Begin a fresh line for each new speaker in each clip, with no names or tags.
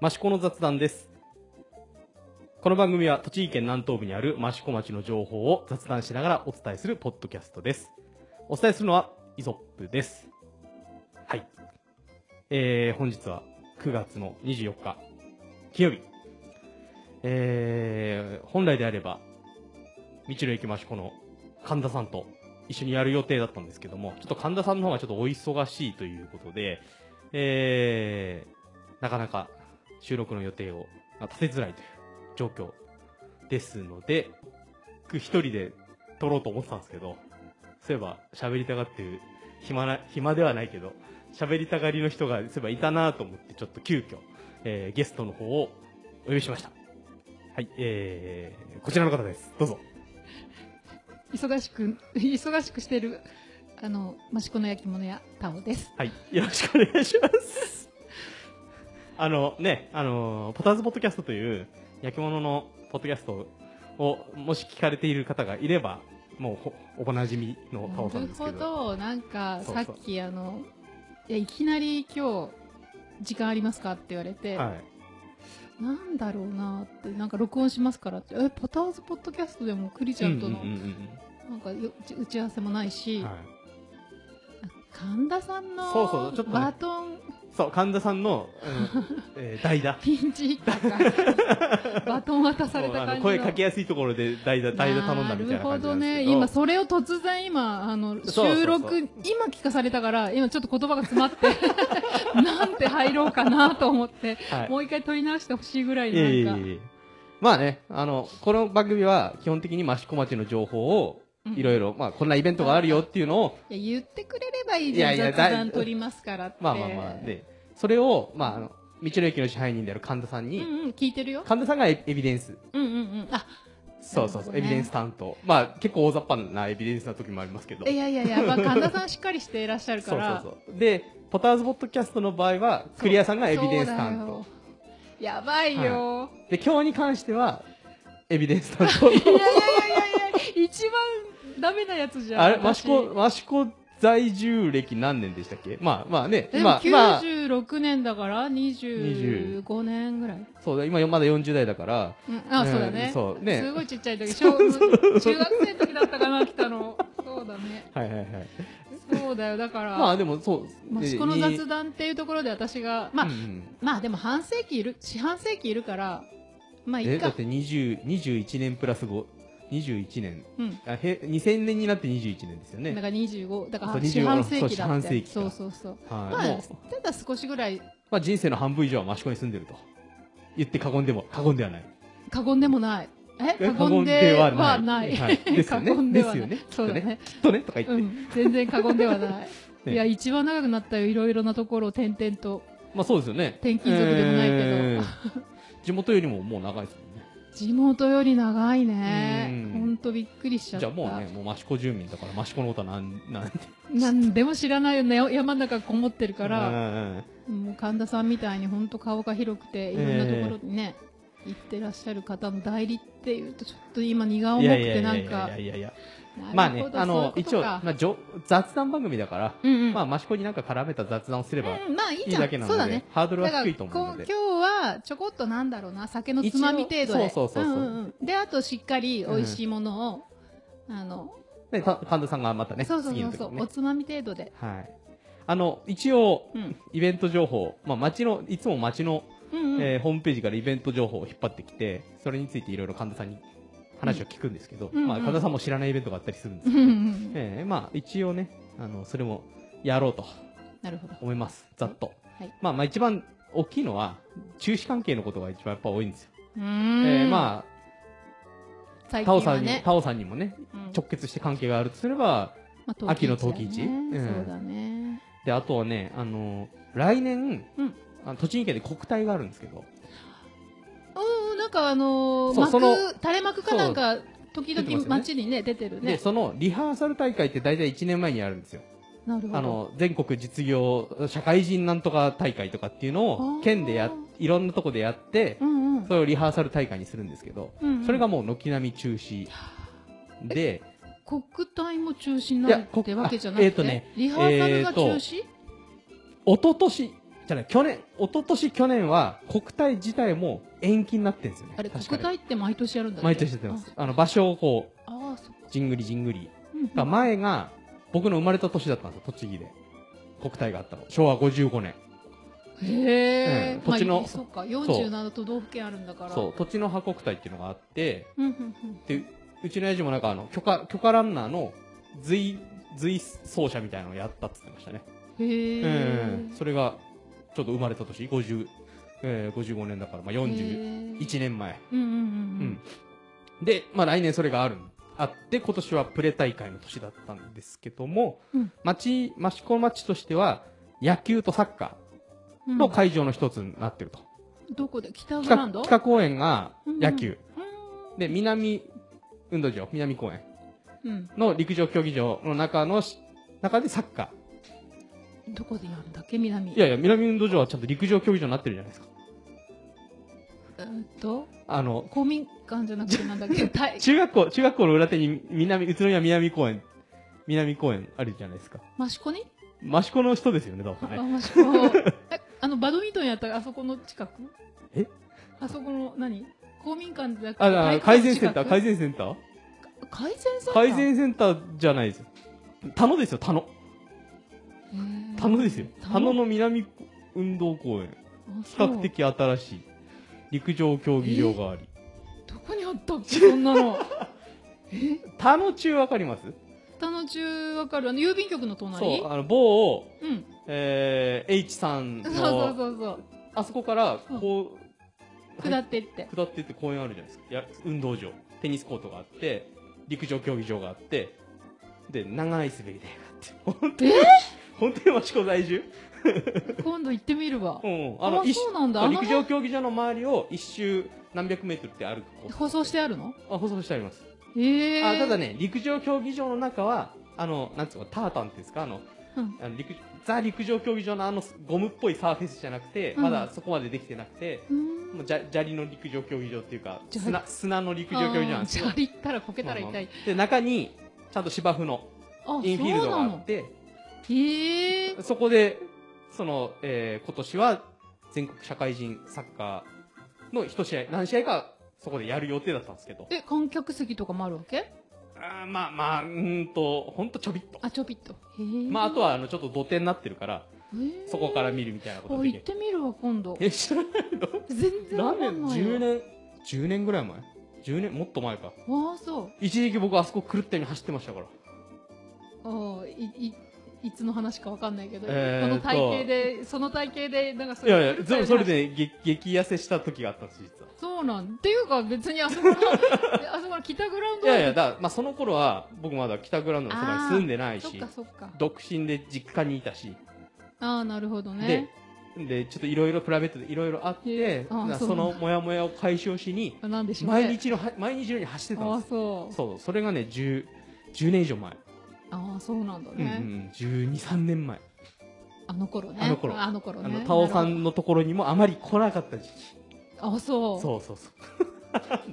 益子の雑談です。この番組は栃木県南東部にある益子町の情報を雑談しながらお伝えするポッドキャストです。お伝えするのはイソップです。はい。えー、本日は9月の24日、金曜日。えー、本来であれば、道の駅益子の神田さんと一緒にやる予定だったんですけども、ちょっと神田さんの方がちょっとお忙しいということで、えー、なかなか収録の予定をまあ立てづらいという状況ですので、僕一人で撮ろうと思ってたんですけど、そういえば喋りたがってる暇な、暇ではないけど、喋りたがりの人がそういえばいたなと思って、ちょっと急遽、えー、ゲストの方をお呼びしました。はい、えー、こちらの方です。どうぞ。
忙しく、 忙しくしてる、あの、益子の焼き物屋、タオです。
はい、よろしくお願いします。あのね、あの、ポターズポッドキャストという焼き物のポッドキャストを、もし聞かれている方がいれば、もうほおおなじみのタオさ
なんる
ですけ
ほ
ど。
ど、なんか、
そうそう
さっき、あの、いや、いきなり今日、時間ありますかって言われて、
はい。
なんだろうなって、なんか録音しますからって、え、ポターズポッドキャストでもクリちゃんとの、
うんうんうん
なんかよ打ち打ち合わせもないし、
うんはい
神田さんの
そうそうちょっとね
バトン
そう、神田さんの、うんえー代打。
ピンチヒッ ターかバトン渡され
そう
た
あ
感じ
の
の
声かけやすいところで代打、代打頼んだみたいな感じ
るほど
なんです
ね
けど。
今それを突然今あの
そうそうそう
収録今聞かされたから今ちょっと言葉が詰まって なんて入ろうかなと思って、
はい
もう一回取り直してほしいぐらい
いえいえ
の
い
なんか
えまあね、あの、この番組は基本的に益子町の情報を、
うん
いろいろ、まあ、こんなイベントがあるよっていうのを、
いや言ってくれればいいじゃん
いやいやだ
雑談
い
取りますからって
まあまあまあ、で、それを、まあ、あの、道の駅の支配人である神田さん
うん
に、
うん聞いてるよ
神田さんがエビデンス、
うんうんうんあ
そうそうそう、
なるほどね
エビデンス担当。まあ、結構大雑把なエビデンスな時もありますけど。
いやいやいや、まあ、神田さんしっかりしていらっしゃる
そ
か
う
ら
そうそう。で、ポターズポッドキャストの場合は、クリアさんがエビデンス担
そう
当。
だよやばいよ、
で、今日に関しては、エビデンス担当の。
いやいやいやいやいや、一番ダメなやつじゃん。
あれ、益
私
子、益子在住歴何年でしたっけまあまあね、
でも
今、まあ、
96年だから、25年ぐらい。
そうだ、今まだ40代だから、
うん、あ、
うん
そうだね。
そうね
すごいちっちゃい時、小中学生の時だったかな、来たの。そうだね。
はいはいはい。
そうだよ、だから。
まあでもそう、
益子の雑談っていうところで私が、まあ、
うんうん
まあでも半世紀いる、四半世紀いるから、まあい
え、
い
だっ
か。
て20 21年プラス5、21年。
うん。
あへ2000年になって21年ですよ
だか
ね。
ら25、だから
そう
四半世
そう
紀
四
だっ
半世紀
て。
か
そうそうそう。ま
は
あ
い。もう、、
ただ少しぐらい
まあ人生の半分以上は益子に住んでると。言って過言でも、過言ではない。
過言でもない。え
え
過言ではない。
はいですよ
過
ね。
言
で
では
すよ
ない
ね。きっ
そ
と
うだ
ね
ね。
きっとね、とか言
う
って。
ん、全然過言ではない。
ね
いや、一番長くなったよ、いろいろなところを転々と。
まあそうですよね。
転勤族でもないけど
えー地元よりももう長いですもんね。
地元より長いね。
うん
ほんとびっくりしちゃっ
じ
た。
ゃあもうね、もう益子住民だから、益子のことはなん、なん
なんでも知らないよね。山の中こもってるか、
から
もう神田さんみたいにほんと顔が広くて、いろんなところにね、行ってらっしゃる方の代理っていうと、ちょっと今荷が重くてな
い
んか
やいやいやいやいやいや。ま
な
あ
る
ね
ほ、ど
あの、
そういうこ
一
と
応、
か
まあ、じょ雑談番組だから、
うんうん
まあ、益子になんか絡めた雑談をすれば
うんまあいい
い
じ
い
ゃん。
だけな
そう
の
だね
で、。ハードル
だ
は
から
低いと思う
こ
の
う今
で
日。はちょこっとなんだろうな酒のつまみ程度で
一応そうそうそうそうん
んんであとしっかり美味しいものを、あの
で、た神田さんがまたね、
そうそう
次
そ
の
うそ
時
う、
にね
お。つまみ程度で、
はい。あの、一応、
うん
イベント情報、まあ、町の、いつも町の、
うんうん
えーホームページからイベント情報を引っ張ってきて、それについていろいろ神田さんに話を聞くんですけど、
うん
まあ、
うんうん
神田さんも知らないイベントがあったりするんです
う
け
ん
ど、
うんうん
えーまあ、一応ね、あの、それもやろうと
なるほど
思います。ざっと。
はい
まあ、まあ、一番大きいのは、中止関係のことが一番やっぱ多いんですよ。
うーん
えーまあ、
最
タオ
近
さ
は
んに、
ね
タオさんにもね、
うん
直結して関係があるとすれば、
まあ
秋の陶器市
だね
うん
そうだね
で、あとはね、あの来年、
うん
あの栃木県で国体があるんですけど、
うんなんかあのー、
そうその
幕垂れ幕かなんか時
出てます
々
よね
街にね出てる
で、
ね
そのリハーサル大会って大体1年前にやるんですよ。
なるほど
あの、全国実業、社会人なんとか大会とかっていうの
あ
を、
ー
県でや、いろんなとこでやって、
うんうん
それをリハーサル大会にするんですけど、
うんうん
それがもう軒並み中止で、
国体も中止になる
いや
っ
国
てわけじゃなくて、
あえーとね
リハーサルが中止、
一昨年じじゃあね、去年、一昨年去年は国体自体も延期になってるんですよね。
あれ、
確
国
かね
体って毎年やるんだっけ
毎年やってます。あの、場所をこう、
ああ、そっか。
じんぐりじんぐり。
うん
が前が、僕の生まれた年だったんですよ、栃木で。国体があったの。昭和55年。
へ
うん
え、
土地の
まあ、そうか47都道府県あるんだから
そう、土地の破国体っていうのがあって、
うんうんうん
で、うちの親父もなんかあの、許可、許可ランナーの随、随走者みたいなのをやったって言ってましたね。
へえ、
うん。それが、ちょっと生まれた年、50、えー、55年だから、まあ、41
41
年前。
うんうん
うん。で、まあ来年それがある。あって、今年はプレ大会の年だったんですけども、
うん
町、益子町としては、野球とサッカ
うんう
ー
ん
の会場の一つになってると。
どこで北ブラ
北
ンド
北公園が野球、
う
で南運動場南公園
ん、
の陸上競技場の中のし中でサッカ
うん、どこでやるんだっけ南
ーいやいや南運動場はちゃんと陸上競技場になってるじゃないですか
えーっと
あの
公民館じゃなくてなんだっ け体
中学校中学校の裏手に南宇都宮南公園南公園あるじゃないですか
益子に
益子の人ですよね多
あ
分ね
益子えあのバドミントンやったらあそこの近く
え
あそこの何公民館じゃなくて
ああ改善センター
体
改
育
善センター
館近く改善センター
改善センターじゃないですよ田野ですよ田野
へー
田野ですよ
田野
田野の南運動公園
あ
比
そう
較的新しい陸上競技場があり
どこにあったっけそんなのえ
田野中わかります
北の中わかるあの郵便局の
そ
隣
う、あの、某、
うん
えー、H さん
そうそう
の、
そうそう
あそこから、こう、
下
はい
ってって
下ってって公園あるじゃないですか。いや、運動場、テニスコートがあって、陸上競技場があって、で、長い滑り台があって、 本当に、本当に益子在住
今度行ってみるわ
うん。
あ
一
そうなんだ
周
あの
陸上競技場の周りを一周何百メートルって歩くコース
放送してあるの
あ、舗装してあります。
ええ
あ、ただね、陸上競技場の中は、あの、なんつうの、タータンっていうんですか、あの、
うん
あの陸ザ陸上競技場のあのゴムっぽいサーフェスじゃなくて、
うん
まだそこまでできてなくて、
うーん
もうじゃ砂利の陸上競技場っていうか
砂
砂砂の陸上競技場なんですよ
あー砂利ったらこけたら痛い、
で中にちゃんと芝生の
あ
インフィールドがあって
そうなのええ
そこでその、えー今年は全国社会人サッカーの一試合何試合かそこでやる予定だったんですけど
え観客席とかもあるわけ
あーまあまあうーんとほんとちょびっと
あちょびっとへえ
まああとはあのちょっと土手になってるから
へー
そこから見るみたいなこと
あ
ができ
行っ
る
てみるわ今度
え知らないの
全然わ
何年
かんないよ
?10 年 ?10 年ぐらい前 ?10 年もっと前か。
ああそう
一時期僕あそこ狂ったように走ってましたから。
ああいいいつの話かわかんないけど、
えー
こ
っ
の
と
体型でその体型でなんかそ
いやいや、
そ
そそれで、ね、激激痩せした時があったんです、実は。
そうなんっていうか別にあ そこのあそこの北グラウン
い
ド
やいや、だからまあその頃は僕まだ北グラウンドのそばに住んでない
そっ
し
か、そっか
独身で実家にいたし、
ああなるほどね
で、で、ちょっといろいろプライベートでいろいろあって、
あー
な
そう
そ
なんだ
のモヤモヤを解消しに、
あなんでしょうね
毎日のは、毎日のように走ってた
あ
ん
あ
で
そう
す。そう、それがね、10、10年以上前。
ああそうなんだ
うん、う
ね、
ん、12、3年前。
あの頃ね
あの頃
あの頃
あ
ね
の、タオさ
なる
んのところにもあまり来なかった時期。
ほどあそう
そうそう そう。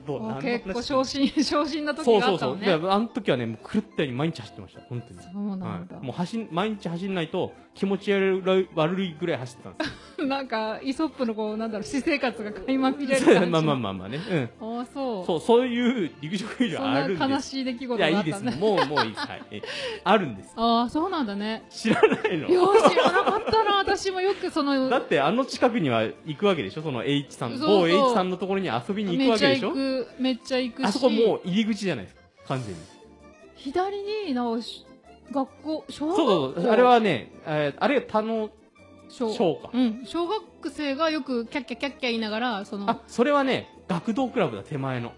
どう
あ
な
あ
ん
結構昇進 昇進な
そ
時
う
があ
そう
った
そ
の
う。
ね
いや、あの時はね、もう狂ったように毎日走ってました、本当に。
そうなんだ、
はい、もう走ん毎日走んないと気持ち悪い悪いぐらい走ってたんですよ
なんかイソップのこうなんだろう私生活が垣間見れる
そう
感じ
まあまあまあまあね、
ああ
う
そ
ん、
う
そうそういう陸上競技
そ
場ある
ん
ん
な
で
悲
す
しい出来事
い
が
や
あった
いい
ね。
ですもうもういいですはいえあるんです
ああ、そうなんだね。
知らない
いや
の
ー、知らなかったな。私もよくその、
だってあの近くには行くわけでしょその H さん
そうそう
某 H さんのところに遊びに行く
めっ
わ
ち
け
ゃ
でし
行
ょ
く、めっちゃ行くし。
あそこもう入り口じゃないですか完全に
左に、なおし、学校、小学校
そうそうそうあれ、はね、えーあれが田の
小
小か
うん。小学生がよくキャッキャキャッキャ言いながら、その、
あそれはね学童クラブだ手前の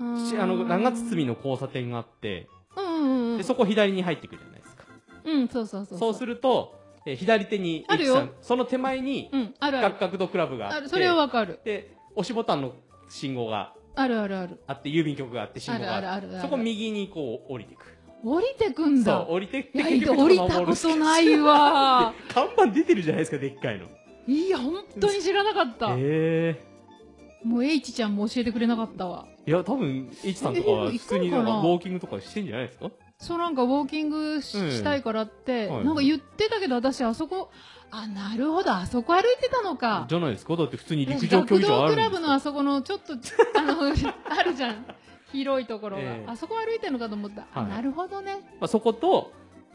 うー
し
ん
あの長堤。の交差点があって
うんうんうん。
でそこ左に入ってくるじゃないですか
うん、そうそうそう。
そうす
る。
ると、えー左手に
あるよ
H さんその手前に
うん、あるある。
学学童クラブがあ
あ
って
るそれはわかる。
で押しボタンの信号が
あるあるある。
あって郵便局があって信
あ
号
る
があ
あ
って
るあるある。
そこ右にこう降りていく
降りてくん
そ
だ
う。降りてく。
いや、降りたことないわ
看板出てるじゃないですかでっかいの
いや、本当に知らなかった。
へえ
もう H ちゃんも教えてくれなかったわ。
いや多分 H さんとかは普通に
え行く
な
の
ん
か
か
な
ウォーキングとかしてんじゃないですか
そうなんかウォーキングし,、
ええ
たいからって、
はい
なんか言ってたけど私あそこあなるほどあそこ歩いてたのか
じゃないですかだって普通に陸上
私
競
学
技場あ
童
る
ク
んです
ラブ
よ
のあそこの ちょっとあのあるじゃん広いところが、
ええ
あそこ歩いてるのかと思った、あ
はい
なるほどね
まあ、そこと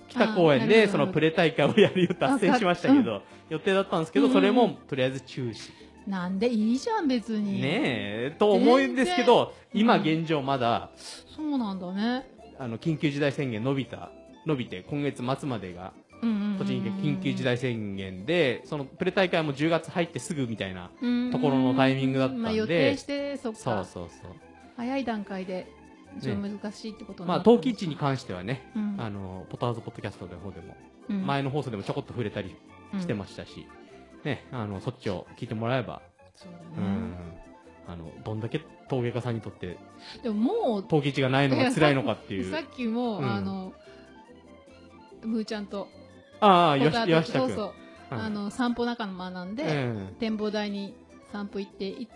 北公園
あーなる
で
ほ
そ
ど
のプレ大会をやるよう達成しましたけど、予定だったんですけど、
うん
それもとりあえず中止
なんでいいじゃん別に
ねえと思うんですけど
全
今
然うん
現状まだ
そうなんだね
あの緊急事態宣言伸びた伸びて今月末までが
うんうんうんうん
栃木県緊急事態宣言でそのプレ大会も10月入ってすぐみたいな
と
ところのタイミングだったんで
まあ、予定してそっか
そうそうそう
早い段階でちょっと
ね
難しいってこと
まあ陶器市に関してはね
うん
あのポターズポッドキャストの方でも
うん
前の放送でもちょこっと触れたりして
す、
ましたし、ね、あのそっちを聞いてもらえば
そうだね
うんあのどんだけ陶芸家さんにとって
でももう
陶器地がないのが辛いのかっていう
さっきも、
うん
あのむーちゃんと
ああ
ポ
よし
ター
よ
と
したく
そ
ん
うそう、
はい
あの散歩仲間なんで、
うん
展望台に散歩行ってい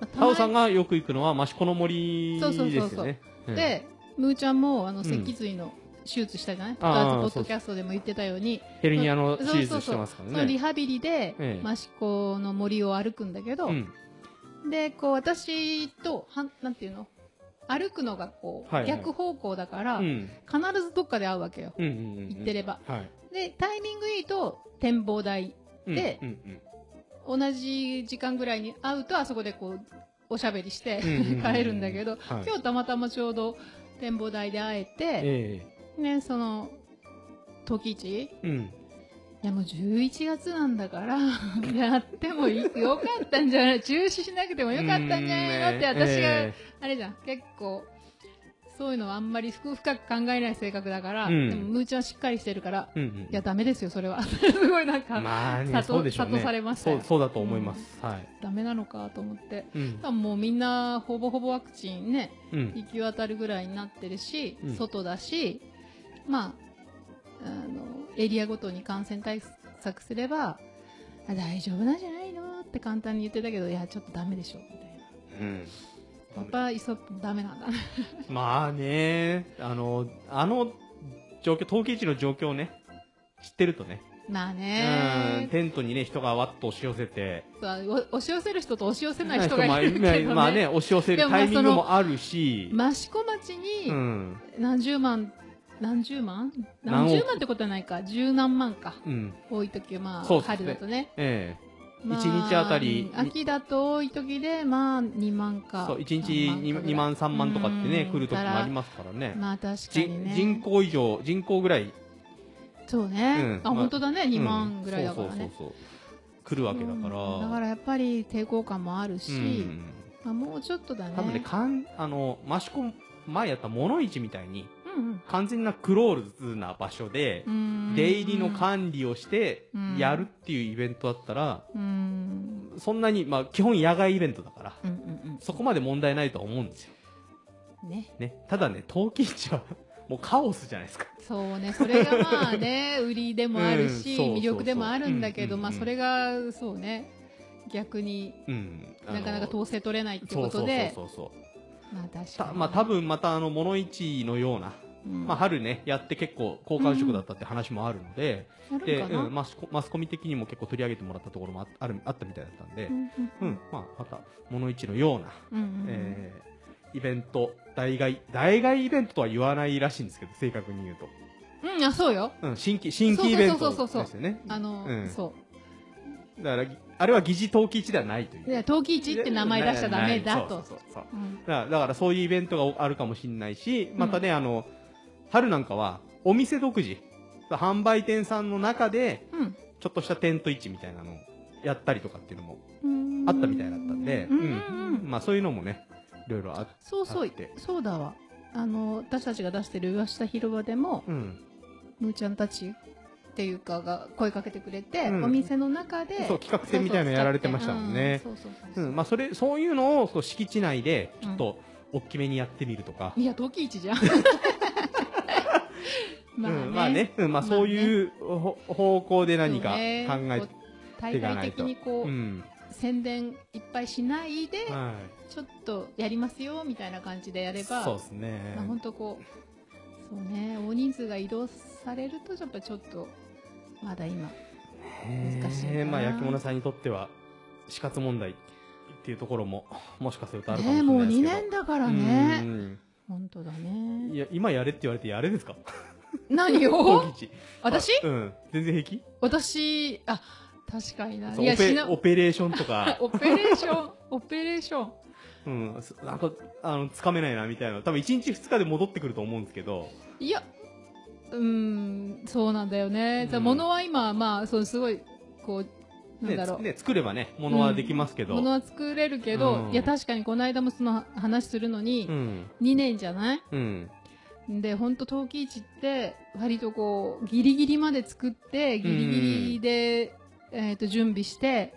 まあた
タオさ
ま
ん
に
がよく行くのは益子の森
そうそうそうそ
で
う
すよねうん
でむーちゃんもあの
うん
脊髄の手術したじゃない、ポタ
あ
ー
あ
ズポッドキャストでも言ってたように
ヘルニアの手
そうそ
術
う
してますから
そのリ
ね
ハビリで、
ええ
益子の森を歩くんだけど、
うん
でこう私とはんなんていうの歩くのがこう、
はいはい
逆方向だから、
うん
必ずどっかで会うわけよ
うんうんうん
行ってれば、
はい
でタイミングいいと展望台
うん
で
うんうん
同じ時間ぐらいに会うとあそこでこうおしゃべりして、
うんうんうん
帰るんだけど、
はい
今日たまたまちょうど展望台で会え
え
て、ねその時市
えうん
いやもう11月なんだから やってもいいよかったんじゃ ない中止しなくてもよかったんじゃないのって
うん
私が、
え
あれじゃん結構そういうのはあんまり深く考えない性格だから、
うん
でもムーちゃんはしっかりしてるから
えうんうん
いやダメですよそ れはすごいなんか、
まあね
諭
そうでしょうね
諭されましたよ
そうそうだと思いますはい
ダメなのかと思って
うん
多分もうみんなほぼほぼワクチンね
うん
行き渡るぐらいになってるし、
うん
外だしまああのエリアごとに感染対策すればあ大丈夫なんじゃないのって簡単に言ってたけどいやちょっとダメでしょみたいな
うん
やっぱ急っダメなん だね
まあね、あの、あの状況、陶器市の状況をね、知ってるとね、
まあ
うん
ね
テントにね、人がわっと押し寄せて、
そうお押し寄せる人と押し寄せない人がいるけど
まあ
ね
まあまあね、押し寄せ
で
る
もまあ
タイミングもあるし、
益子町に、
うん、
何十万何十万
何
何
億
十万ってことはないか十何万か
うん、
多い時はま
そうですね
あ春だとね
え
まあ
一日あたり
うん秋だと多い時でまあ2万
え
か
そう、1日
三
2万、3万とかってね、来る時もあり
ま
ますからね。
まあ確か
じ
にね
人口以上、人口ぐらい、
そうね、
うん
あ
まあ
本当だね2
う
万
ん
ぐらいだからね、
そうそうそうそう、来るわけだから。
うんだからやっぱり抵抗感もある
う
し、
ん、
まあ、もうちょっとだね
多分ね、かん、あの、益子、前やった物市みたいに、
うん
完全なクローズな場所で
う、ん
出入りの管理をして
うん
やるっていうイベントだったら、
うん
そんなに、まあ、基本野外イベントだから、
うんうん
そこまで問題ないとは思うんですよ。
うんね
ね。ただね、陶器市は、 もうカオスじゃないですか。
そうね、それがまあ ね、売りでもあるし、
うんそうそうそう
魅力でもあるんだけど、
うんうんう
ま
ん
あそれが、そうね、逆に
うん。あの
なかなか統制取れないって
そ
こ
うそ
と
う
で、
そうそう。
まあ確か
た
に。
まあ、多分また、あの、物市のような、
うん、
まあ、春ね、やって結構、好感触だったって話もあるので、
やる
で、
んかな、
うん、マスコマスコミ的にも結構取り上げてもらったところもああるあったみたいだったんで、
うん
うん、まあ、また、物市のような、
うんうんうん
えーイベント、代替、代替イベントとは言わないらしいんですけど、正確に言うと。
うん、あ、そうよ。
うん、新規、新規イベント
そうそう
です
そうそう
よね。
あの、
うん
そ。
だから、あれは疑似陶器市ではないというう。
で、陶器市って名前出しちゃダメだと。
そうそうそうそう
うん
だから、だからそういうイベントがあるかもしれないし、またね、あの、春なんかは、お店独自、販売店さんの中で、
うん
ちょっとしたテント市みたいなのをやったりとかっていうのも
うん
あったみたいだったんで、
うんうんうん
まあそういうのもね、いろいろあって、
そうそ
あっ
う
て、
そうだわ。あの、私たちが出してる上下広場でも、
うん。
むーちゃんたちっていうかが声かけてくれて、
うん
お店の中で
そう、企画展みたいなのやられてましたもんね。
そうそうそう
う
そう、
ん、まあそれ、そういうのをそう敷地内で、ちょっと、大きめにやってみるとか。
いや陶器市 じゃんまあね,、
うん、まあね、うん、まあ
まあね
そういうほ方向で何か考え
そうね
て
こう
い
大
かな
々
い
的
と。
にこう、
うん。
宣伝いっぱいしないで、
は
ちょっとやりますよみたいな感じでや
い。
れば
そうですね
まあ、。本当こうそうね大人数が移動されるとやっぱちょっとまだ今難しいのかな
まあ、焼き物屋さんにとっては死活問題っていうところも もしかするとあるかもし
ね
れな
もう
いですけ
2
ど、
年だから
う
ね
ん
本当だ
い
ね
や今やれって言われてやれ ですか
何
大
を
吉
私
うん全然平気
私あ確かにな
そう
いや
オペ
しな、
オペレーションとか
オペレーション オペレーション
うん、すなんか、あの、つかめないなみたいな、多分1日2日で戻ってくると思うんですけど、
いや、うーん、そうなんだよね。じゃあ
うん
物は今、まあ、そうすごい、こう、なん
ね
だろう。
ね、作ればね、物はできますけど、う
物
ん、
は作れるけど、
うん
いや、確かにこの間もその話するのに、
うん、
2年じゃない
うん、
で、ほんと陶器市って、割とこう、ギリギリまで作って、ギリギリで、えっ、と、準備して、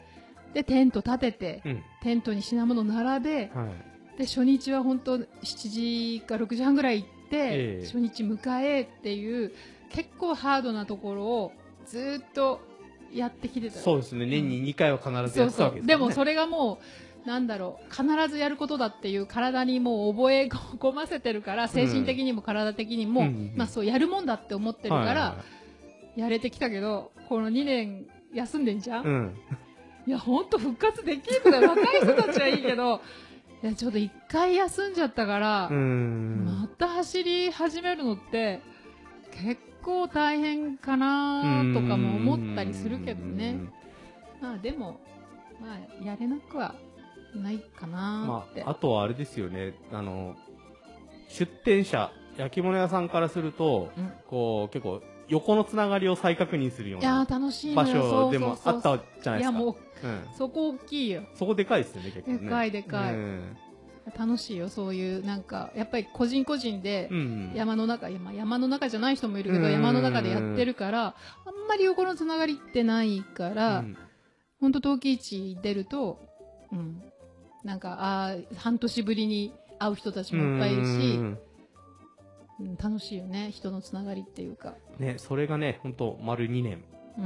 で、テント立てて、テントに品物並べ、
はい。
で初日は本当7時か6時半ぐらい行って、
ええ
初日迎えっていう結構ハードなところをずーっとやってきてた
そうですね、年に2回は必ず
そ
や
う
ってた
そ
わけで
う
す
で
よね。
もそれがもうなんだろう必ずやることだっていう体にもう覚え込ませてるから精神的にも体的にも、
うん
まあ、そうやるもんだって思ってるか
はいはい
ら
は
やれてきたけど、この2年休んでんじゃん
い、うん。
いや、ほんと復活できるんだよ。若い人たちはいいけど、 いや、ちょっと一回休んじゃったから、
うん。
また走り始めるのって、結構大変かなとかも思ったりするけどね。まあでも、まあ、やれなくはない
う
か
ん。
な
ま
って。
あ、あとはあれですよね、あの、出店者、焼き物屋さんからすると、
うん
こう、結構、横のつながりを再確認するよう
いや
な
ー、楽しいの
場
よ
所でも
そう
あ
そう
っ
そう
たじゃない
い
です
や、
か。
もう、
うん
そこ大きいよ。
そこでかいですよね、結構ね。
でかいでかい
うん。
楽しいよ、そういう、なんか、やっぱり個人個人で、
うん
山の中、山山の中じゃない人もいるけど、
うん
山の中でやってるから、あんまり横のつながりってないか
う
ら、
ん
ほんと陶器市出ると、うん、なんか、あー半年ぶりに会う人たちもいっぱいいるし
う、ん
うん楽しいよね、人のつながりっていうか。
ね、それがね、本当丸2年、
う。
うん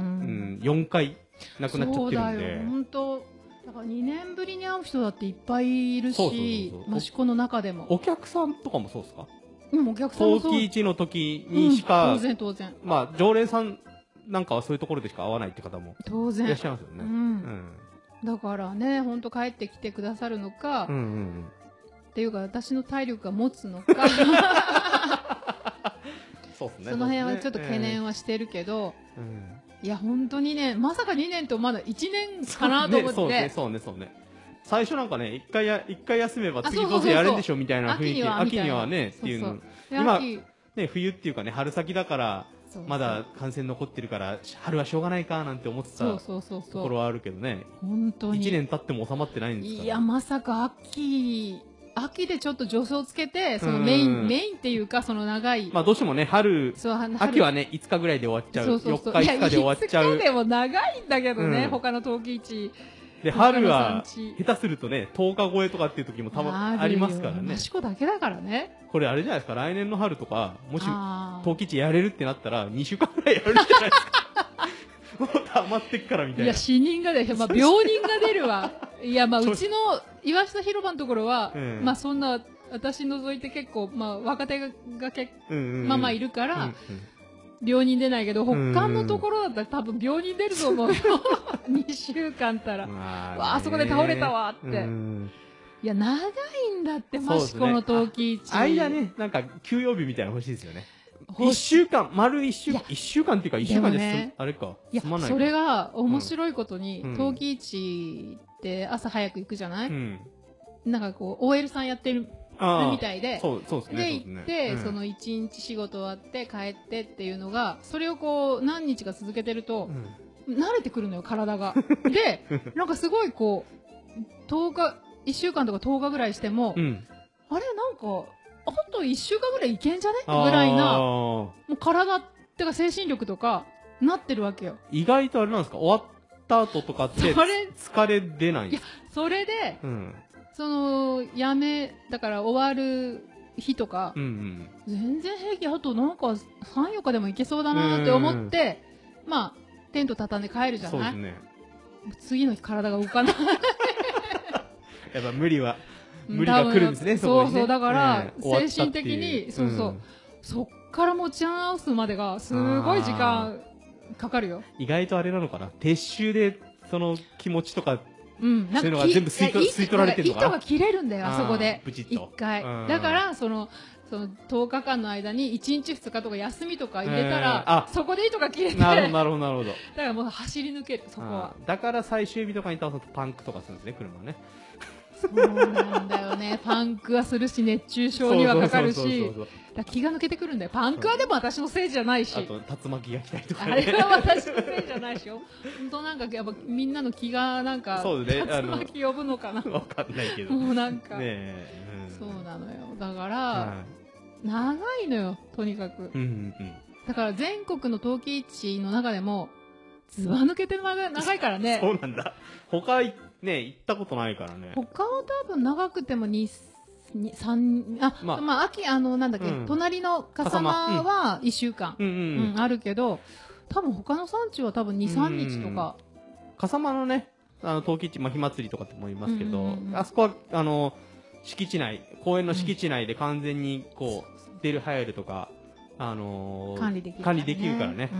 ん、4回なくなっちゃってるん
そうだよ、
で。
本当だから2年ぶりに会う人だっていっぱいいる
そうそう
し
そう、そう
益子の中でも。
お客さんとかもそうですか
うん、お客さんも
陶
そう。
器市の時にしか、
うん当然当然。
まあ、常連さんなんかはそういうところでしか会わないって方も
当
いらっ
然。
しゃいますよ
う。
ね。うんん。
だからね、ほんと帰ってきてくださるのか、
うんうん
っていうか私の体力が持つのか
うん。そうですね。
その辺はちょっと懸念
を。
はしてるけど、
うん
いや本当にねまさか2年とまだ1年かなと思って、
そうね、そうね、そうね。最初なんかね、一回や、一回休めば
あ
次
そうそう
どう
そう
せやれんでしょみたいな雰囲
秋に
気、
はみ
秋
たい
に
な
はね、っていう
そ
の
う。
で
そう
今
秋
ね、冬っていうかね、春先だから、
そう
まだ感染残ってるから、春はしょうがないかなんて思って
そ
たと
うそうそうそ
こ
う
ろはあるけどね、
本当に
1年経っても収まってないんですから。
いやまさか秋秋でちょっと助走をつけてそのメイ
うん
ンメインっていうかその長い、
まあどうしてもね、春、
そうは春
秋はね、5日ぐらいで終わっちゃう。
そうそうそう
4日、5日で終わっちゃ
いや
う
5日。でも長いんだけどね、
うん
他の陶器市
で、春は、
他の産地
下手するとね、10日超えとかっていう時もたまありますから
あるよ
ね。
益子だけだからね
これあれじゃないですか、来年の春とか、もし、
あー
陶器市やれるってなったら、2週間ぐらいやるじゃないです か。もう溜まってっからみたいな。
いや、死人が出る、まあ、病人が出るわ。いや、まあ、
そう
うちの岩下広場のところは、
うん
まあ、そんな、私除いて結構、まあ、若手が結
うんうんうん
まあまあいるか
うんう
ら
ん、
病人出ないけど、
ん
他のところだったら多分病人出ると思 うよ。2週間たら。
まあね
わあ、あそこで倒れたわって。
うん
いや、長いんだって、
そうです
益
ね
子の陶器市。
間。ね、なんか休養日みたいなの欲しいですよね。
ほ
一
し
週間、丸一週
い
間
や、
一週間っていうか一週間で
でも
す、
ね
あれか、
いや
すま、ないか
それが面白いことに
うん、
陶器市って朝早く行くじゃな
う
い
ん。
なんかこう、OL さんやってる
ああ
みたいで。
そう、そうですね。
で
そうす
行
ね
って、そ、
うん
の一日仕事終わって帰ってっていうのが、それをこう何日か続けてると
う、ん
慣れてくるのよ、体が。 で、なんかすごいこう、10日、1週間とか10日ぐらいしても、
うん。
あれなんか、あと1週間ぐらいいけんじゃねぐらいな、も
ああ
う体ってか精神力とか、なってるわけよ。
意外とあれなんですか、終わった後とかっ
そ
て、
れ、
疲れ出ないんですか
それで、
うん。
その、やめ、だから終わる日とか
う、ん
全然平気あとなんか34日でもいけそうだなって思ってまあテント畳んで帰る
う
じ
ん。
ゃ
そうで
な
す
い、
ね。
次の日体が動かない
やっぱ無理は、無理が来るんですね、
多分
こに
そうそうだから
うん終わったっていう
精神的にそうそうそっから持ち直すまでがすごい時間かかるよ。
意外とあれなのかな撤収でその気持ちとか
うん、
そういうのが全部吸い取
や
吸い取られてんのかな
糸が切れるんだよ、あそこで
ー。ブチッ
一
と
回
うん。
だから、その、その10日間の間に1日2日とか休みとか入れた
えーあ
ら、そこで糸が切れて、
な
だ
るほど
か
なるほどなるほど
らもう走り抜ける、そこは
あ。ーだから最終日とかに倒すとパンクとかするんですね車 ね
そうなんだよね。パンクはするし、熱中症にはかかる
そうそうそう
し、
そうそう
だから気が抜けてくるんだよ。パンクはでも私のせいじゃないし。
あと竜巻が来たりとか
あ
ね
れは私のせいじゃないでしょ。本当なんか、やっぱみんなの気がなんか、
そうねあ
竜
の
巻呼ぶのかな。
わかんないけどね
もう なんか、
えん
そうなのよ。だから、
は
長いのよ、とにかく
い。うんうん
だから全国の陶器市の中でも、ずば抜けて長い長いから
うん そ
ね。
うなんだ他いね行ったことないからね
他は多分長くても2、に三あ、
ま
ま
あ
あ、秋、あの、なんだっけ、
うん
隣の笠間は1週間、
うん
う
うん
ん、あるけど、多分他の産地は多分2、3日とか、
笠間のね、あの、陶器市、まあ、火祭りとかっても言いますけど、
うんうんうん
あそこは、あの、敷地内、公園の敷地内で完全に、こう、出る、入るとか、あのー
管理できる
管理できるからね。う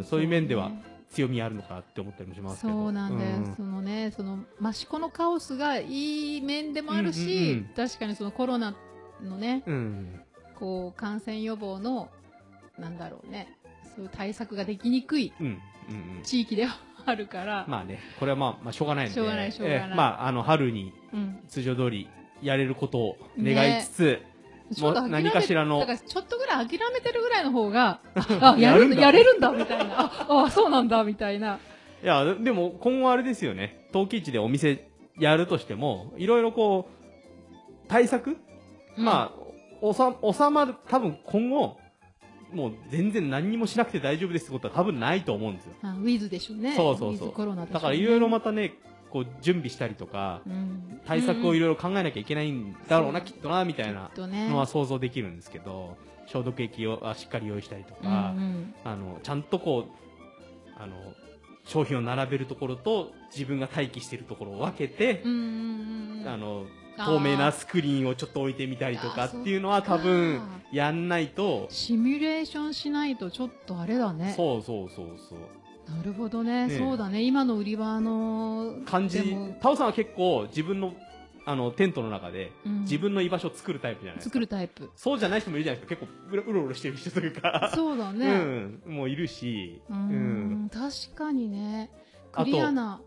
ん、そういう面では
そうね
強みあるのかなって思ったりもしますけど。
そうなんだよ、
うん
そのねその益子のカオスがいい面でもあるし、
うんうんうん
確かにそのコロナのね
うん。
こう感染予防のなんだろうねそういう対策ができにくい
うん。うんうん。
地域ではあるから、
まあね、これはまあ、まあ、しょうがないので。
しょうがないしょうがない
ええまあ、あの、春に
うん、
通常通りやれることを願いつつ、
ち
も
ょっ
う
と諦め
何かしらの
だからちょっとぐらい諦めてるぐらいの方が あやるんだやれるんだみたいなああそうなんだみたいない
や、ででも今後あれですよね。陶器市でお店やるとしても、いろいろこう、対策、まあ、おさ、収まる、多分今後、もう全然何にもしなくて大丈夫ですってことは多分ないと思うんですよ。
あウィズでしょうね
そうそうそう
ウィズコロナでしょうね
だからいろいろまたね、こう準備したりとか、
うん
対策をい
うん
ろいろ考えなきゃいけないんだろうな、
うん
きっとな、みたいな
きっとね
のは想像できるんですけど、消毒液をあしっかり用意したりと
う
か、
ん
あの、ちゃんとこう、あの、商品を並べるところと自分が待機しているところを分けて
うんう、んうんうん
あの、
あー
透明なスクリーンをちょっと置いてみたりとか
あー
っていうのは
そっか
多分やんないと、
シミュレーションしないとちょっとあれだね
そうそうそうそう。
なるほどね
ねえ
そうだね今の売り場の
感じ
でも、
タオさんは結構自分の、あの、テントの中で
うん
自分の居場所を作るタイプじゃないですか。
作るタイプ
そうじゃない人もいるじゃないですか。結構うろうろうろしてる人というか。
そうだ
う
ね
ん。もういるし、
う
うん
ん確かにね
あと
クリアな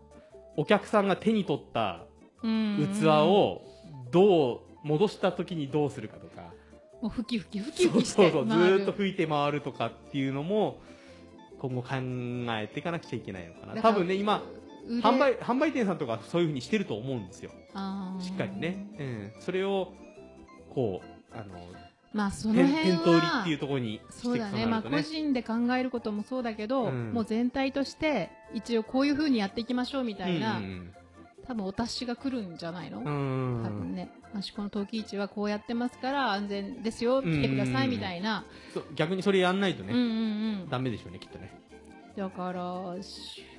お客さんが手に取った
器
器をどう戻した時にどうするかとか、
もうふきふきふき
そ
ふ
う
きし
そう
て
そうず
回る
ーっと吹いて回るとかっていうのも今後考えていかなくちゃいけないのかな
だから
多分ね今
腕
販売販売店さんとかそういうふうにしてると思うんですよ
あー
しっかりね、うん、それをこうあの
まあその
店
辺
店頭売りっていう
は
ところにしてい
そ
く
う
と
だ
な
ねま
る
あ
と
個
ね
人で考えることもそうだけど
うん
もう全体として一応こういうふうにやっていきましょうみたいな多分お達しが来るんじゃないの
うんうん
多分ね、益子の陶器市はこうやってますから安全ですよ、来てくださいみたいな、
そう逆にそれやんないと
うん
ね、
うんうん、
ダメでしょうねきっとね
だから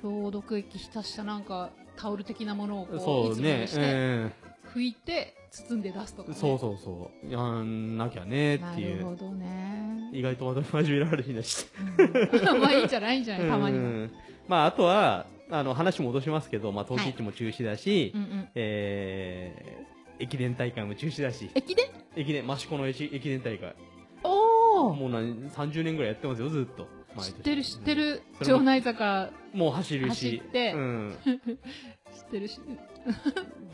消毒液浸したなんかタオル的なものをこ
そうう
いつもより
ね、
して、
え
拭いて包んで出すとか、
え
ね、
そうそうそうやんなきゃねっ
な
てい
る
う
ほどね、
意外とまとめ始められるんだし
うん まあいいんじゃないいいんじゃないたまに
う
は、
んまあ、あとは、あの、話戻しますけど、まあ、陶器市も中止だし、
うんうん、
えー、駅伝大会も中止だし、
駅伝
駅伝、益子の駅駅伝大会。
おお
もう何、30年ぐらいやってますよ、ずっと。毎年
知ってる知って。る
それも
城内坂
うんもう走るし。
走って
うん。
知ってるし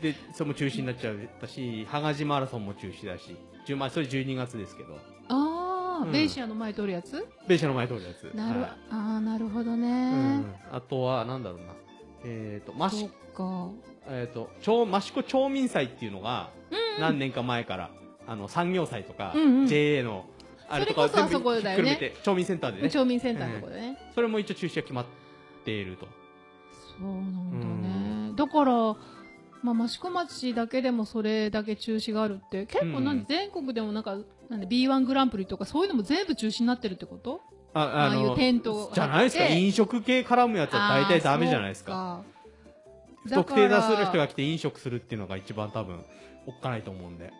で、それも中止になっちゃったし、羽賀島マラソンも中止だし、じゅまあ、それ12月ですけど、
ああ、
うん
ベイシアの前通るやつ
電車の前通るやつ。
なる、
はい
ああなるほどね、
うん。あとは、なんだろうな。えっ、と、
そ
益
っか
えっ、と、町、益子町民祭っていうのが、何年か前から、あの、産業祭とか、
うんうん
JA の、あれとかを
それ
全
こ
部ひ
そあそこ
っ
だ
くる
よね
めて、町民センターでね、
町民センターのところでね、
それも一応中止が決まっていると。
そうなんだね、だからまあ益子町だけでもそれだけ中止があるって結構なん
うん
で全国でもなんかなんで B1 グランプリとかそういうのも全部中止になってるってこと
あ、
ああいうテントを張って
じゃないですか、飲食系絡むやつは大体ダメじゃないですか。
か
不特定多数の人が来て飲食するっていうのが一番多分、おっかないと思うんで。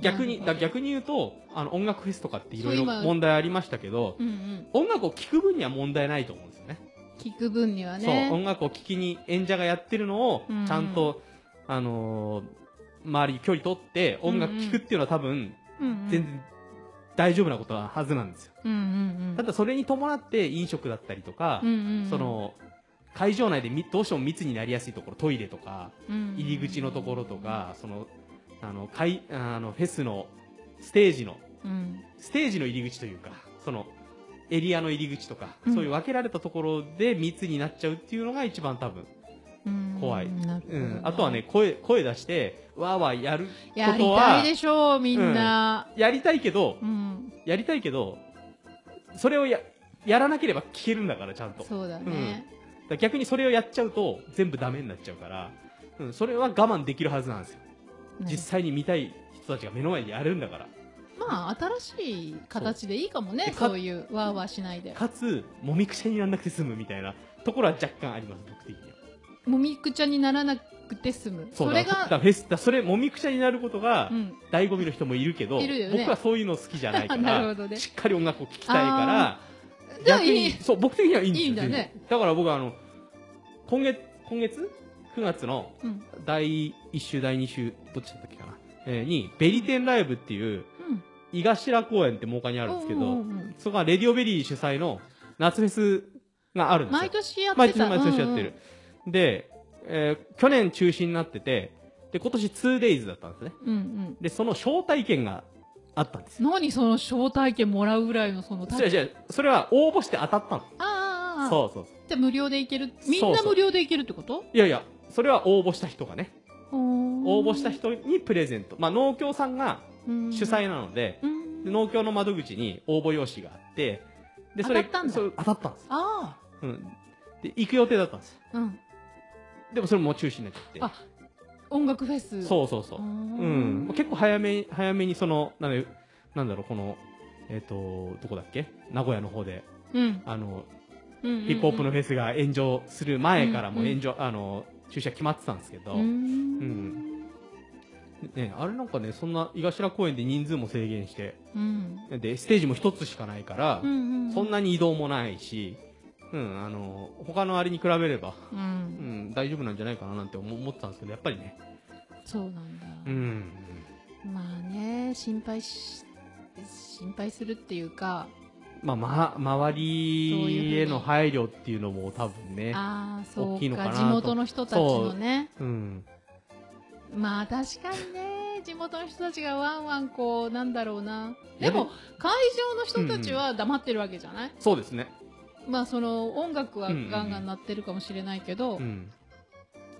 逆に、だ逆に言うと、あの、音楽フェスとかっていろいろ
そう今
問題ありましたけど、
うんうん。
音楽を聴く分には問題ないと思うんですよね。
聞く分には
そう、
ね。
音楽を聴きに演者がやってるのを
うん、
ちゃんと、あのー周り距離取って音楽聴くっていうのは多分、
うんうん
全然大丈夫なことなはずなんですよ。
うんうんうん。
ただそれに伴って飲食だったりとか
う、んうん、
その、会場内でみどうしても密になりやすいところ、トイレとか、
うん
入り口のところと、か、その、あの、会、あの、フェスのステージの、
うん
ステージの入り口というか、その、エリアの入り口とか、
うん
そういう分けられたところで密になっちゃうっていうのが一番多分。
うん、
怖い
なるほ
う
ど
ん。あとはね、、声、声出して、わーわーやる
や
こ
り
とは
たいでしょう、みんな。
やりたいけど
う、ん、
やりたいけど、それをや、やらなければ聞けるんだから、ちゃんと。
そうだね。
だから逆にそれをやっちゃうと、全部ダメになっちゃうから、うん、それは我慢できるはずなんですよ。
ね
実際に見たい人たちが目の前でやるんだから。
まあ、新しい形でいいかもね、
そう
そういう、わーわーしないで。
かつ、もみくちゃにならなくて済むみたいなところは若干あります、僕的には。
もみくちゃにならなくて済む。そ
だ
れ
から
が、
フェス、だからそれ、もみくちゃになることが
う、ん。
醍醐味の人もいるけど、
いるよね
僕はそういうの好きじゃない か
なる
ら、
ほどね
しっかり音楽を聴きたいから、
じゃあ
逆に
いい
そう、僕的にはいいんですよ
いいんだね
全然だから僕はあの、今月、今月 ?9 月の
うん。
第1週、第2週、どっちだったっけかな、えーに、ベリテンライブっていう、井頭公園って真岡にあ
あ
るんですけ
う
ど
ん、うんうん
そこはレディオベリー主催の夏フェスがあるんですよ
毎。年やって
毎
た
年毎年やってる。。で、えー去年中止になってて、で、今年 2days だったんですね。
うんうんうんうん。
で、その招待券があったんですよ。
何その招待券もらうぐらいのその、あ
それじゃそれは応募して当たったの。
あああ、
そうそうそう。
じゃあ無料でいける。みん
そう
な
そう
無料でいけるってこと
いやいや、それは応募した人がね、応
応
募した人にプレゼント。まあ、農協さんが主催なので、
うん
で農協の窓口に応募用紙があって、で、それ、
当たったんだ
それ当たったんですよ。
あ
うん。で、行く予定だったんですよ。
あ、うん。
でもそれもう中止になっちゃって。
あ音楽フェス。
そうそうそう
う。
うん
ん。、
結構早め、早めにその、なんだなんだろう、この、えっ、と、どこだっけ名古屋の方で、
うん。
あの、
ヒ
ヒップホップのフェスが炎上する前からも
うんうん
炎上、あの、中止は決まってたんですけど、
うん。
ね、あれなんかね、そんな、井頭公園で人数も制限して、
うん。
で、ステージも一つしかないから、
うん。
そんなに移動もないし、うん、あの、他のあれに比べれば、う
う。
んん、大丈夫なんじゃないかななんて思思ってたんですけど、やっぱりね、
そうなんだ。
うん、
まあね、心配し、心配するっていうか、
まあ、ま、周
そういうふう
り
に
への配慮っていうのも多分ね、
ああ、そう
大きいのか
か、
なと
地元の人たちのね。
うん。
まあ確かにね、地元の人たちがワンワンこう、なんだろうな。でも、会場の人たちは黙ってるわけじゃない
そうですね。
まあその音楽はガンガン鳴ってるかもしれないけど、
うん。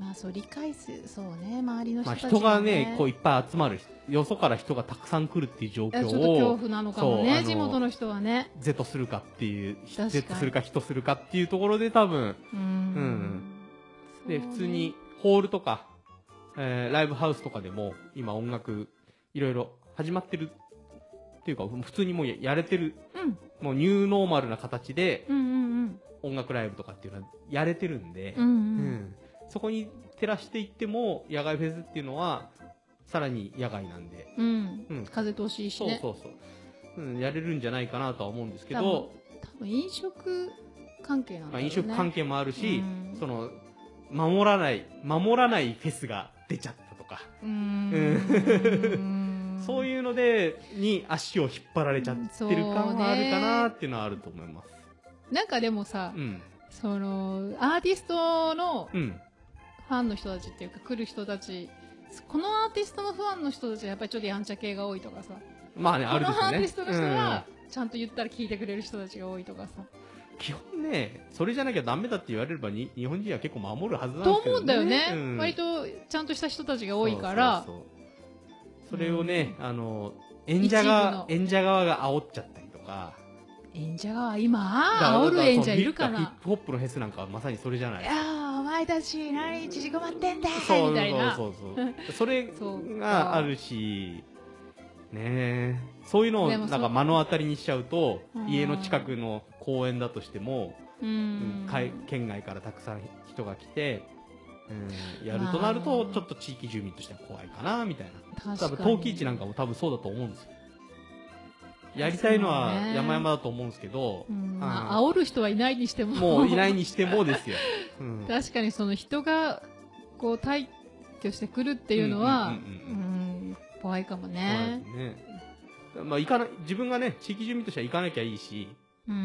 まあそう理解すそうね周りの人
まあ
たち、ね
人がね、こういっぱい集まる、よそから人がたくさん来るっていう状
いや
況
ちょっと恐
を、
怖なのかも
そうあ
ね
の
地元の人はね
是とするかっていう、
確かに
是とするか人するかっていうところで多分、
うんそうね
で、普通にホールとか、えーライブハウスとかでも、今音楽、いろいろ始まってるっていうか、普通にもうややれてる、
うん
もうニューノーマルな形で
うんうん
音楽ライブとかっていうのはやれてるんで、
うんうん
う
うん
んそこに照らしていっても、野外フェスっていうのは、さらに野外なんで、
うん、
うん
風通しいいし
そう
ね
そうそう、うん、やれるんじゃないかなとは思うんですけ
多分
ど、
多分飲食関係なん
ま
だ
あ、
ろうね、
飲食関係もあるし、
うん
その、守らない、守らないフェスが出ちゃったとか、
うーん
そう
う
いうので、に足を引っ張られちゃってる感はあるかなっていうのはあると思います。
なんかでもさ、
うん。
そのアーティストの
うん。
ファンの人たちっていうか来る人たちこのアーティストのファンの人たちはやっぱりちょっとやんちゃ系が多いとかさ
まあね、あ
こ
る
の
でしょう
アー
ね。
ティストの人は
う、
ちゃんと言ったら聞いてくれる人たちが多いとかさ。
ん基本ね、それじゃなきゃダメだって言われればに、日本人は結構守るはずなんで
と
すけ
思
どね。
うんだよね。
うん
割と、ちゃんとした人たちが多いから
そ。うそうそうそれをね、あの演者が
一部
演者側が煽っちゃったりとか
演者が今、
だ
煽
だ
る
ら
演者いるか
そうヒ
ら
ッ。プホップのフェスなんかはまさにそれじゃないい
やー、お前たち、何、縮こまってんだみ
そう
たいな。
そうそうそうそれ
そう
があるしねえそういうのを
で
な
も
ん
そう
か目の当たりにしちゃうと
うん
家の近くの公園だとしても、
う
うん
ん。
かい県外からたくさん人が来てうん、やるとなると、ちょっと地域住民としては怖いかな、みたいな。
確か
多
に
分、陶器市なんかも多分そうだと思うんですよ。やりたいのは山々だと思うんですけど
う、んま
あ
あ、煽る人はいないにしても
もういないにしてもですよ。 うん
確かにその人がこう退去してくるっていうのは、
う
うんん
うん
怖いかも
そう
ね
で。すね。まあ、行かな、自分がね、地域住民としては行かなきゃいいし、
うん、
う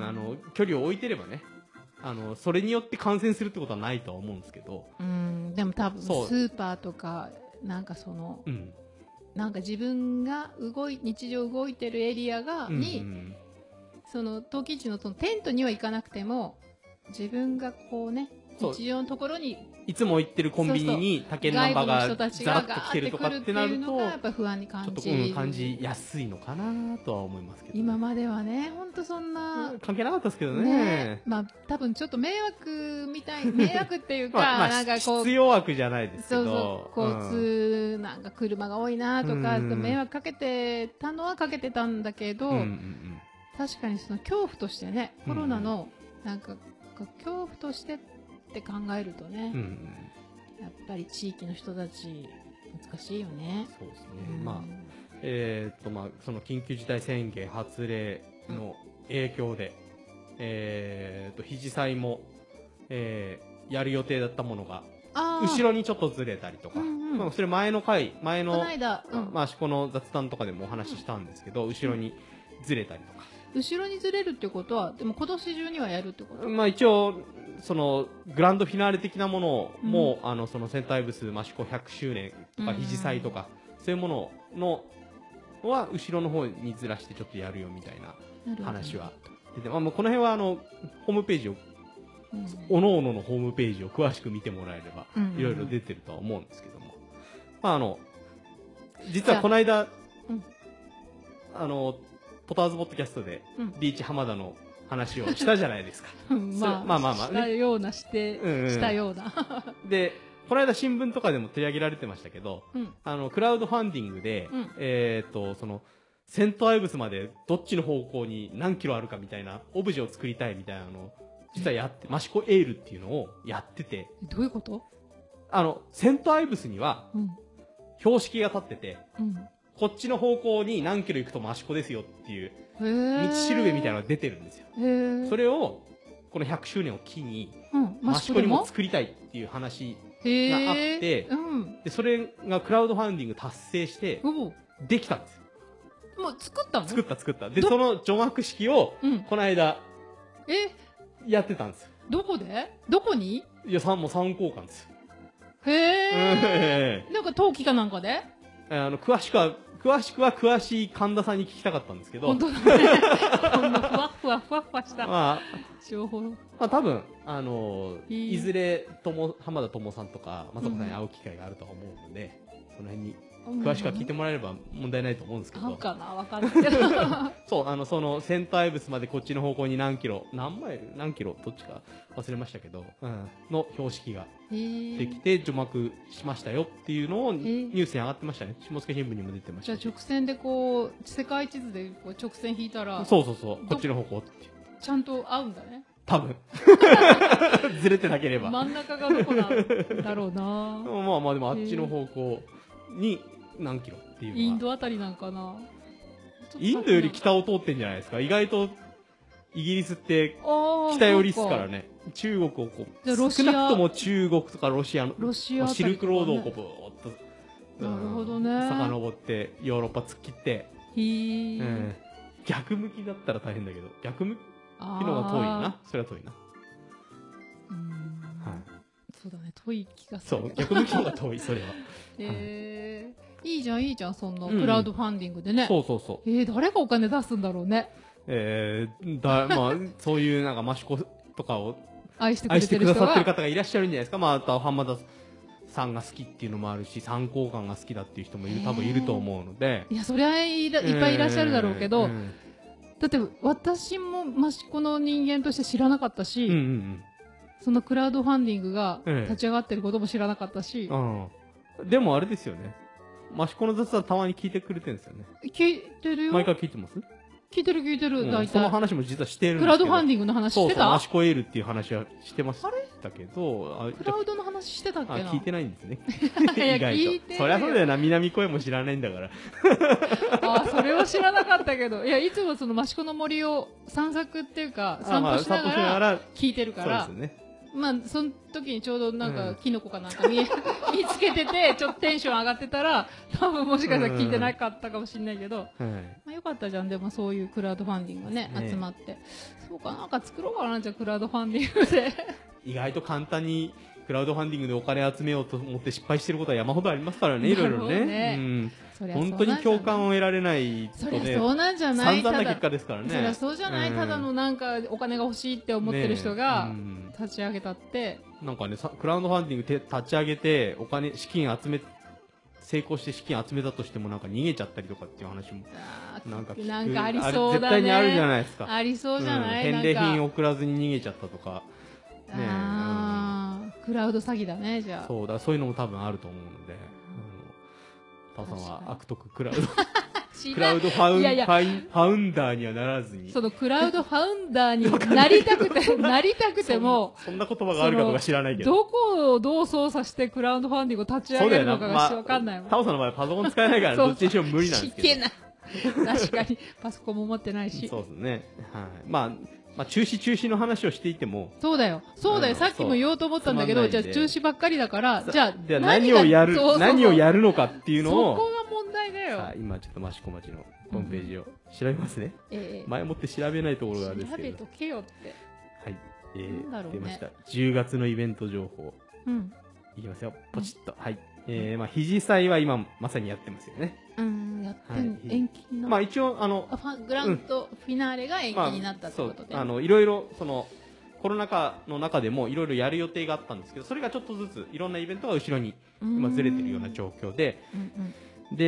ん、あの、距離を置いてればね、あの、それによって感染するってことはないとは思うんですけど、
うん、でも多分ス
そう
ーパーとか、なんかその、
うん。
なんか自分が動い、日常動いてるエリアが、
うん
に、その、陶器市のそのテントには行かなくても、自分がこうね、
そう
日常のところに
いつも行ってるコンビニに他県ナン
外
バ
部
ー
の
が
人
ザラ
た
ッ
ちがガ
と
ー
来
ってて
るとか
く
っ
るってて
な
いう
る
の
と
が、やっ、ぱ不安に
ちょっ
感
と、
じ
うん、感じやすいのかなとは思いますけど、
今まではね、ほんとそん
う、
なん
関係なかったですけどね。
ねまあ多分ちょっと迷惑み たい、迷惑っていうか、
まあ、ま
な
あ、
んかこう
必、要枠じゃないですけ
そう
ど
そ、う、交通、なんか車が多いなとか、
うん
迷惑かけてたのはかけてたんだけど、
うんうんうん
確かにその恐怖としてね、コロナの、なんか、恐怖としてって考えると
う
ね
ん、うんうん
やっぱり地域の人たち、難しいよね。
そうですね。まあ、えーっと、まあ、その緊急事態宣言発令の影響で、えーっと、肘祭も、えーやる予定だったものが、
ああー、
後ろにちょっとずれたりとか、
うんうん
まあ、それ前の回、前
こ
の
の、間、うん
まあ、この雑談とかでもお話ししたんですけど、後ろにずれたりとか。
後ろにずれるってことは、でも今年中にはやるってこと、
まあ一応、その、グランドフィナーレ的なものを、もう、あの、その、戦隊ブス、益子100周年とか、
うん
肘祭とか、そういうものの、は、後ろの方にずらしてちょっとやるよみたいな
なるほど
話は。で、まあもうこの辺は、あの、ホームページを、
うん
おのののホームページを詳しく見てもらえれば、
うん
いろいろ出てるとは思うんですけども。まああの、実はこの間、
うん
あの、ポターズボッドキャストで、
うん
リーチ浜田の話をしたじゃない ですか。
うんま
そ
あ、
れまあまあまあ
し
ね
たようなして、
うんうん
したような。
で、この間新聞とかでも取り上げられてましたけど、
うん
あの、クラウドファンディングで、
うん
えっ、と、その、セントアイブスまでどっちの方向に何キロあるかみたいな、オブジェを作りたいみたいなのを、実はやって、マシコエールっていうのをやってて、
どういうこと
あの、セントアイブスには
うん。
標識が立ってて、
うん。
こっちの方向に何キロ行くとマシコですよっていう、
へー
道しるべみたいなのが出てるんですよ。
へー
それを、この100周年を機に、
うん。
マ
マ
シ
シ
コ
コ
に
に
も
も
作りたいっていう話
へ
が
ー
あって
うん。
で、それがクラウドファンディング達成して、
おも
できたんですよ。
う作ったの
作った作った。で、
ど
その除幕式を、
うん。
この間、
え、
やってたんですよ。
どこでどこに
いや、三も三交換ですよ。
へえ。
え
なんか陶器かなんかで
えあの、詳しくは、詳しくは詳しい神田さんに聞きたかったんですけど、
本
ま
当だね。こんなふわっふわふわっふわした
あ、
情報。
まあ多分、あの
へえ
いずれ、とも、浜田智さんとか、まさこさんに
うん
会う機会があるとは思うので、その辺に詳しくは聞いてもらえれば問題ないと思うんですけ
あん
ど、
かなわかん ないけど。
そう、あの、その、センター物までこっちの方向に何キロ、何マイル何キロどっちか忘れましたけど、うん、の標識が
へー
できて除幕しましたよっていうのをニ
ー
ュースに上がってましたね。下野新聞にも出てまし
じゃ
た
あ
し。
直線でこう、世界地図でこう直線引いたら、
そうそうそう。こっちの方向っていう。
ちゃんと合うんだね。
多 分。ずれてなければ。ま
真ん中がどこなんだろうな。
あまあでもあっちの方向に何キロっていうのは。
インドあたりなんかな。
インドより北を通ってんじゃないですか。意外とイギリスって北
北
寄りっすから。ね。中国をこ
じゃ
う、
あロシ
少
ア
なくとも中国とかロシアの、
ロシアあたり
シルクロードをこう
とか
ブーっと、うん
なるほどね
遡ってヨーロッパ突っ切って、
へー
うん逆向きだったら大変だけど、逆向き
あー
の方が遠いな。それは遠いな。
うん
はい。
そうだね、遠い気がす
そ
る。
う、逆向きの方が遠い、 それは。
へーいいじゃん、いいじゃん、そんな
うんうん
クラウドファンディングでね。
そうそうそう。
えー誰がお金出すんだろうね。
えー、だ、まあ、そういうなんか、マシコとかを
愛してく
愛
れ
してて
る
くだ
人
さってる
が。
方がいらっしゃるんじゃないですか。まあ、あとは浜田さんが好きっていうのもあるし、参考官が好きだっていう人もいる、
へー
多分いると思うので。
いや、そりゃいらいっぱいいらっしゃるだろうけど、
うん
だって私も益子の人間として知らなかったし、
うんうん
そのクラウドファンディングが
ええ
立ち上がってることも知らなかったし、
うん。うん。でもあれですよね。マシコの雑談たまに聞いてくれてるんですよね。
聞いてるよ。
毎回聞いてます
聞いてる聞いてる、
うん
大
その
体。
話も実はしてるんですけど
クラウドファンディングの話
そ
し
う
て
そう、
た
アシコエールっていう話はしてましたけど、あ
ク
じゃ
ラウドの話してたっ
ああ
けな
聞いてないんですね。
いや
意外
聞いてる
と。
よ
そりゃそうだよな、南声も知らないんだから。
あーそれを知らなかったけど。いや、いつもその益子の森を散策っていうか、散歩しながら
ら、
聞いてるから
そう、ですよね。
まあ、その時にちょうどなん
うん
か、キノコかなんか見え 見つけてて、ちょっとテンション上がってたら、多分もしかしたら聞いてなかったかもしれないけど、
はい。
まあ、よかったじゃん。でもそういうクラウドファンディングがね、
ね
集まって。そうか、なんか作ろうかな、じゃあクラウドファンディング で。
意外と簡単にクラウドファンディングでお金集めようと思って失敗してることは山ほどありますからね、いろいろ
なるほど
ね
ね。
うん
そりゃそう
本当に共感を得られない
そ
と
りゃ
ね、
そうなんじゃない
散々な
た
結
だ
果ですからね。
そりゃそうじゃない、
うん
ただのなんかお金が欲しいって思ってる人が
ねえうん
立ち上げたって、
なんかね、さクラウドファンディングて立ち上げて、お金、資金集め、成功して資金集めたとしてもなんか逃げちゃったりとかっていう話も、
あー
なんか聞く
なんかありそ
あれ
うだね
絶対にあるじゃないですか。
ありそうじゃない、
うん返礼
なん
品
か
送らずに逃げちゃったとか。ねえ
あークラウド詐欺だねじゃあ
そうだ、そういうのも多分あると思うので。あのタオさん
確か
は
に
悪徳クラウド、
違う
クラウドファウン
いやいや
ファインファウンダーにはならずに。
そのクラウドファウンダー になりたくてなりたくても
そんな言葉があるかどうか知らないけど。
どこをどう操作してクラウドファンディングを立ち上げるのかが分かんないもん、
タオさんの場合パソコン使えないから、
そう
どっちにしろ無理なんです
い
けど。
けない確かにパソコンも持ってないし
そうですね。はい。まあ、まあ、中止中止の話をしていても、
そうだよ。そうだよ。
うん
さっきも言おうと思ったんだけ
そ
ど、
う
じゃあ
つまんないんで
中止ばっかりだから、じゃあ
では何をやる、何を
る
やるのかっていう
そ
の
こ
を、
が問題だ
さあ
よ。
今ちょっと益子町のホームページを調べますね。
ええ
前もって調べないところがあるんで
調
すけ
べ
ど。
とけよって。
はい。え
なんだろ
ー、
う
出
ね
ました。10月のイベント情報。
うん。
いきますよ。ポチッと。はい。えー、まあ、肘祭は今まさにやってますよね。
うん、やってん
はい
延期の。
まあ一応、あの、
あファングランドフィナーレが延期
まあ
になったってことで。
そうあのいろいろそのコロナ禍の中でもいろいろやる予定があったんですけどそれがちょっとずついろんなイベントが後ろに今ずれてるような
況。
状況で
うんうん
で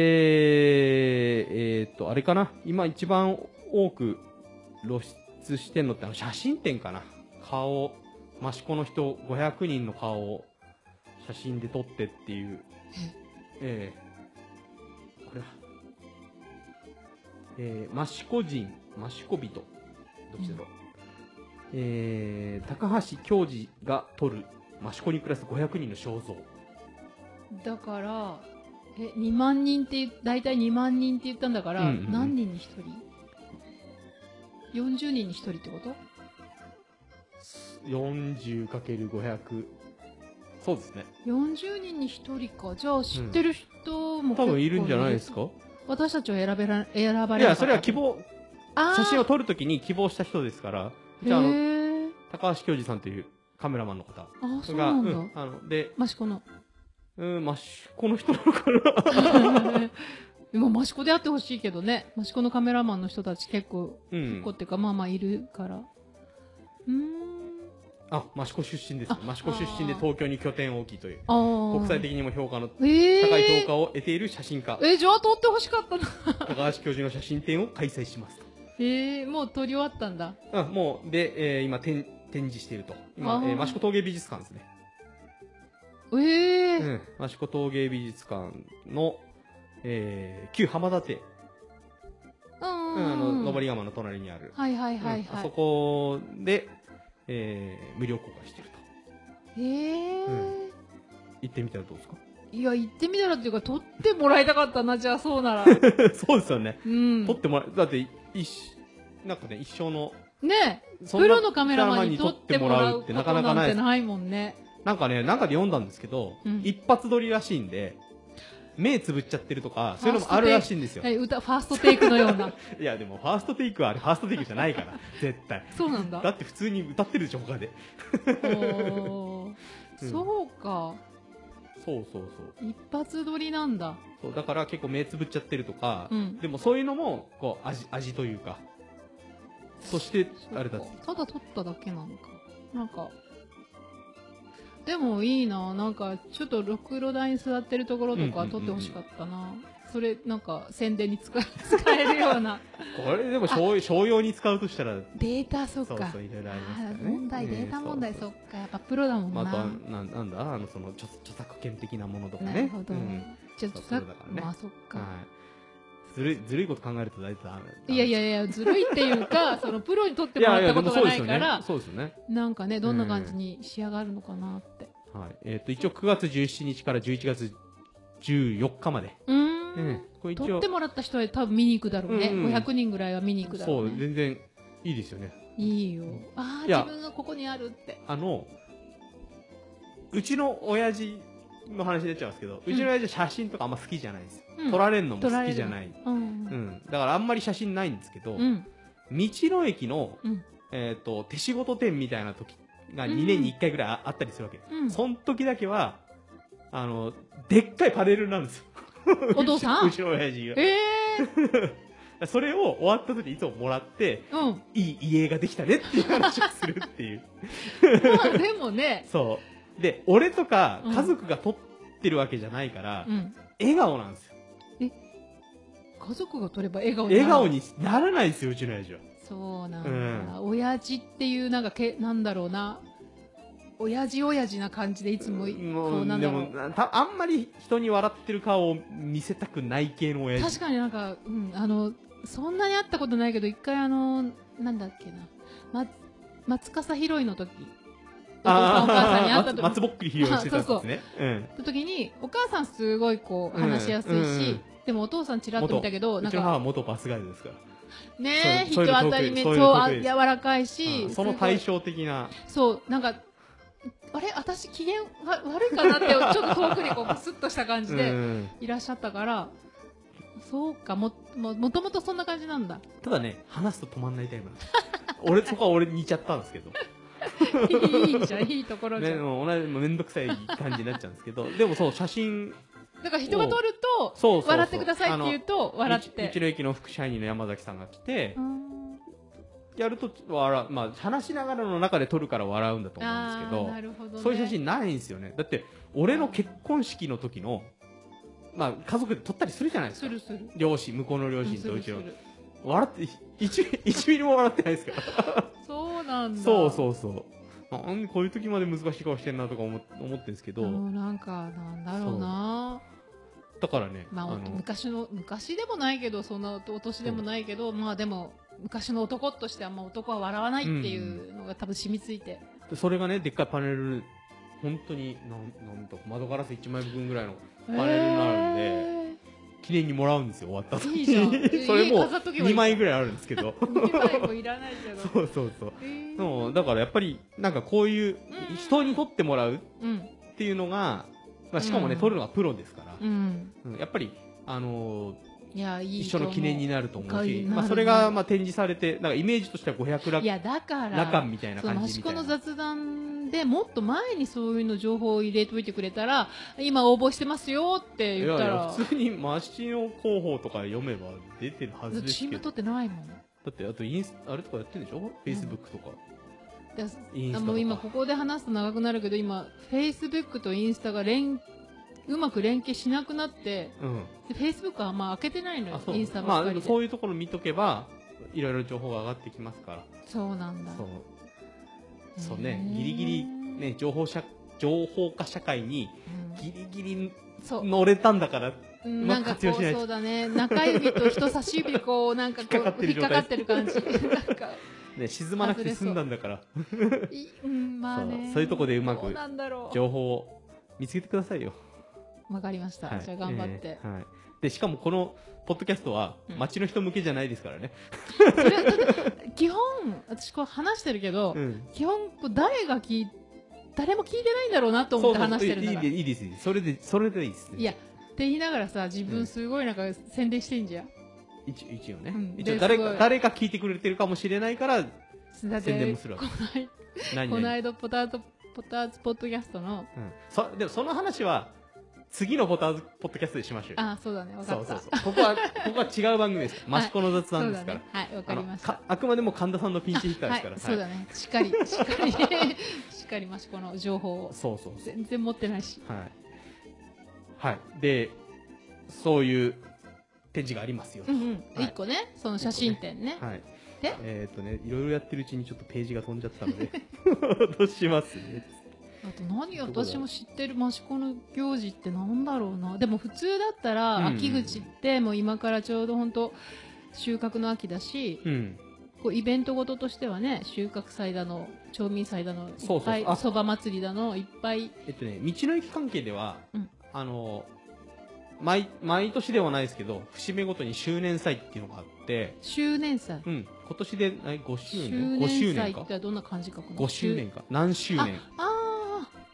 えーっとあれかな今一番多く露出してんのってあの写真展かな顔益子の人500人の顔を写真で撮ってっていうえー、これはえー、益子人益子人どっちだろう、えー、高橋恭二が撮る益子に暮らす500人の肖像
だから、え、2万人って、大体2万人って言ったんだから、
うんうんうん
何人に1人 ?40 人に1人ってこと
40×500 そうですね
?40 人に1人か。じゃあ知ってる人も、
多分いるんじゃないです。か
私たちは選べら、選ば
い
れなか
や
った
それは希。望
あー
写真を撮るときに希望した人ですから
へ
じゃああの
ー
高橋恭二さんというカメラマンの方
あー、そう
が
なん
うん
だ。
あので
マシコの。
うんマシこの人なのかな
今、マシコであってほしいけどね。マシコのカメラマンの人たち結構、
う
結構っ
ん
ていうか、まあまあいるから。うーん。
あ益子出身です
あ
益子出身で東京に拠点を置きという
ああ。
国際的にも評価の
えー。
高い評価を得ている写真家
えー、じゃあ撮ってほしかったな。
高橋教授の写真展を開催しますと
えー、もう撮り終わったんだ。
うん、もう、で、えー今展、展示していると。
あ
今、
ー
えー、益子陶芸美術館ですね。
えー。
うん。益子陶芸美術館の、えー旧浜田邸。
う
う、
んうん
あ
んうん。
の、上り窯の隣にある。
はいはいはい
うんあ
は
そ
い。
こで、えー無料公開していると。
えー。
行ってみたらどうです か
いや、行ってみたらっていうか、撮ってもらいたかったな、じゃあそうなら。
そうですよね。
うん。
撮ってもらう、だって、一し、なんかね、一生の、
ね
そんな
プロのカメラマンに撮ってもらうって
な
な
か
か
な
な
か
か
な
ないんてないもんね。
なんかね、なんかで読んだんですけど、
うん
一発撮りらしいんで、目つぶっちゃってるとか、そういうのもあるらしいんですよ。
はい歌、ファーストテイクのような。
いや、でも、ファーストテイクはあれ、ファーストテイクじゃないから、絶対。
そうなん だ。
だって普通に歌ってるでしょ、他で。
おー
うん
そうか。
そうそうそう。
一発撮りなんだ。
そう、だから結構目つぶっちゃってるとか、
うん
でもそういうのも、こう、味、味というか、そして、あれだって
そう。かただ撮っただけなのか。なんか。でもいいな。なんか、ちょっとろくろ台に座ってるところと
うんうんうんう
か
ん
撮ってほしかったな。それ、なんか、宣伝に使え 使えるような。
これでも商、商用に使うとしたら、
データ、そっ
そう
か。
そう、いろいろありますか
あ
ら
ー
ね。
問題、
え
データ問題、
そうそ
そうっか。やっぱプロだもん
まあ、あとは
な。
なん、なんだ、あの、その、著著作権的なものとかね。
なるほど
うん。。
じゃあ、
そう
さ
そうだからね
まあそっか。
はい。ずるい、ずるいこと考えると大体ダメ。
いやい
い
やいや、ずるいっていうか、そのプロにとってもらったことがないから、
そうですよね。
なんかね、どんな感じに仕上がるのかなって。
はい。えっ、と、一応9月17日から11月14日まで。
うーん。
うんこれ一
撮っ
応
て、もらった人は多分見に行くだろうね。
うんうん
500人ぐらいは見に行くだろ
そうう、
ね。
全然いいですよね。
いいよ。ああ、
いや
自分がここにあるって。
あの、うちの親父の話出ちゃうんですけど、うちの親父は写真とかあんま好きじゃないんですよ。
うん
撮られるのも
撮
好
られ
き
る
じゃない。
うん。
う。ん。だからあんまり写真ないんですけど、
うん。
道の駅の、
うん
えっ、と、手仕事店みたいな時が
うん
2年に1回ぐらいああったりするわけ。
うん。
その時だけは、あの、でっかいパネルなんですよ。
お父さん
うちの親父が。
え
それを終わった時にいつももらって、
えうん。
いい家ができたねっていう話をするっていう。
まあでもね、
そう。で、俺とか
うん
家族が撮ってるわけじゃないから、
うん。
笑顔なんですよ。
家族が撮れば笑顔にな
笑
る。
顔にならないですよ、うちの親父は。
そうなんだ、親父っていうなんかけなんだろうな親父親父な感じでいつもいこうなん
で
だろ
も
う
た、あんまり人に笑ってる顔を見せたくない系の親父。
確かになんか、うん、あのそんなに会ったことないけど一回あのなんだっけな、ま、松笠ひろいの時お父さんお母さんに会った
あー
時
松ぼっくり披露してたんですね。うん。
の時にお母さんすごいこう
うん
話しやすいし、
うんうん
でもお父さんちらっと見たけど
う
なん
ちの母は
か
元バスガイドですから。
ねえ
そうい
人
うの
当たり
そ
めそう
い
う
うの得
あ
意
柔らかいし、
うんその
すごい
対照的な。
そう、なんか、あれ私機嫌が悪い かなって、ちょっと遠くにこう、プスッとした感じ
う
で
ん
いらっしゃったから、そうか、も、も、もともとそんな感じなんだ。
ただね、話すと止まんないタイプなんですよ 俺、そこは俺に似ちゃったんですけ ど。
いいじゃん、いいところじ
ね、
ゃん。
もう同じ、もうめんどくさい感じになっちゃうんですけど、でもそう、写真、
だから人が撮ると、
そうそうそう
笑ってくださいって言うと、笑っ
うちうち
て。
の駅の副支配人の山崎さんが来て
う、ん
やると笑う、まあ、話しながらの中で撮るから笑うんだと思うん
あ
ですけ
ー
ど、
なるほどね。
そういう写真ないんですよね。だって、俺の結婚式の時の、まあ、家族で撮ったりするじゃないです
す
か。
るする。
両親、向こうの両親
す
とう
る
ち
す
の。
る
笑って、一、一ミリも笑ってないですから。
そうなんだ。
そう
う。
そうそう。なんこういう時まで難しい顔してんなとか思思ってるんですけど、
なんか、なんだろうな。
だからね、
まあ、
あの、
昔の昔でもないけどそんなお年でもないけど、まあでも昔の男としてあんま男は笑わないっていうのが多分染みついて、
それがね、でっかいパネル、本当に、なん、なんと、窓ガラス1枚分ぐらいの、
え
パネルにな記念にもらうんですよ、終わった後に
いいじゃ ん
それ
家
も、
飾っとけばいい
2枚ぐらいあるんですけ ど。
見たいもいらないじゃない
そうそうそう。
えー
そうだからやっぱり、なんかこういう、人に撮ってもらう
うん
っていうのが、まあ、しかもね、
うん
撮るのがプロですから
う、ん
うんやっぱり、あのー
いやいい
一緒の記念に
な
なると思
な
う
る
し、
なる
まあ、それがまあ展示されて、なんかイメージとしては500ラ
いやだから
ラカンみたいな
その
感
マ
じ
シ
みた
コ
いな。
の雑談でもっと前にそういうの情報を入れといてくれたら今応募してますよって言ったら
いやいや普通にマシの広報とか読めば出てるはずです
チー
け
ム
ど。
取
だ
ってないもん
って、あとインス、あれとかやってるんでしょフェイスブックとか。
だ
インスタと
あ
か。
もう今ここで話すと長くなるけど今フェイスブックとインスタが連うまく連携しなくなって
うん。
フェイスブックはあんま開けてないのよ
あ、そう。
インスタ
ま
ば
あ、
っか
で
り
も
で、
そういうところ見とけば、いろいろ情報が上がってきますか
そうなんだ
ら。そう。
へー
そうね。ギリギリ、ね、情報社、情報化社会に
うん
ギリギリ
そう
乗れたんだから、
うん
ま
な
く
んか
活用
こ
し
う
ないと
そうだね中指と人差し指こうなんかこ
引っかかって
う
る
引っ
状態
かかってる感 じなんか
ね、沈まなくて済んだんだから、
いうんまあね
そうそういうとこでうまく
どなんだろ
情報を見つけてくださいよ。
うわかりました、
はい
じゃあ頑張って
え、ーはい。で、しかもこの、ポッドキャストは
う、ん
街の人向けじゃないですからね。
それはだって基本私こう話してるけど、
うん。
基本こう誰が聞い誰も聞いてないんだろうなと思って話してるんだ
い
か
い
ら
でいいです、いいです。それで、それでいいですね。
いや、って言いながらさ、
う
自
ん
分すごいなんか宣伝してんじゃん。
一一応ね。
うん
一応
です
誰
ご
か、
い
誰か聞いてくれてるかもしれないから、
だって
宣伝もするわ
こない
何
この
々。
間、ポタート、ポターズポッドキャストの、
うん。そ、でもその話は、次のポターズ、ポッドキャストでしましょうよ。
あ、そうだね、わ
そ
か
う
っ
そう
た。
そう。ここは、ここは違う番組です。マシコの雑
そ
談
う
で
だ
すから
ね。。はい、わか
あ
り
の
ました。
かあくまでも神田さんのピンチヒッター
は
ですから。、
いそうだね。しっかり、しっかり、しっかりマシコの情報
はい
を。
そうそうそう。
全然持ってないし。
はい。はい。で、そういう展示がありますよ。
うんうん。
はい
一個ね、その写真展ね。
はい。
で
えーっとね、いろいろやってるうちにちょっとページが飛んじゃったので、どうしますね。
あと何私も知ってる益子の行事ってなんだろうなでも普通だったら秋口ってもう今からちょうど本当収穫の秋だし、
うん。
こうイベントごととしてはね収穫祭だの町民祭だのいっ
そうそう
ぱい
あ
そば祭りだのいっぱい
えっとね、道の駅関係では、
うん
あの、毎、毎年ではないですけど、節目ごとに周年祭っていうのがあって、
周年祭
うん。今年で、え5周
周
年 ?5 周
年
年
祭って
か
の。はどんな感じかこの
5周年か。何周年
ああ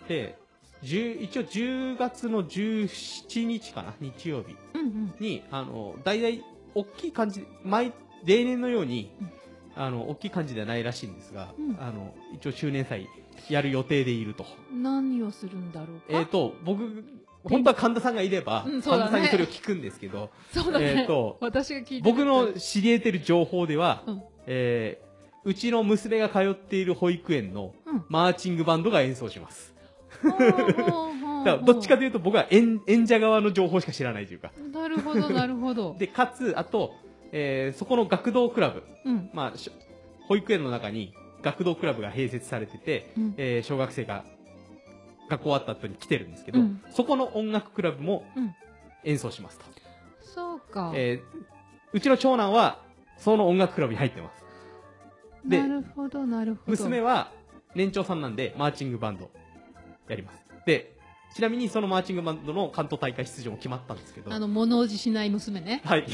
で、10一応10月の17日かな日曜日
うんうん
に、あの、大体、大きい感じ、毎、例年のように
うん、
あの、大きい感じではないらしいんですが、
うん
あの、一応周年祭やる予定でいると。
何をするんだろうか、
えっ、と、僕、本当は神田さんがいれば、
うんそう
神田
だね
さんにそれを聞くんですけど、
そうだね、
えーと
私が聞いてる
僕 の知り得てる情報では、
うん
えーうちの娘が通っている保育園の
うん
マーチングバンドが演奏します。
ほうほうほう
だからどっちかというと僕は演演者側の情報しか知らないというか。
なるほど なるほど
で、かつ、あと、えーそこの学童クラブ、
うん
まあ、しょ保育園の中に学童クラブが併設されてて、
うん
えー小学生が学校終わった後に来てるんですけど、
うん
そこの音楽クラブも
うん
演奏しますと。
そうか、
えーうちの長男は、その音楽クラブに入ってます。で
なるほどなるほど
娘は、年長さんなんで、マーチングバンド、やります。で、ちなみにそのマーチングバンドの関東大会出場も決まったんですけど、
あの物おじしない娘ね、
はい。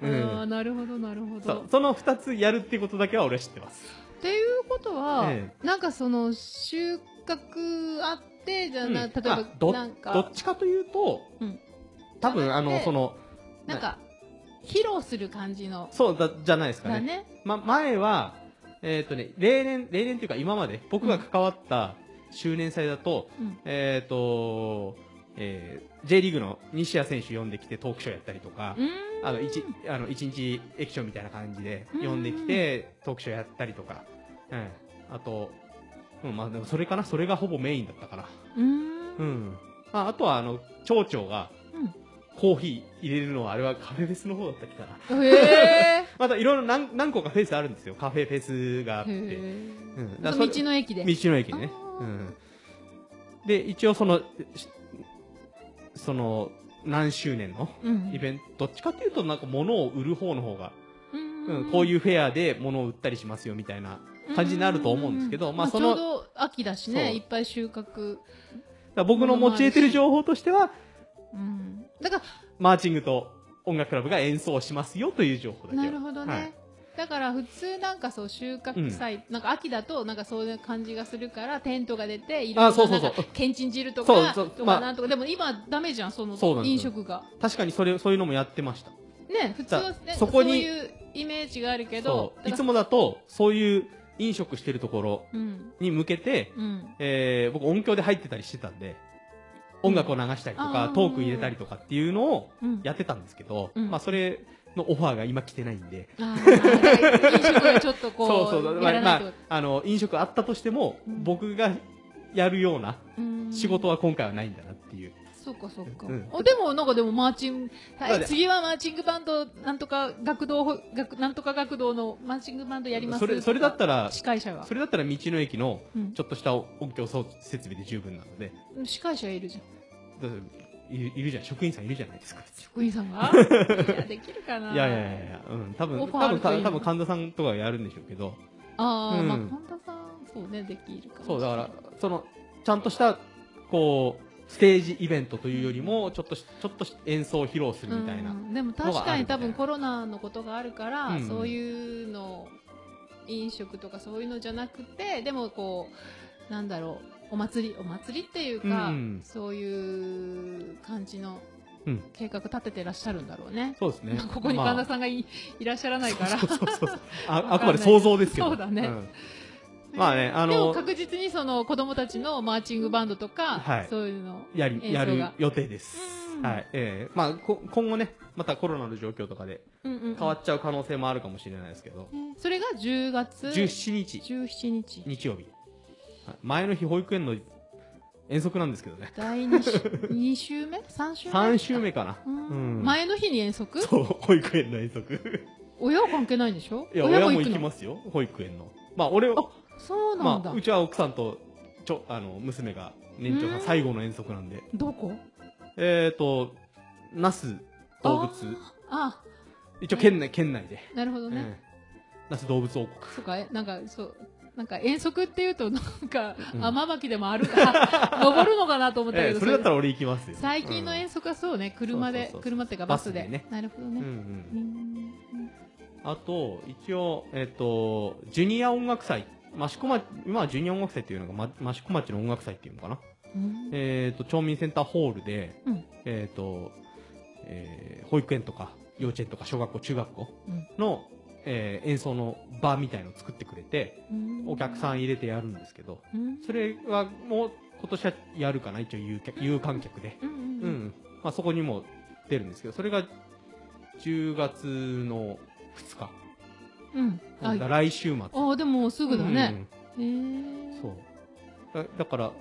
う
ああ
ん、
なるほどなる ほ
そ
ど
うその二つやるってことだけは俺は知ってます。
っていうことは、
え
なんかその収穫あってじゃあな、
うん
例え
あど
ばなん
どっ
か
ちかというと、
うん
多分、あの、
で
その、
なんか披露する感じの
そうだ、じゃないですか
だ
ね。
ね
ま、前は、えっ、とね、例年、例年というか今まで僕が関わった周年祭だと、
うん
えっ、と、えー J リーグの西矢選手呼んできてトークショーやったりとか、
うーん
あの、一、あの、一日液晶みたいな感じで
うん
呼んできてトークショーやったりとか、うん。あと、うん、まあでもそれかな、それがほぼメインだったかな。
うーん
うん。ああとはあの、町長がコーヒー入れるのはあれはカフェフェスの方だったっけかな。
うんへ
またいろいろ何何個かフェスあるんですよ。カフェフェスがあっ
え
て。
へ
うんだ
え
から
道
それ
の駅で
道の駅ね
あー
うんで一応そのしその何周年の
うん
イベントどっちかっていうとなんか物を売る方の方が、
うん
うん、こういうフェアで物を売ったりしますよみたいなだか感じになると思うんですけど
ん
まあそ
ち
の
ょうど秋だしね
そう
いっぱい収穫、
ら僕の持ち得てる情報としては
うん、だか
マーチングと音楽クラブが演奏しますよという情報だ
ら
けは
なるほどね、
はい
だから普通なんかそう収穫祭、なんか秋だとなんかそういう感じがするからテントが出ていろ
あそ
ん
うそ
な
うそ
な
うん
かけんちん汁と
そう
か
そう
と
まあ
かなんとか、でも今ダメじゃんその
そうなんですよ
飲食が
確かにそれそういうのもやってました
ね普通は、ね、
そこに
そういうイメージがあるけど
そうい
だ
つ
から
もだとそういう飲食してるところ
うん
に向けて
うん
えー僕音響で入ってたりしてたんで、音楽を流したりと
うんあ
か
ー、
トーク入れたりとかっていうのを
うん
やってたんですけど、
うん
まあそれのオファーが今来てないんで、
あー飲食がちょっとこ う
そうそう、ま
や
あ、
ら
ま
ない
あ
と、
あの、飲食あったとしても、
うん
僕がやるような
うん
仕事は今回はないんだなっていう。
そうかそうか、
うん
おでもなんかでもマーチング、は
だ
い、
ね
次はマーチングバンドなんとか学童ほ学なんとか学童のマーチングバンドやります
それ、それだったら、
司会者が
それだったら道の駅の
うん
ちょっとした音響装置設備で十分なので、
司会者がいるじゃん
だっているいるじゃん、職員さんいるじゃないですか。
職員さ んがいやできるかない
やいやいやいや、うん、多分、
オ
多
ファーある
分、
といいね
多分神田さんとかがやるんでしょうけど、
ああ、
うん
まあ神田さんそうねできるかもし
そ
れ
う、だ
な
か
い
ら、その、ちゃんとした、こう、ステージイベントというよりも、ちょっとし、ちょっとし演奏を披露するみたいな。
うんでも確か
のがあるみ
に多
たい
分
な
コロナのことがあるから、
うん
そういうの飲食とかそういうのじゃなくてでもこうなんだろうお祭りお祭りっていうか、
うん
そういう感じの
うん
計画立ててらっしゃるんだろうね、。
そうですね
ここに神田
ん
さんがい,、いらっしゃらないから
そうそうそうそう。あ、
わかんない
あくまで想像ですけど。
そうだね
んまあ ね、あ
でも
の、
確実にその子供たちのマーチングバンドとか、
はい
そういうの
やり、
演奏が
やる予定です
う。ん
はい。ええまあ、こ今後ね、またコロナの状況とかで
うんうんうん
変わっちゃう可能性もあるかもしれないですけど、
ねそれが10月
17日、
17日
日曜日。はい前の日、保育園の遠足なんですけどね。
第2週二週目 ?3 週目
3週目かな。
うん
うん
前の日に遠足
そう、保育園の遠足。
親は関係ないんでしょ
いや、親も
行
行き
くの
ますよ、保育園の。まあ、俺は、
そうなん
ま
だ、
あ、うちは奥さんとちょ、あの、娘が年長さん最後の遠足なんで。
どこ
えっ、ー、と、那須動物、
あ
一応県内、県内で。
あ、なるほど
う
ね。
ん那須動物王国。
そうか、えなんか、そう、なんか遠足っていうと、なんか、
うん
雨まきでもあるから、 登るのかなと思ったけ
え
ど、
ーそれだったら俺行きますよ。
最近の遠足はそうね、車
そう
で、
そうそうそう
車っていうかバスで。
バスでね
なるほど
うんう。
ね。うんん
あと、一応、えっ、と、ジュニア音楽祭。益子町、今はジュニア音楽祭っていうのが、ま、益子町の音楽祭っていうのかな。
うん
えっ、と、町民センターホールで、
うん
えっ、と、えー保育園とか、幼稚園とか、小学校、中学校
うん
の、えー演奏の場みたいのを作ってくれて、お客さん入れてやるんですけど、
うん
それはもう今年はやるかな、一応有客有観客で。
うん
う
うん
ん。まあそこにも出るんですけど、それが10月の2日。
うん
だから
あ
来週末。
あでももうすぐだね、へ
うん。
え
そう。だだから、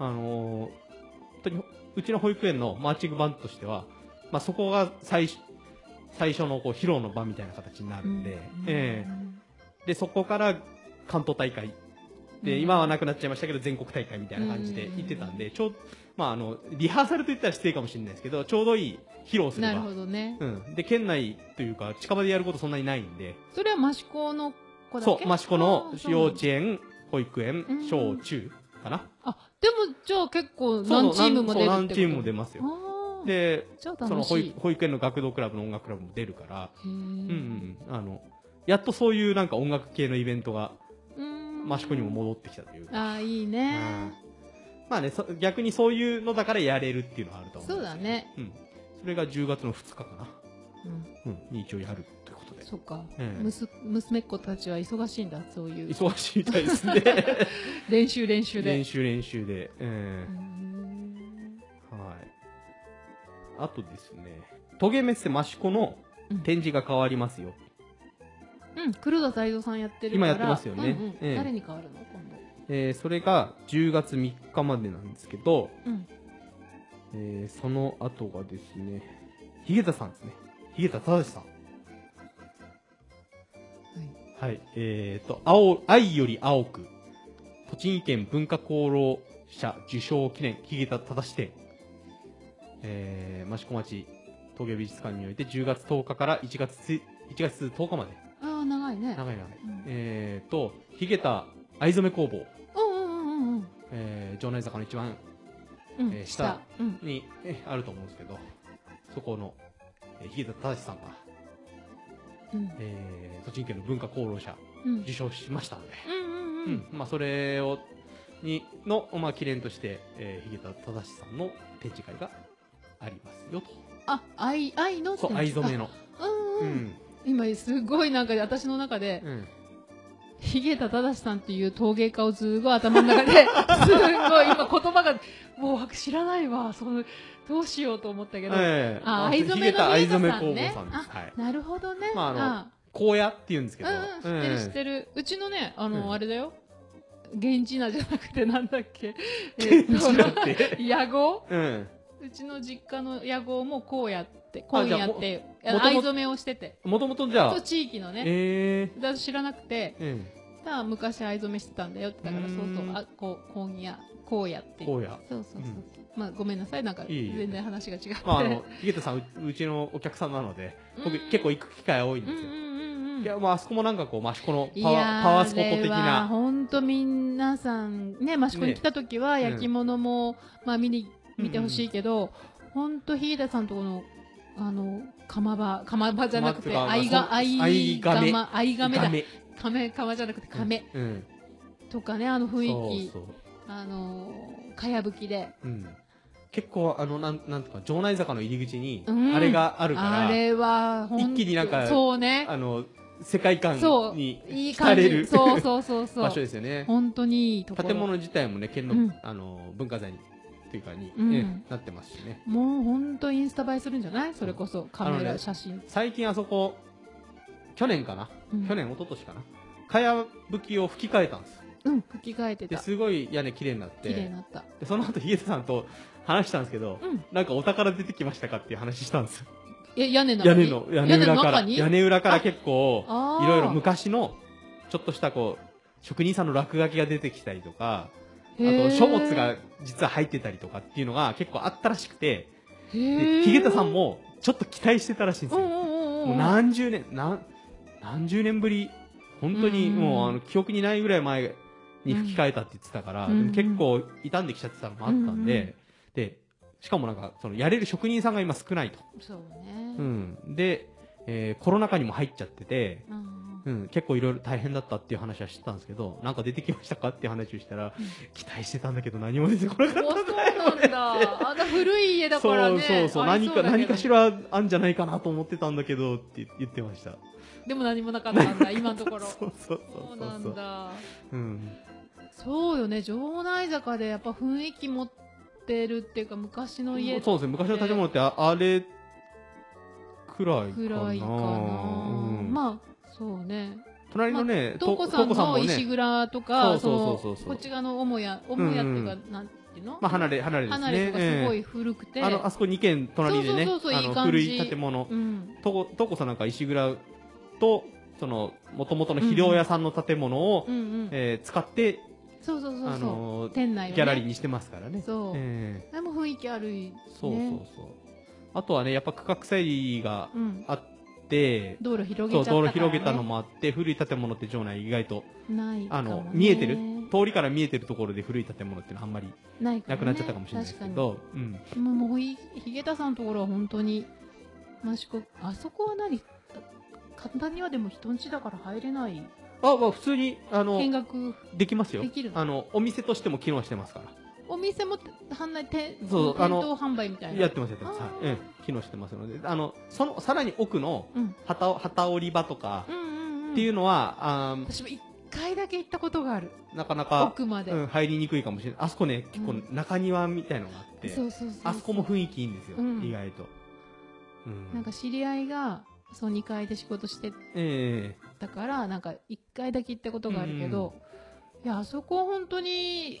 あのー本当に、うちの保育園のマーチングバンドとしては、まあそこが最初、最初のこう披露の場みたいな形になるんで、ええで、そこから関東大会で、今はなくなっちゃいましたけど、全国大会みたいな感じで行ってたんで、ちょう、まあ、あの、リハーサルと言ったら失礼かもしれないですけど、ちょうどいい披露すれ
なる
ば
ほ。どね、
うん。で、県内というか、近場でやることそんなにないんで、
それは益子の子だ
そ
け
う、益子の
あーそう
幼稚園、保育園
うん、
小中かな。
あでもじゃあ結構
そう
何チームも出るってこと
そう何チームも出ますよ。
あー
で、
じゃあ
その保
楽しい
育保育園の学童クラブの音楽クラブも出るから、
へえう
うんうんうん。あの、やっとそういうなんか音楽系のイベントが、
うん
益子にも戻ってきたというか。
あーいい
うん
ね、
まあね、そ逆にそういうのだからやれるっていうのはあると思う。
そうだ。ね、
うん。それが10月の2日かな。
うん、
うん。に一応やるということで。
そっか、
ええ
むす娘っ子たちは忙しいんだそういう
忙しいみたいです ね。
練習練習で
練習練習で。え
うん
えはい。あとですね、トゲメッセ益子の展示が変わりますよ。
うん、黒田泰造さんやってるから
今やってますよね
うんうん
ええ
誰に変わるの今度
えーそれが10月3日までなんですけど、
うん
えーその後がですね、ヒゲタさんですね。ヒゲタ正さん。はい。えっ、と、青、愛より青く、栃木県文化功労者受賞記念、ヒゲタ正展。えー、益子町東京美術館において10月10日から1月つい、1月10日まで。
ああ長いね
長い長い。
うん
えっ、と、ヒゲタ藍染工房、
うんうんうんうん
えー、城内坂の一番
うん
えー
下うん
にえあると思うんですけど、そこの、えー、ヒゲタ正さんが、
うん
えー、栃木県の文化功労者
うん
受賞しましたので、
うんうんうん
うんまあ、それを、に、の、まあ、記念として、えー、ヒゲタ正さんの展示会がありますよと。
あ愛愛の
そう、藍染め
の
の。
う
うん
うん
ん。
今すごいなんか私の中で
うん。
ヒゲタ正さんっていう陶芸家をずーごい頭の 中ですごい今言葉がもう知らないわそのどうしようと思ったけど
ええ
あ藍染めの
ヒゲタ藍染め
ヒ
工
ゲ
房さ
タさん
ん
ね
です。はい。
なるほどね
まああの
あ
荒野って言うんですけど。
うんうん、知ってる
ええ
知ってる。うちのね、あの、
うん
あれだよ。源氏名じゃなくてなんだっけ。
源氏名 って
えっと 野号
うん。
うちの実家の野号もこうやって、こうやって、
あじゃあも
藍染めをしてて。
もともとじゃあ
そう、地域のね。
ええ
だと知らなくて、
うん。
ただ昔藍染めしてたんだよってだから、
う
そ
ー
うんそう、あ、こう、こうや、こうやって。
荒野。
そうそうそう。
うん
まあ、ごめんなさい、なんか、
いえいえ
全然話が違って。
まあ、あ の、ヒゲタさん、ううちのお客さんなので、僕結構
い
行く機会多いん
うん
で
うん
すよ。
うんうん。
いや、まあ、あそこもなんかこう、益子の
い
パ
や
ワー、パワースポット的な。
本当皆さんね益子に来た時は
ね
焼き物も、まあ見に見てほしいけど、本当日枝さんとこのあの釜場釜場じゃなくて
まあ
藍
まあ
が藍
藍亀
釜藍亀だ
亀。
亀釜じゃなくて亀
うん。
とかねあの雰囲気
そうそう。
あのかやぶきで
うん。結構、あの、なん、なんとか、城内坂の入り口に
う、ん
あれがある
あ
から、
れは本当
一気になんか
そうね
あの、世界観
そう
に
いい
浸
感
れ
じ
る
そうそうそう そ
場所
う
ですよね。
本当にいいところ
建物自体もね、県の
うん、
あの、文化財に、というかに、
うん
ねなってますしね。
もう本当インスタ映えするんじゃないそれこそカメ
あの
ラ
ね
写真、
最近あそこ、去年かな
うん
去年、一昨年かなかやぶきを吹き替えたんです。
うん、吹き替えて
で、
た。
すごい屋根綺麗になっ
綺麗に
て、
なった。
で、その後、ヒゲタさんと話したんですけど、
うん。
なんかお宝出てきましたかっていう話したんですよ。
え、屋根な
屋根の、屋根裏か
屋根の中
ら、
に
屋根裏から結構、
ああ。
いろいろ昔の、ちょっとしたこう、職人さんの落書きが出てきたりとか、あと書物が実は入ってたりとかっていうのが結構あったらしくて、でヒゲタさん
も
もちょっと期待してたらしいんですよ。もう何十年、何、何十年ぶり、本当に
うん
もうあの記憶にないぐらい前に吹き替えたって言ってたから、
うん
でも結構傷んできちゃってたのもあったんで、で、しかもなんか、そのやれる職人さんが今少ないと。
そう
う
ね
ん。で、えーコロナ禍にも入っちゃってて、
うん
うん、結構いろいろ大変だったっていう話はしてたんですけど、なんか出てきましたかっていう話をしたら、
うん
期待してたんだけど何も出てこなかっ
お
た
そ
ん
う
だよ。
なんだ。あんな古い 家だから
そ
ね。
うそうそう、
あり
何
だ
か、
けど
何かし。らあんじゃないかなと思ってたんだけどって言ってました。
でも何もなかったんだ、今のとこ ろ。
そうそうそう
そ
そうう
な
そ
ん
う。
だ。
うん。
そうよね、城内坂でやっぱ雰囲気持ってるっていうか、昔の家
そうですね、昔の建物ってああれくらいかな。
くらいかな。
うん
まあ、そうね。
隣のね、
東子さんの石蔵とか、そ
そう
の
そうそうそうそう
こっち側の母屋、母屋っていうか、
う
なんていうの
まあ離れ、離れですね。
離れとかすごい
え
古くて。
えあの、あそこ2軒隣でね、
そうそうそうそう
あ
いい
の
感じ
古い建物。
うん。
とこ、とこさんなんか石蔵と、その、元々の肥料屋さんの建物を、
うんうん。
えー使って、
そうそうそう
あ
そ
の
う。店内を
ギ
ね
ャラリーにしてますからね。
そう
ええ
あれも雰囲気あるい、ね。
そうそうそう。あとはね、やっぱ区画整理が
うん。
あって、
道路広
そ
げ
う、
ちゃったか
道路
ら、ね。
広げたのもあって、古い建物って城内意外と
ないか
あ
もね、
の、見えてる、通りから見えてるところで古い建物っていうのはあんまり
ない
な
かもね
くなっちゃったかもしれないですけど、うん。
確かに。もうもうひ、ひげたさんのところは本当に、マシコ、あそこは何簡単にはでも人ん家だから入れない。
あ、まあ普通に、あの、
見学、
できますよ
で。きるの
あの、お店としても機能してますか
お店も、販売、店、
そう
店
あの
頭販売みた
ら。
いな。
やってます、やってます。はい
あー。
ええ機能してますので、あの、その、さらに奥の
うん。
旗を、旗織り場とか
うんうんうん。
っていうのは、あー
私も一回だけ行ったことがある。
なかなか、
奥まで。
うん、入りにくいかもしれない。あそこね、結構
うん
中庭みたいのがあって、
そうそうそう。
あそこも雰囲気いいんですよ、
うん
意外と。うん。
なんか知り合いが、そう2階で仕事して
ええ
だからなんか一回だけ行ったことがあるけど、いやあそこ本当に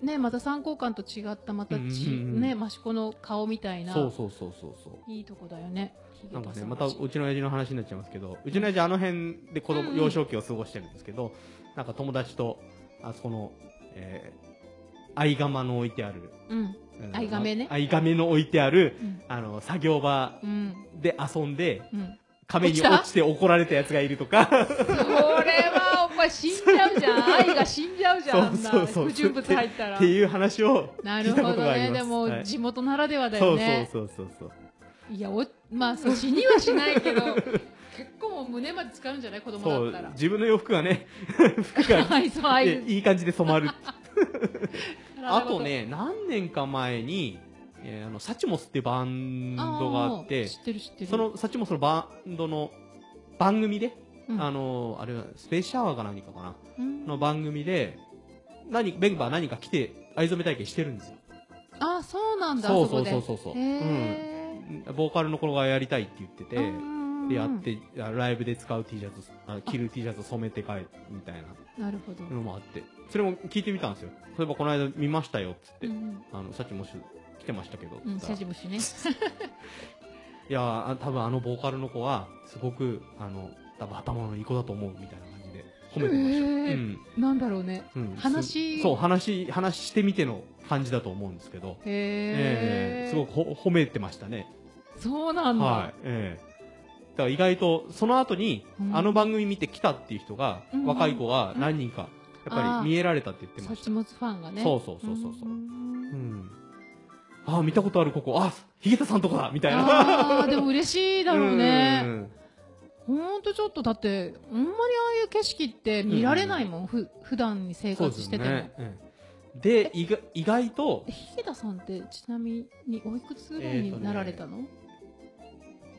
ねまた参考館と違ったまたち、
うんうんうん
ね益子の顔みたいな
そうそうそうそうそう。
いいとこだよね
なんかね、また
ヒゲとさん
うちの親父の話になっちゃいますけど、うちの親父あの辺で子供、
うん
幼少期を過ごしてるんですけど、なんか友達と、あそこの、えー、藍釜の置いてある、
うん
うん
藍亀ね
藍亀の置いてある、
うん
あの、作業場
うん
で遊んで、
うん、
亀
落
に
ちた
落ちて怒られたやつがいるとか、
それはお前死んじゃうじゃん愛が死んじゃうじゃんあんな
そうそうそう
不純物入ったら
っていう話を
な
聞
る
いた
ほ
こと
ど
があり
ね
ます。
でも、
はい
地元ならではだ
そ
よ
う
ね
そうそうそうそう。
いやおまあそう死にはしないけど結構もう胸まで使うんじゃない子供
そ
だっ
う
たら、
自分の洋服がね、 服 が、
愛想愛
いい感じで染まる
体
あ
ご
とね、何年か前に、えーあの、サチモスってバンドがあっ
ー
て
知、ってる知ってる
そのサチモスのバンドの番組で、
うん
あの、あれはスペースシャワーか何かかな、
うん
の番組で、何、メンバー何か来て、藍染め体験してるんですよ。
あそうなんだ
そう
あ
そ
こ
う
で
そうそうそう。うん。
へ
ボーカルの子がやりたいって言って
え
て、で、やってて、あライブで使う T シャツ、あ着る T シャツを染めて帰るみたいな
なるほど
のもあって、それも聞いてみたんですよ。そういえばこの間見ましたよ、つって
う。ん
あの、さっきもし来てましたけど。
うん
つったら
シャジムシね
いやーあ多分あのボーカルの子は、すごく、あの、多分頭のいい子だと思うみたいな感じで褒めてました。
へー
うん
なんだろうね
うん
話
すそう、話、話してみての感じだと思うんですけど、
へえ
すごくほ褒めてましたね。
そうなんだ
はい。ええだから意外と、その後に、
うん
あの番組見て来たっていう人が、
うん
若い子が何人か、
うん
やっ
あ
ぱ
ー
り見えられたって言ってま
サ
し
チ
た。
モツファンがね
そうそうそうそうそうう。うんん。ああ、見たことあるここ。あ、ヒゲタさんとこだみたいな。
あーでも嬉しいだろう
う
ね
ん
ほんとちょっとだってほんまにああいう景色って見られないもんふ普段に生活してて
そ
も
うですねうんで意外意外と
えヒゲダさんってちなみにおいくつぐらいになられたの、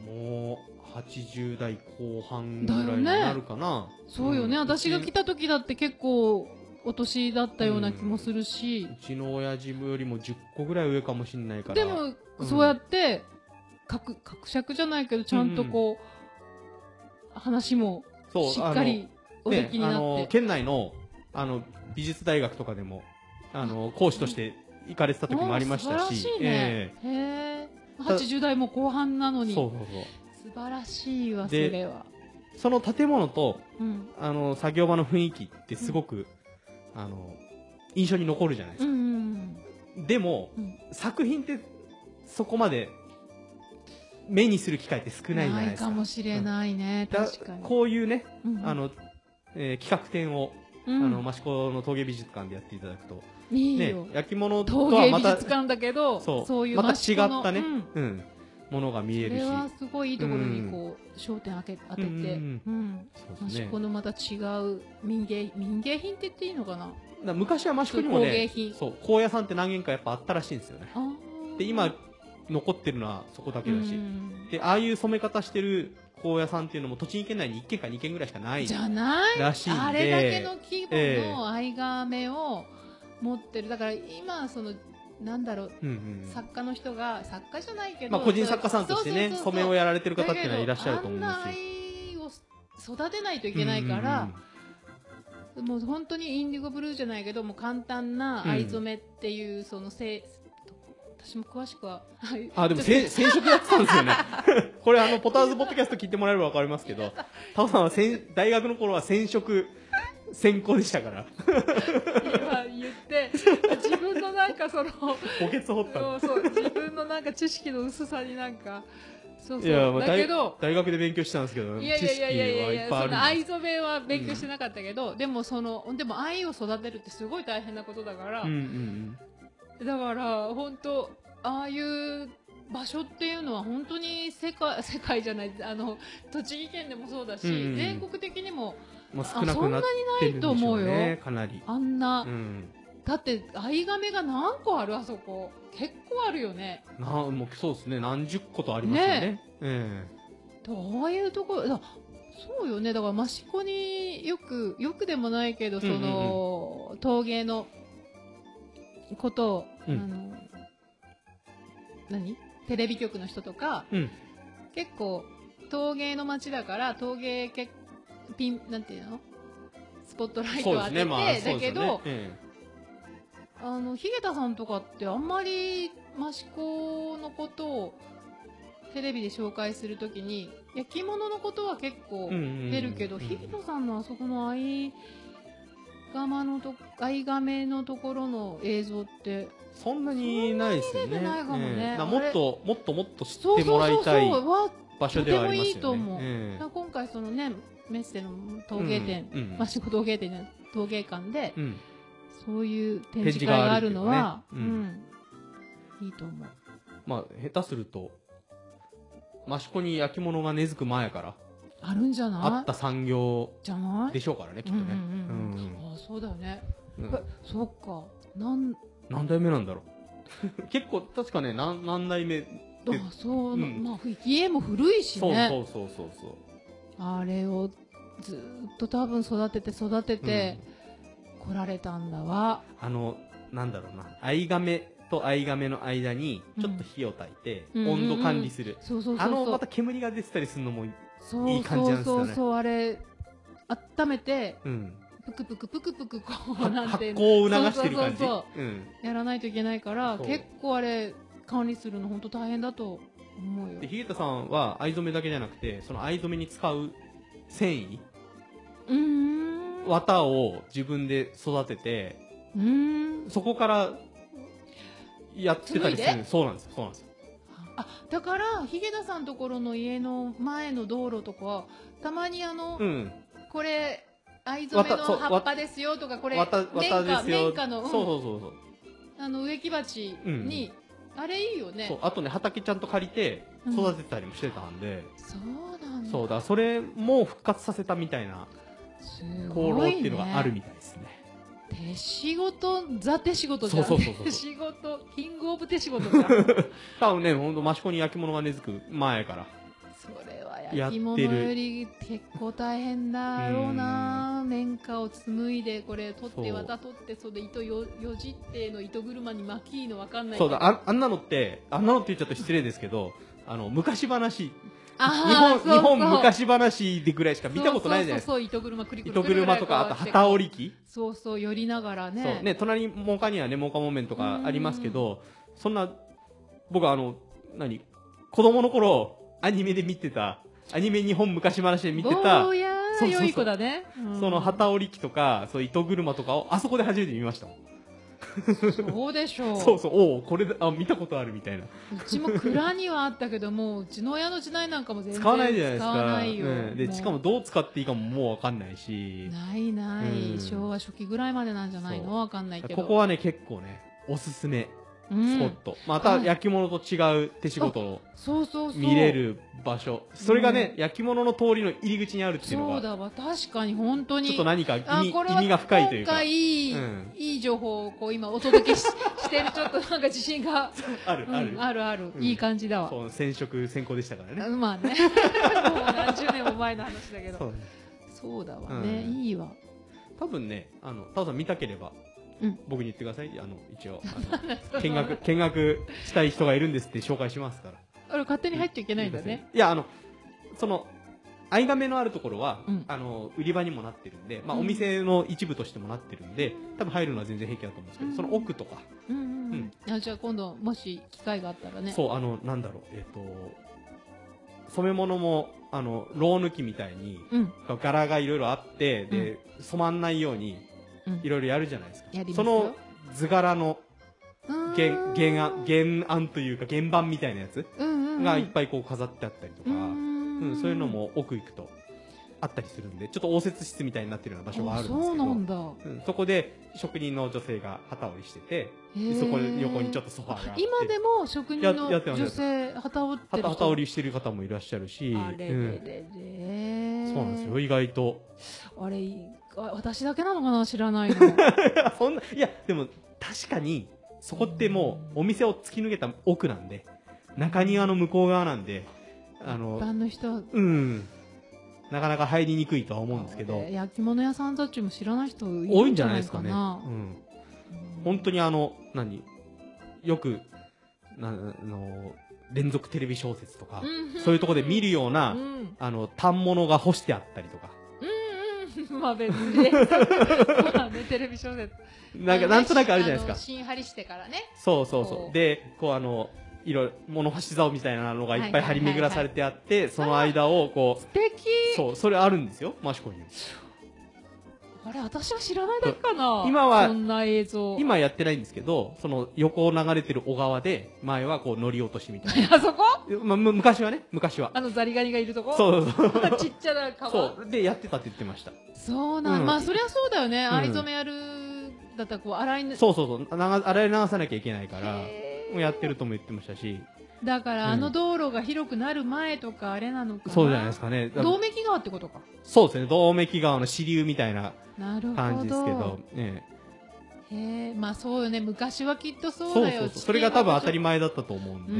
もう80代後半ぐ
だよ
らい
ね
になるかな、
そうよね、
うん
私が来た時だって結構お年だったような気もするし
う、ちの親父よりも10個ぐらい上かもしれないから
でも、
うん
そうやってかく格尺じゃないけどちゃんとこう、話も
そう
しっかり
あ
お
の
できに
ねあ
な
の
って、
県内のあの美術大学とかでもあの講師として行かれてた時もありました
おー
し
素晴らしい
え
ね、へえ80代も後半なの
え
に
そう
素
そうそう
晴らしいわそ
で
れは、
その建物と
うん、
あの作業場の雰囲気ってすごく、あの印象に残るじゃないです
うん
か。
うん
でも、
うん
作品ってそこまで目にする機会って少ないじゃないですか。
かもしれないね、
だ
確かに
こういうね、
うんうん
あの、えー企画展を、
うん
あの、益子の陶芸美術館でやっていただくと、
いい
ね
よ、
焼き物と
陶
は
芸
ま
美
た
術、館だけど
そう
そういう
また
益子の
違ったね
うん
うん、ものが見え
そ
るし
れ、はすごいいいところ
う
に
ん
こう焦点当て当てて、
うんうん
うん
そうです
益
ね。
子のまた違う民芸民芸品って言っていいのか
だ
な
から昔は益子にも
工芸
ね、
品
そう、高野さんって何軒かやっぱあったらしいんですよね。
あー
で、今、残ってるのはそこだけだし、
うん
で、ああいう染め方してる高野さんっていうのも栃木県内に1軒か2軒ぐらいしかない
じゃない
らしいんで、
あれだけの規
ええ
模の藍がめを持ってるだから今そのなんだろう
うんうん
作家の人が作家じゃないけど、
まあ、個人作家さんとしてね
そうそうそうそう
染めをやられてる方っていうのはいらっしゃると思うし。
だけどあんな愛を育てないといけないから、もう本当にインディゴブルーじゃないけどもう簡単な藍染めっていう、そのせ私も詳しくははい
あ、でも
ちょっ
せ、染色やってたんです よね。これあの、ポターズポッドキャスト聞いてもらえればわかりますけど、タオさんは染大学の頃は染色専攻でしたから、
と今言って自分のなんかその
補欠掘ったの。
そうそう自分のなんか知識の薄さになんかそうそう
いやまあ
だけど
大学で勉強したんですけど、
い
知
やいやい
識は
やいやいやい
い
や
っぱい
その
あるんで
藍染めは勉強してなかったけど、でもそのでも藍を育てるってすごい大変なことだから、
す。うんうん
だから本当ああいう場所っていうのは本当に世界世界じゃないあの栃木県でもそうだし、
うんうん
全国的にも
うん。まあ、少なくなってるんでし
あそんなにないと
ょ
思
う
う
ね
よ、
かなり。
あんな、
うん。
だって藍亀が何個あるあそこ結構あるよね
なもうそうですね、何十個とありますよね。え
どういうところだそうよねだから益子によくよくでもないけどその、陶芸のこと
う
を、
ん
あの何テレビ局の人とか
えうん。
結構陶芸の街だから陶芸けピンなんていうのスポットライト
そう
を
で
当
す
て
ね、
て、
まあ、そう
だ
です
け
よ
ど、
ね。え
あのヒゲタさんとかってあんまり益子のことをテレビで紹介するときに焼き物のことは結
え
構
うんうんうん
出るけど、ヒゲタさんのあそこの藍釜のと藍亀のところの映像って
そんなにないですよね。
そんなに出てないかもね
ええだら
あ
も
れ
っと、もっともっと知っ
そう
ても
そう
らい
そう
たい
そうわ
場所ではありますよね。
とてもいいと思う
ええ
今回そのねメッセの陶芸展、
うんうん
益子陶芸展じゃない陶芸館で、
うん
そういう展示会があるのは、
展示があ
うんいいと思う。
まあ、下手すると、益子に焼き物が根付く前から、
あるんじゃない
あった産業
じゃない
でしょうからね、きっとね。
うんうんうんあそうだよね、
うんうん
えそっかなん
何代目なんだろう。 結構、確かね、何何代目。で
あそう、
うん
まあ家も古いし
そう
ね
そうそうそうそう。
あれをずっと多分育てて育てて来られたんだわ、
うんあの、なんだろうな、藍亀と藍亀の間に、ちょっと火を焚いて、
うん
温度管理する。
そうそうそうそう
あの、また煙が出てたりするのも、
そう
いい感じなんですよね
そうそうそうあれ温めて
うん。
ぷくぷくぷくぷくこう
は
なん
発
て
酵を促してる感じ。
そうそう
うん。
やらないといけないから
そう
結構あれ管理するの本当大変だと思うよ
で、ヒゲタさんは藍染めだけじゃなくて、その藍染めに使う繊維、
うーんう
綿を自分で育てて、
ーん
そこからやってたりす
紡い
る。そうなんですよ、そうなんですよ。
あだからヒゲダさんところの家の前の道路とかたまにあの、
うん。
これ藍染めの
わたそう
葉っぱですよとかこれ
綿、
綿
綿ですよ。
綿花の,、うん
そうそうそうそう。
あの植木鉢に、あれいいよね
そうあとね、畑ちゃんと借りて
うん
育てたりもしてたんで、
そうなんだ
そうだ、それも復活させたみたいな
す
功
ごい、ね、
労っていうのがあるみたいですね。
手仕事ザ手仕事じゃん
そうそうそうそう
手仕事キングオブ手仕事じゃんそ
多分ね、ほんと、益子に焼き物が根付く前から。
れは焼き物
やってる
より結構大変だろうな綿花を紡いでこれ取っ
そ
て
う
綿取ってそれで糸よよじっての糸車に巻きのわかんない
そうだ、ああんなのって、あんなのって言っちゃうと失礼ですけど、あの、昔話、日
あ
本、
ーそうそう
日本昔話でぐらいしか見たことないじゃないですか。
そうそうそう糸車くりくり
糸車とか、あと
を
旗織り機。
そうそう寄りながらね
そう。ね、隣に、門下にはね、門下門面とかありますけど、そんな、僕はあの、何子供の頃、アニメで見てた、アニメ日本昔話で見てた
坊、や
そうそうそう
良い子だねうん
その旗織り機とか、そう糸車とかを、あそこで初めて見ましたもん。
そうでしょう。
そうそう、おお、これで、あ、見たことあるみたいな。
うちも蔵にはあったけど、もううちの親の時代なんかも全然
使わないじゃないですか。
使わないよ。
うんで、
う
しかもどう使っていいかももうわかんないし。
ないない、
うん
昭和初期ぐらいまでなんじゃない
そう
のわかんないけど。
ここはね、結構ね、おすすめ
う
スポッ
ん、
ト。また、
うん
焼き物と違う手仕事を
そうそうそう。
見れる場所。それがね、焼き物の通りの入り口にあるっていうの
そう
が、
だわ、確かに本当に。
ちょっと何か意
あ
味
これ
意
は
味が深いというか
今、回いい、
うん
いい情報をこう今お届けししてる、ちょ っとなんか自信が、
ある、
うん
ある。
あるある、
うん
いい感じだわ。
そう、染色先行でしたから
あ
ね。
まあね、もう何十年も前の話だけど。
そ
そう
う
だわね、
うん
いいわ。
多分ね、あの、タオさん見たければ
うん、
僕に言ってください。あの、一応、 あの見学、見学したい人がいるんですって紹介しますから。
あれ勝手に入っちゃいけないんだね。。
いや、あの、その、藍がめのあるところは、
うん
あの、売り場にもなってるんで、まあ、
うん
お店の一部としてもなってるんで、多分入るのは全然平気だと思うんですけど、
うん
その奥とか、
うんうんうん。あじゃあ今度、もし機会があったらね。
そう、あの、なんだろう、えっ、と、染め物も、あの、ろう抜きみたいに、
うん。
柄がいろいろあって、で、染まんないように
うん、
いろいろやるじゃないですか。
やります
そ
よ
の図柄の
う
原
ーん
原案、原案というか、原版みたいなやつ
うんうんうん
がいっぱいこう飾ってあったりとか、
うん
うん、そういうのも奥行くとあったりするんで、ちょっと応接室みたいになってるような場所があるんですけど、
そうなんだ。
うんそこで職人の女性が旗織りしてて、
へー
そこに横にちょっとソファーがあって
今でも職人の
ややってます
女性、旗織ってる
旗
人。
旗織りしてる方もいらっしゃるし、
あれれれ
う
れ。
んそうなんですよ、。意外と。
あれ、あ私だけなのかな知らないの。
そんな、いや、でも確かに、そこってもうお店を突き抜けた奥なんで、中庭の向こう側なんで、 あ
一
の、
般の人は。
うん、なかなか入りにくいとは思うんですけど
あれ、焼き物屋さんたちも知らない人
多
多
いんじゃないですかね。うん本当にあの、何よく、なあの、連続テレビ小説とか、そういうとこで見
る
るような、
うんうん
あの、反物が干してあったりとか、
うんまあ別に。 そうだね、テレビ小説。
なん
あ
か、
の
なんとなくあるじゃないです
あの
か。
新張りしてからね。
そうそう
こ
そう。
う
で、こうあの、いろいろ、物干し竿みたいなのがいっぱい張り巡らされてあって、その間をこ
素
う、
敵
そう、それあるんですよ、マシコにも。
あれ、私は知らないだけかな
今は
そんな映像。
今やってないんですけど、その横を流れてる小川で、前はこう乗り落としみたい
あそこ
な。まあ、む昔はね、昔は。
あのザリガニがいるとこ
そうそうそう。
ちっちゃな川。
そう。で、やってたって言ってました。
そうなん、
うん
まあそりゃそうだよね。
うん
藍染めやる、だったらこう、洗いぬ、
そうそうそう、な洗い流さなきゃいけないから、も
へー
うやってるとも言ってましたし、
だから
うん
あの道路が広くなる前とかあれなのかな。
そうじゃないですかね。
道明川ってことか。
そうですね、道明川の支流みたいな
なるほど。
感じですけど、ええ
へえ、まあそうよね。昔はきっとそう
そう
だ
そ
よ。
うそう、それが多分当たり
前
前だったと思うんで、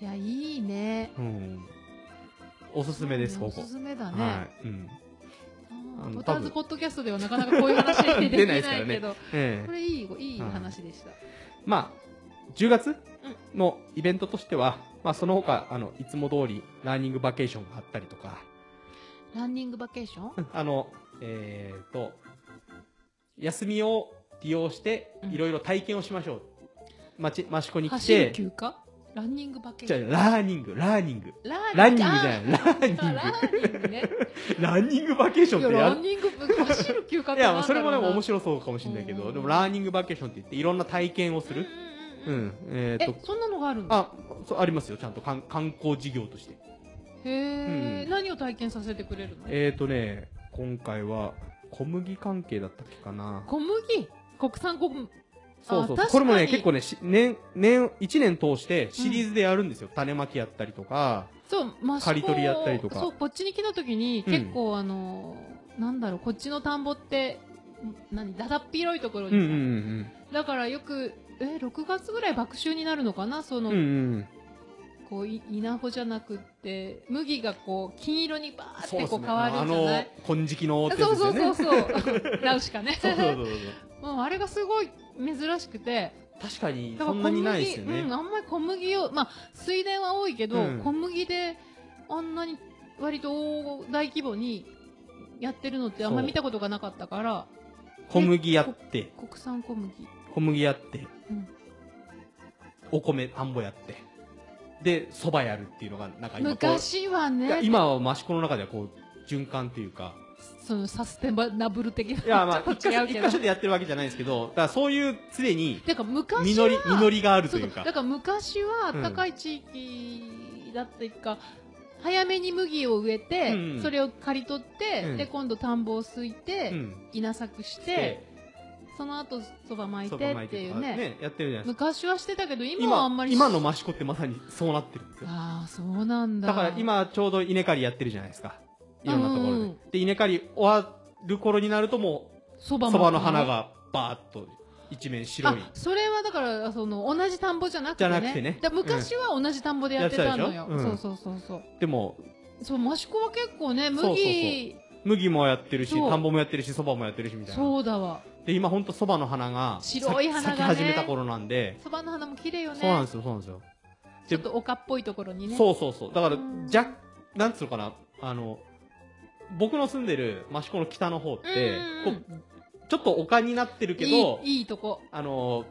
え
いや、いいね。
えうんおすすめです、
そ
こ
うね
こ
おす。すめだね。
はい。うん。
あ
あ
ー
の
ボタン
多
ズ
分
ポッドキャストではなかなかこういう話で き
出な
ない
で
い
すからね
けど、
え
こ
え
れいい、いい話でした。
まあ、10月のイベントとしては、まあ、その他、あの、いつも通り、ランニングバケーションがあったりとか、
ランニングバケーション
あの、えっ、と、休みを利用して
う、ん
いろいろ体験をしましょう。まち、益子に来
走る
て、
休暇ランニングバケー
じ
シ
ゃあ
ョン。
ラーニング、ラーニング。
ラ
ランニングじ
あ
ゃない、ラーニン
あラーニングね。
グ。ランニングバケーション
い
っ
や
て
ラ
や
ンニング走る休暇
い
ってなんだろうな。
や、それもね、面白そうかもしれないけ
うんうんう
ど、
ん
でもラーニングバケーションって言って、いろんな体験をする。
う
うん
うんうん
ん。えっ
え
と、、
そんなのがあるの
あ、そうありますよ、ちゃんと観観光事業として。
へ
う
え。
ん
何を体験させてくれるの
えっとね、今回は、小麦関係だったっけかな。
小麦国産小麦。
そうそう
あ確かに
これもね、結構ね、し年、年、一年通してシリーズでやるんですよ。種まきやったりとか、
そう、マシコ
刈り取りやったりとか
そう、こっちに来た時に、
うん
結構あの、なんだろう、こっちの田んぼって、ん何だだっ広いところ
うんうんうん
にさ。だからよく、え、6月ぐらい爆秋になるのかなそ
うん。
の
うんう、ん
こう、い稲穂じゃなくって、麦がこう、金色にバーっ
そう
て
です
こう
ね。
変わるんじゃない
あの、金色のってやつ
そう
です
そ
よ
うそう
ね。
そう。ナウシカね。
そうそうそうそう。
もうあれがすごい珍しくて、
確かに、
だから
そんなにないですよ
小麦うん、
ね。
あんまり小麦を、まあ、水田は多いけど、
うん
小麦であんなに割と大規模にやってるのってあんまり見たことがなかったから、
小麦やって、
国産小麦。
小麦やって
うん、
お米、田んぼやって、で、蕎麦やるっていうのが、なんか今こう、
昔はい
や
ね、
今は益子の中ではこう、循環っていうか、
そのサステナブル的な。
いや、まあ、一
ち
箇所
ょっと違うけ
一
ど
箇。所でやってるわけじゃないんですけど、だからそういう常に
てか昔は
実り、実りがある
そ
と
う
い
そううだ
か。
から昔は
うん
高い地域だっていうか、早めに麦を植えて、
うんうん
それを刈り取って、
うん
で今度田んぼをすいて、
うん。
稲作して、その後そば巻い
そ
て
ば巻い
ってい
と
う
か
ね
ね、やってるじゃないですか。
昔はしてたけど今はあんまり
今の益子ってまさにそうなってるんですよ。
ああそうなんだ
だから今ちょうど稲刈りやってるじゃないですか。いろんなところ
う
で。
ん
で、稲刈り終わる頃になるとも、
そうば
そばの花がバーっと一面白い
あ。それはだからその同じ田んぼじゃなくてね
じゃなくてね
だ昔は同じ田んぼでやってたのよ、
やってたでしょうん
そうそうそうそう
でも、
そう益子は結構ね麦
そうそう麦もやってるし、
そう
田んぼもやってるし、そばもやってるしみたいな。
そうだわ
で、今ほんとそばの花が
白い
さ
花が
咲
ね
き始めた頃なんで、
そばの花も綺麗よね
そうなんですよ、そうなんですよ。
ちょっと丘っぽいところにね
そうそうそう。だから
うん、
じゃ、なんつうのかな、あの、僕の住んでる益子の北の方って、
うんうん
こうちょっと丘になってるけど、
いいいいとこ
あの、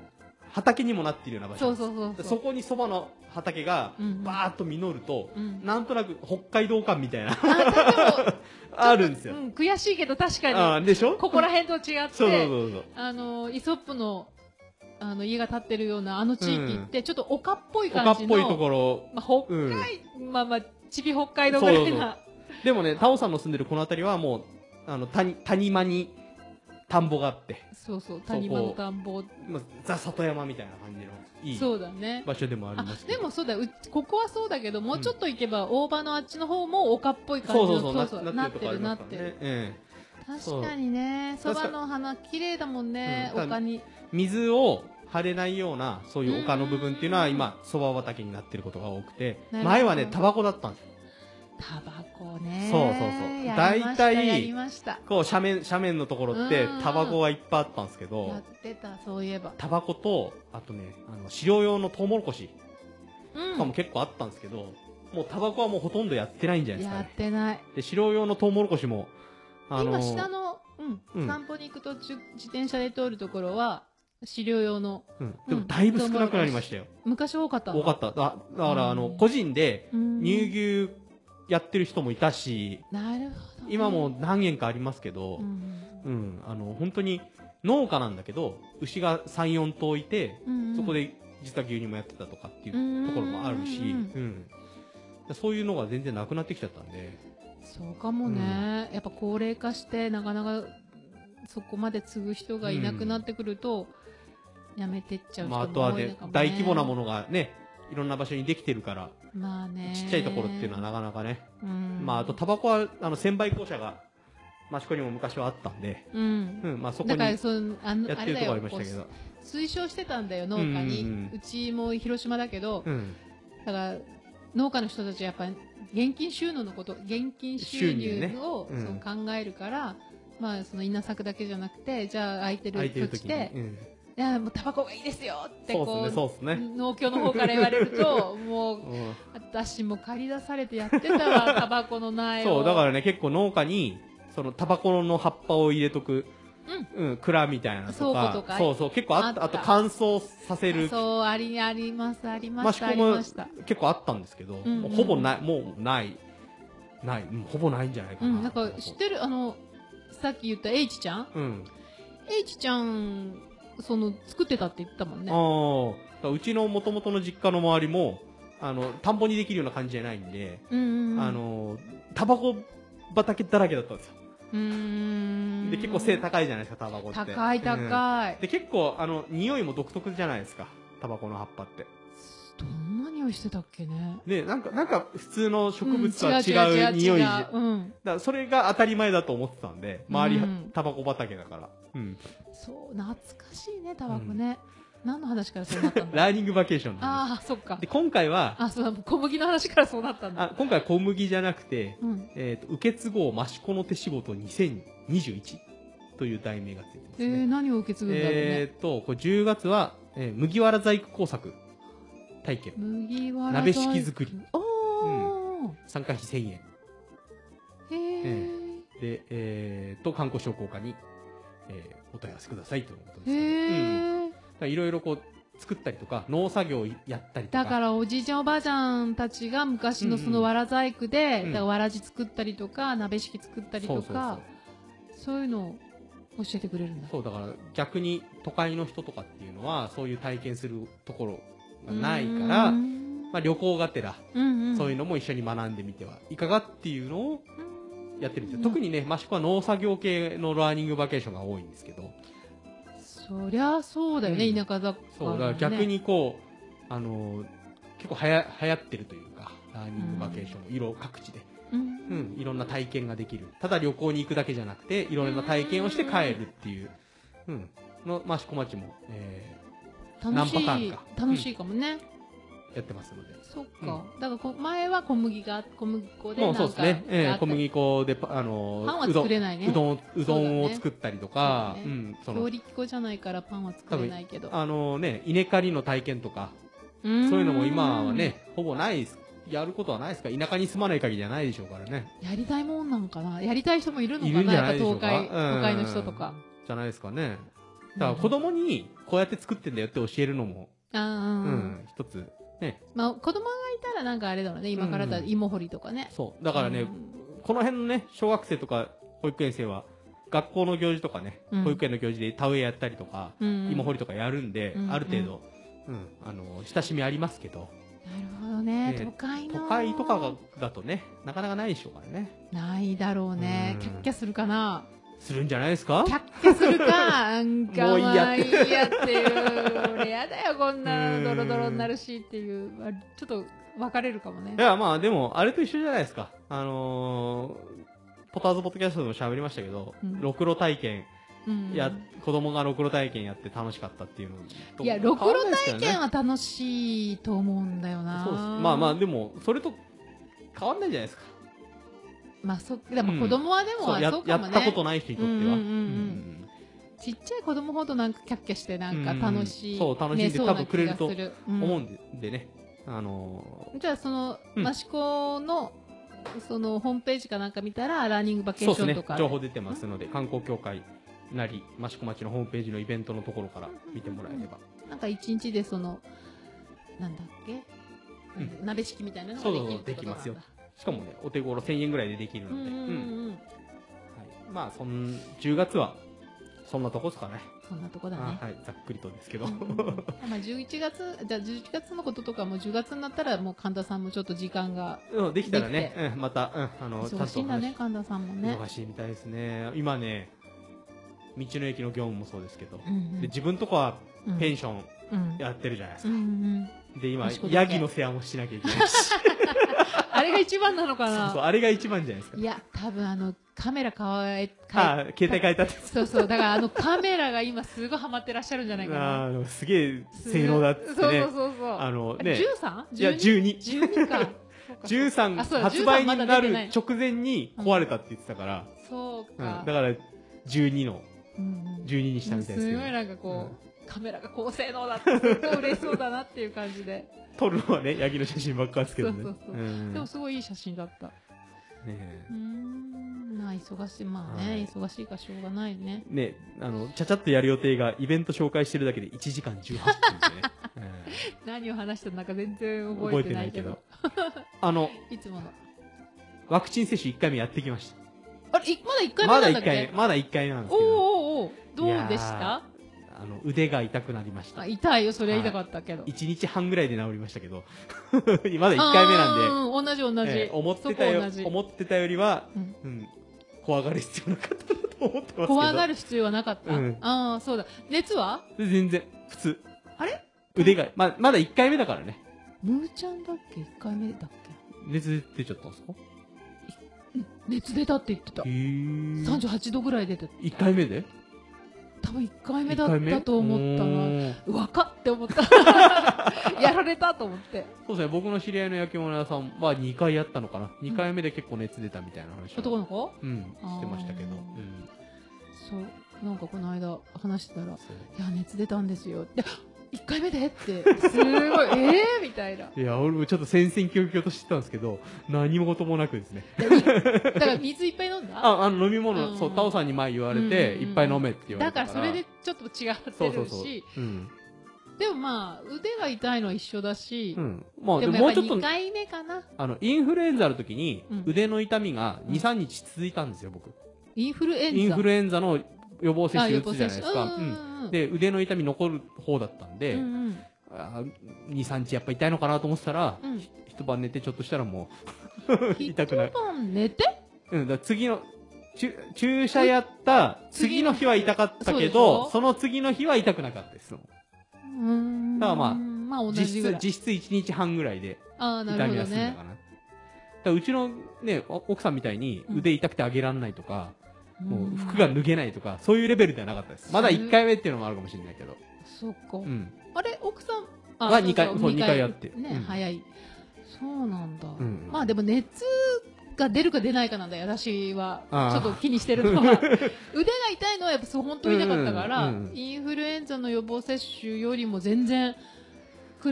畑にもなってるような場所な
そ
んで
う
すよ。
そうそう
でそこにそばの畑が
うんうん
バーッと実ると、
うん
なんとなく北海道感みたいな、
あだ でも
あるんですよ
う。ん、悔しいけど確か
あーでしょ
にここら辺と違って
そうそうそうそう。
あのイソップのあの家が建ってるようなあの地域ってちょっと丘っぽい
丘
感
っ
じの、
ぽいところ。
まあ、北
うん。
海、まあまあちび北海道ぐらいな
でもね、タオさんの住んでるこの辺りはもう、あの、谷、谷間に田んぼがあって、
そうそう谷間の田んぼ
まあザ・里山みたいな感じの、いい
そうだね
場所でもあり
あ
ますけ
で
ど。
もそうだうちここはそうだけどもうちょっと行けば、大場のあっちの方も丘っぽい感じ
そ
の
うそうそう、
なってるなってる
ね。ええ
確かにねそ
そう
ばの花綺麗だもんね、
うん
丘に
水を張れないような、そういう丘の部分っていうのは
うん
今、蕎麦畑になってることが多くて、
なるほど
前はね、タバコだったんですよ。
タバコね
そうそうそう
やりま
大
した
体
やりました
こう、斜面、斜面のところって
うん、
タバコがいっぱいあったんですけ
や
ど
っ、てたそういえば
タバコと、あとね、あの、飼料用のトウモロコシ
うん
とかも結構あったんですけど、もうタバコはもうほとんどやってないんじゃないですか
やっ
ね。
てない
で、飼料用のトウモロコシも、あの
今下の、う、
うんん
散歩に行くと自転車で通るところは飼料用の
うん、でもだいぶ少なくなりましたよ。
昔多かった
多かった。だだから、あの
う、ん
個人で、乳
乳
牛やってる人もいたし、
なるほどね
今も、何軒かありますけど
う、ん
うん、あの、本当に農家なんだけど、牛が3、4頭いて、
うんうん
そこで実は牛乳もやってたとかってい
うん
うところもあるし、
う
うんん
うん
そういうのが全然なくなってきちゃったんで、
そうかもね、やっぱ高齢化してなかなかそこまで継ぐ人がいなくなってくると、やめてっちゃう人
まあ、
も
あとは
多いの
ね
かも、ね
大規模なものがね、いろんな場所にできてるから、
まあね
ちっちゃいところっていうのは
な、
なかなかね、
うん、
まあ、あとタバコは、あの、専売公社が、益子にも昔はあったんで、
う
うんん、まあそこ
だ
に
か
や
らそのあの
ってるところありましたけ
あれだよ
ど、
こう推奨してたんだよ農家に、う
うんうんうん
ちも広島だけど、
うん。
だから農家の人たちはやっぱり現金収納のこと現金収
収入
入
ね
を
うん
そう考えるから、まあその稲作だけじゃなくてじゃあ空いて
空
る
いてる
土
時
地
に。
で、
うん
いやもうタバコがいいですよって
そう
こ
ですね、
う
そうですね。
農協の方から言われる ともう
うん
私も借り出されてやってた わタバコの苗を
そう、だからね、結構農家に、その、タバコの葉っぱを入れとく、うん、蔵みたいなと
倉
か、
庫とか
そうそう、結構あった、
あ
あ
った
と乾燥させる、
そうありありますありま
マ
し
シ
た
コ
あり
も
ました、
結構あったんですけど、
うんうん
もうほぼない、もうない、ない、うんほぼないんじゃないか
う
な。
ん、なんか知ってるあのさっき言った H ちゃん
うん。
H ちゃんその作ってたって言ってたもんね
あーだからうちの元々の実家の周りも、あの、田んぼにできるような感じじゃないんで、
うんうんうん
あの、タバコ畑だらけだったんですよ。
うーん
で、結構背高いじゃないですか、タバコって。
高い
うん
高い、
で、結構、あの、匂いも独特じゃないですか。タバコの葉っぱって。
どんな匂いしてたっけね
で、なんか、なんか、普通の植物とは違う
違
匂いじ、だか
うん、
らそれが当たり前だと思ってたんで、周りは
うん、
タバコ畑だから。うん。
そう懐かしいねタバコね、何の話からそうなったんだ
ラーニングバケーションなんで
ああそっか
す。で、今回は、
あそうだ小麦の話からそうなったんだ
あ今回は小麦じゃなくて、
うん
えっ、と、受け継ごう益子の手仕事2021という題名がついてます
え
ね。
ー、何を受け継ぐんだろうね、
えっと、これ10月は、えー麦わら細工工作体験。
麦わら
鍋敷き作り
おお、
参加費1000円。
へえ
で、えー、と、観光商工課に、えー、お問い合わせくださいということですね。うん。だ
へえ
からいろいろこう、作ったりとか、農作業やったりとか。
だからおじいちゃんおばあちゃんたちが昔のそのわら細工で、
うんうん
だからわらじ作ったりとか鍋敷き作ったり
そ
とか
うそうそう
そういうのを教えてくれるんだ。
そう、だから逆に都会の人とかっていうのは、そういう体験するところがないから、まあ旅行がてら、
うんうん、
そういうのも一緒に学んでみてはいかがっていうのを
うん
やってるんですよ。特にね、益子は農作業系のラーニングバケーションが多いんですけど、
そりゃそうだよね、
うん
田舎だから、ね。
そう、だから逆にこう、あのー結構はや流行ってるというか、ラーニングバケーションも色各地で、
うん、
うん、いろんな体験ができる。ただ旅行に行くだけじゃなくて、いろんな体験をして帰るっていう、うん、の益子町も、え
楽し
何パターン
い
か
楽しいかもね。
ーやってますので。
そっか、だからこ前は小麦が小麦粉で
もう
なんか
そうですね。え
があ
ー
っ
小
たり
麦粉でパ、あのー
パンは
うどん
作れないね。
うどん、うどん
そうだ
を
ね
作ったりとか、
そ
う
うだ
ん、そ
強
の、
力粉じゃないからパンは作れないけど。
あのね、稲刈りの体験とか、
そう
そういうのも今は。ね、ほぼないです、やることはないですか田舎に住まない限りじゃないでしょうからね。
やりたいもんなんかなやりたい人もいるのか
い
な
るんじゃないでし
や
ょ
っ
う
ぱ
か。
東海、
うん
都会の人とか。。
じゃないですかね。だから子供にこうやって作ってんだよって教えるのも、
うん。あ
う
ー
ん、一つ、ね。
まあ子供がいたらなんかあれだろうね。今からだ
う
ったら
ん
芋掘りとかね。
そう。だからね、この辺のね、小学生とか保育園生は、学校の行事とかね、
うん
保育園の行事で田植えやったりとか、
うん、うん。
芋掘りとかやるんで、
うん
ある程度、うん、あの、親しみありますけど、
なるほどね。
ね
都会の。
都会とかがだとね、なかなかないでしょうからね。
ないだろうね
う。ん
キャッキャするかな
するんじゃないですか
キャッキャするか、なんか
もういいや
まあいいやっていう。俺やだよ、こん なドロドロになるしっていう。まあちょっと別れるかもね
い。や、まあ、でも、あれと一緒じゃないですか。あのー、ポターズポッドキャストでも喋りましたけど
う、ん
ろくろ体験、
うん
や、子供がろくろ体験やって楽しかったっていうのと
いや、ろくろ
変
体
わ
験
んないです
は楽しいと思うんだよ
けどね
な。
そうです。まあまあ、でも、それと変わんないじゃないですか。
まあ、そ、でも
うん
子供はでも、
そうや
そう
や
かも
ったこと
ね。
ない人にとっては。
うんうんうんちっちゃい子供ほどなんかキャッキャしてなんか楽しい。
うんうんそう楽しんで
ねそう
多分くれると
な気がす
うん
うん
思うんでね、あの
じゃあ、その、
うん
益子の、その、ホームページかなんか見たら、ラーニングバ
ー
ケ
そ
ー
う
シ
です
ョ
ね
ンとか。、
情報出てますので、観光協会なり、益子町のホームページのイベントのところから見てもらえれば。
なんか一日でその、なんだっけ、
うん
鍋敷きみたいなの
そ
が
う
で
そう
き
そう
るってことなんだ。
できましかもね、お手頃1000円ぐらいでできるので、
うんうん
う
うんんうん。
はい、まあそん10月はそんなとこですかね
そんなとこだね。
あはい、ざっくりとですけど、
うんうんうんまあ11月、じゃあ11月のこととかも10月になったらもう神田さんもちょっと時間が
うんできたらね
でき、
うん、また、うん、あの
忙しいんだね、
ちゃ
神田さんも
んとお
ね
話。忙しいみたいですね今ね道の駅の業務もそうですけど、
うんうん
で自分とこは
うん
ペンション
うん
やってるじゃないです
う
か、
んうん
で今
益子だ
ヤ
け
ギの世話もしなきゃいけないし
あれが一番なのか
そうそう
な
あれが一番じゃないですか
いや、多分あの、カメラ変え、
あ
変え、
携帯変えたって
そうそう、だからあのカメラが今すごいハマってらっしゃるんじゃないかな。
あーでもすげえ
す
性能だっつって
そう
ね
そうそうそう。
あの
あれ
ね
13?
いや12
12か。あそ
13
うだ
発売に
13まだ
な
出て
る
ないの
直前に壊れたって言ってたから、
そう
うん
か
だ。から12の
うんうん
12にしたみたいですけ
す
ど
ごいなんかこう、カメラが高性能だって、すごい嬉しそうだなっていう感じで。
撮るのはねヤギの写真ばっかですけどね
そうそうそう
うん
でもすごいいい写真だった。
ね
うーん、まあ忙しい、まあね、
はい
忙しいからしょうがないね。
えねえあのちゃちゃっとやる予定がイベント紹介してるだけで1時間18分でね、
何を話したのか全然
うん
覚えてないけど。
あの
いつもの。
ワクチン接種1回目やってきまし
あれ、いまだ1
た
回目
ま
な
だ
んだっ
1回
け
目まだ1回目なんです
お
け
う
ど
おうおうどうでし
いや
た
あの腕が痛くなりました
あ
1
痛いよ、それは痛かったけど。
日半ぐらいで治りましたけど まだ1回目なんで
んで。うん、同じ同じ。
えー思ってた
そ
よ
こ同じ
思ってたよりは、
うん
うん怖がる必要なかったなと思ってますけど
怖が
る
る必要はなかった。
うん
ああ、そうだ。熱は
全然普通
あれ
腕がままだ1回目だからね
ムーちゃんだっけ ?1 回目だっけ
熱出ちゃったんですか
熱出たって言ってた
へ。え
38度ぐらい出てた。
1回目で
多分1回目だ
1
っ
回目
たと思った
う
な。
ーん
若って 思った。やられたと思って。
そうですね僕の知り合いの焼き物屋さんは2回やったのかな2回目で結構熱出たみたいな話を
男の子
うんしてましたけど、
あー
うん
そう。なんかこの間話してたら、い
そう
や、熱出たんですよ。で、1回目でって、すごい、 ええみたいな。
いや俺もちょっと戦々恐々としてたんですけど何事もなくですね
だから水いっぱい飲んだ
ああの飲み
う
物
ん
そうタオさんに前言われて、
うん
いっぱい飲めって言われ
だ
た
からそれでちょっと違って
そう
る
そうそう
し、
うん
でもまあ、腕が痛いのは一緒だし
う、ん、まあ
で
で
も
も
や
も
っ
う
ぱ
ちょっ
2
と
回目かな。
あのインフルエンザの時に
うん
腕の痛みが
うん
23日続いたんですよ僕、
えインフルエンザ
インフルエンザの予防接
あ
種
予
打
防
つじゃ
接
ない
種
ですか。
う
うんん
うんうん
で、腕の痛み残る方だったんで、
うんうん
あー2、3日やっぱ痛いのかなと思ってたら、
うん
ひ一晩寝てちょっとしたらもう
一
痛くなる。
晩寝て
うん、だから次の、注注射やった次の日は痛かったけど、
そうでしょ
その次の日は痛くなかったです。
うーん
だからまあ
まあ同
実
じぐ
質
ら、い
実質1日半ぐらいで
ああな
痛
る
み
ほ
が
ど
済んだ
ね
かな。だからうちのね、お奥さんみたいに
うん
腕痛くてあげらんないとか、もう服
う
が
ん
脱げないとか、そういうレベルではなかったです。まだ1回目っていうのもあるかもしれないけど。
そっか、
うん。
あれ奥さんあ
は
そうそう
二回そう二回やって
ね、
うん
早いそうなんだ、
ん
まあでも熱が出るか出ないかなんだよ私はち
あ
ょ
ー
っと気にしてる のは腕が痛いのはやっぱそう本当に痛かったから、
うんうんうん
インフルエンザの予防接種よりも全然比べ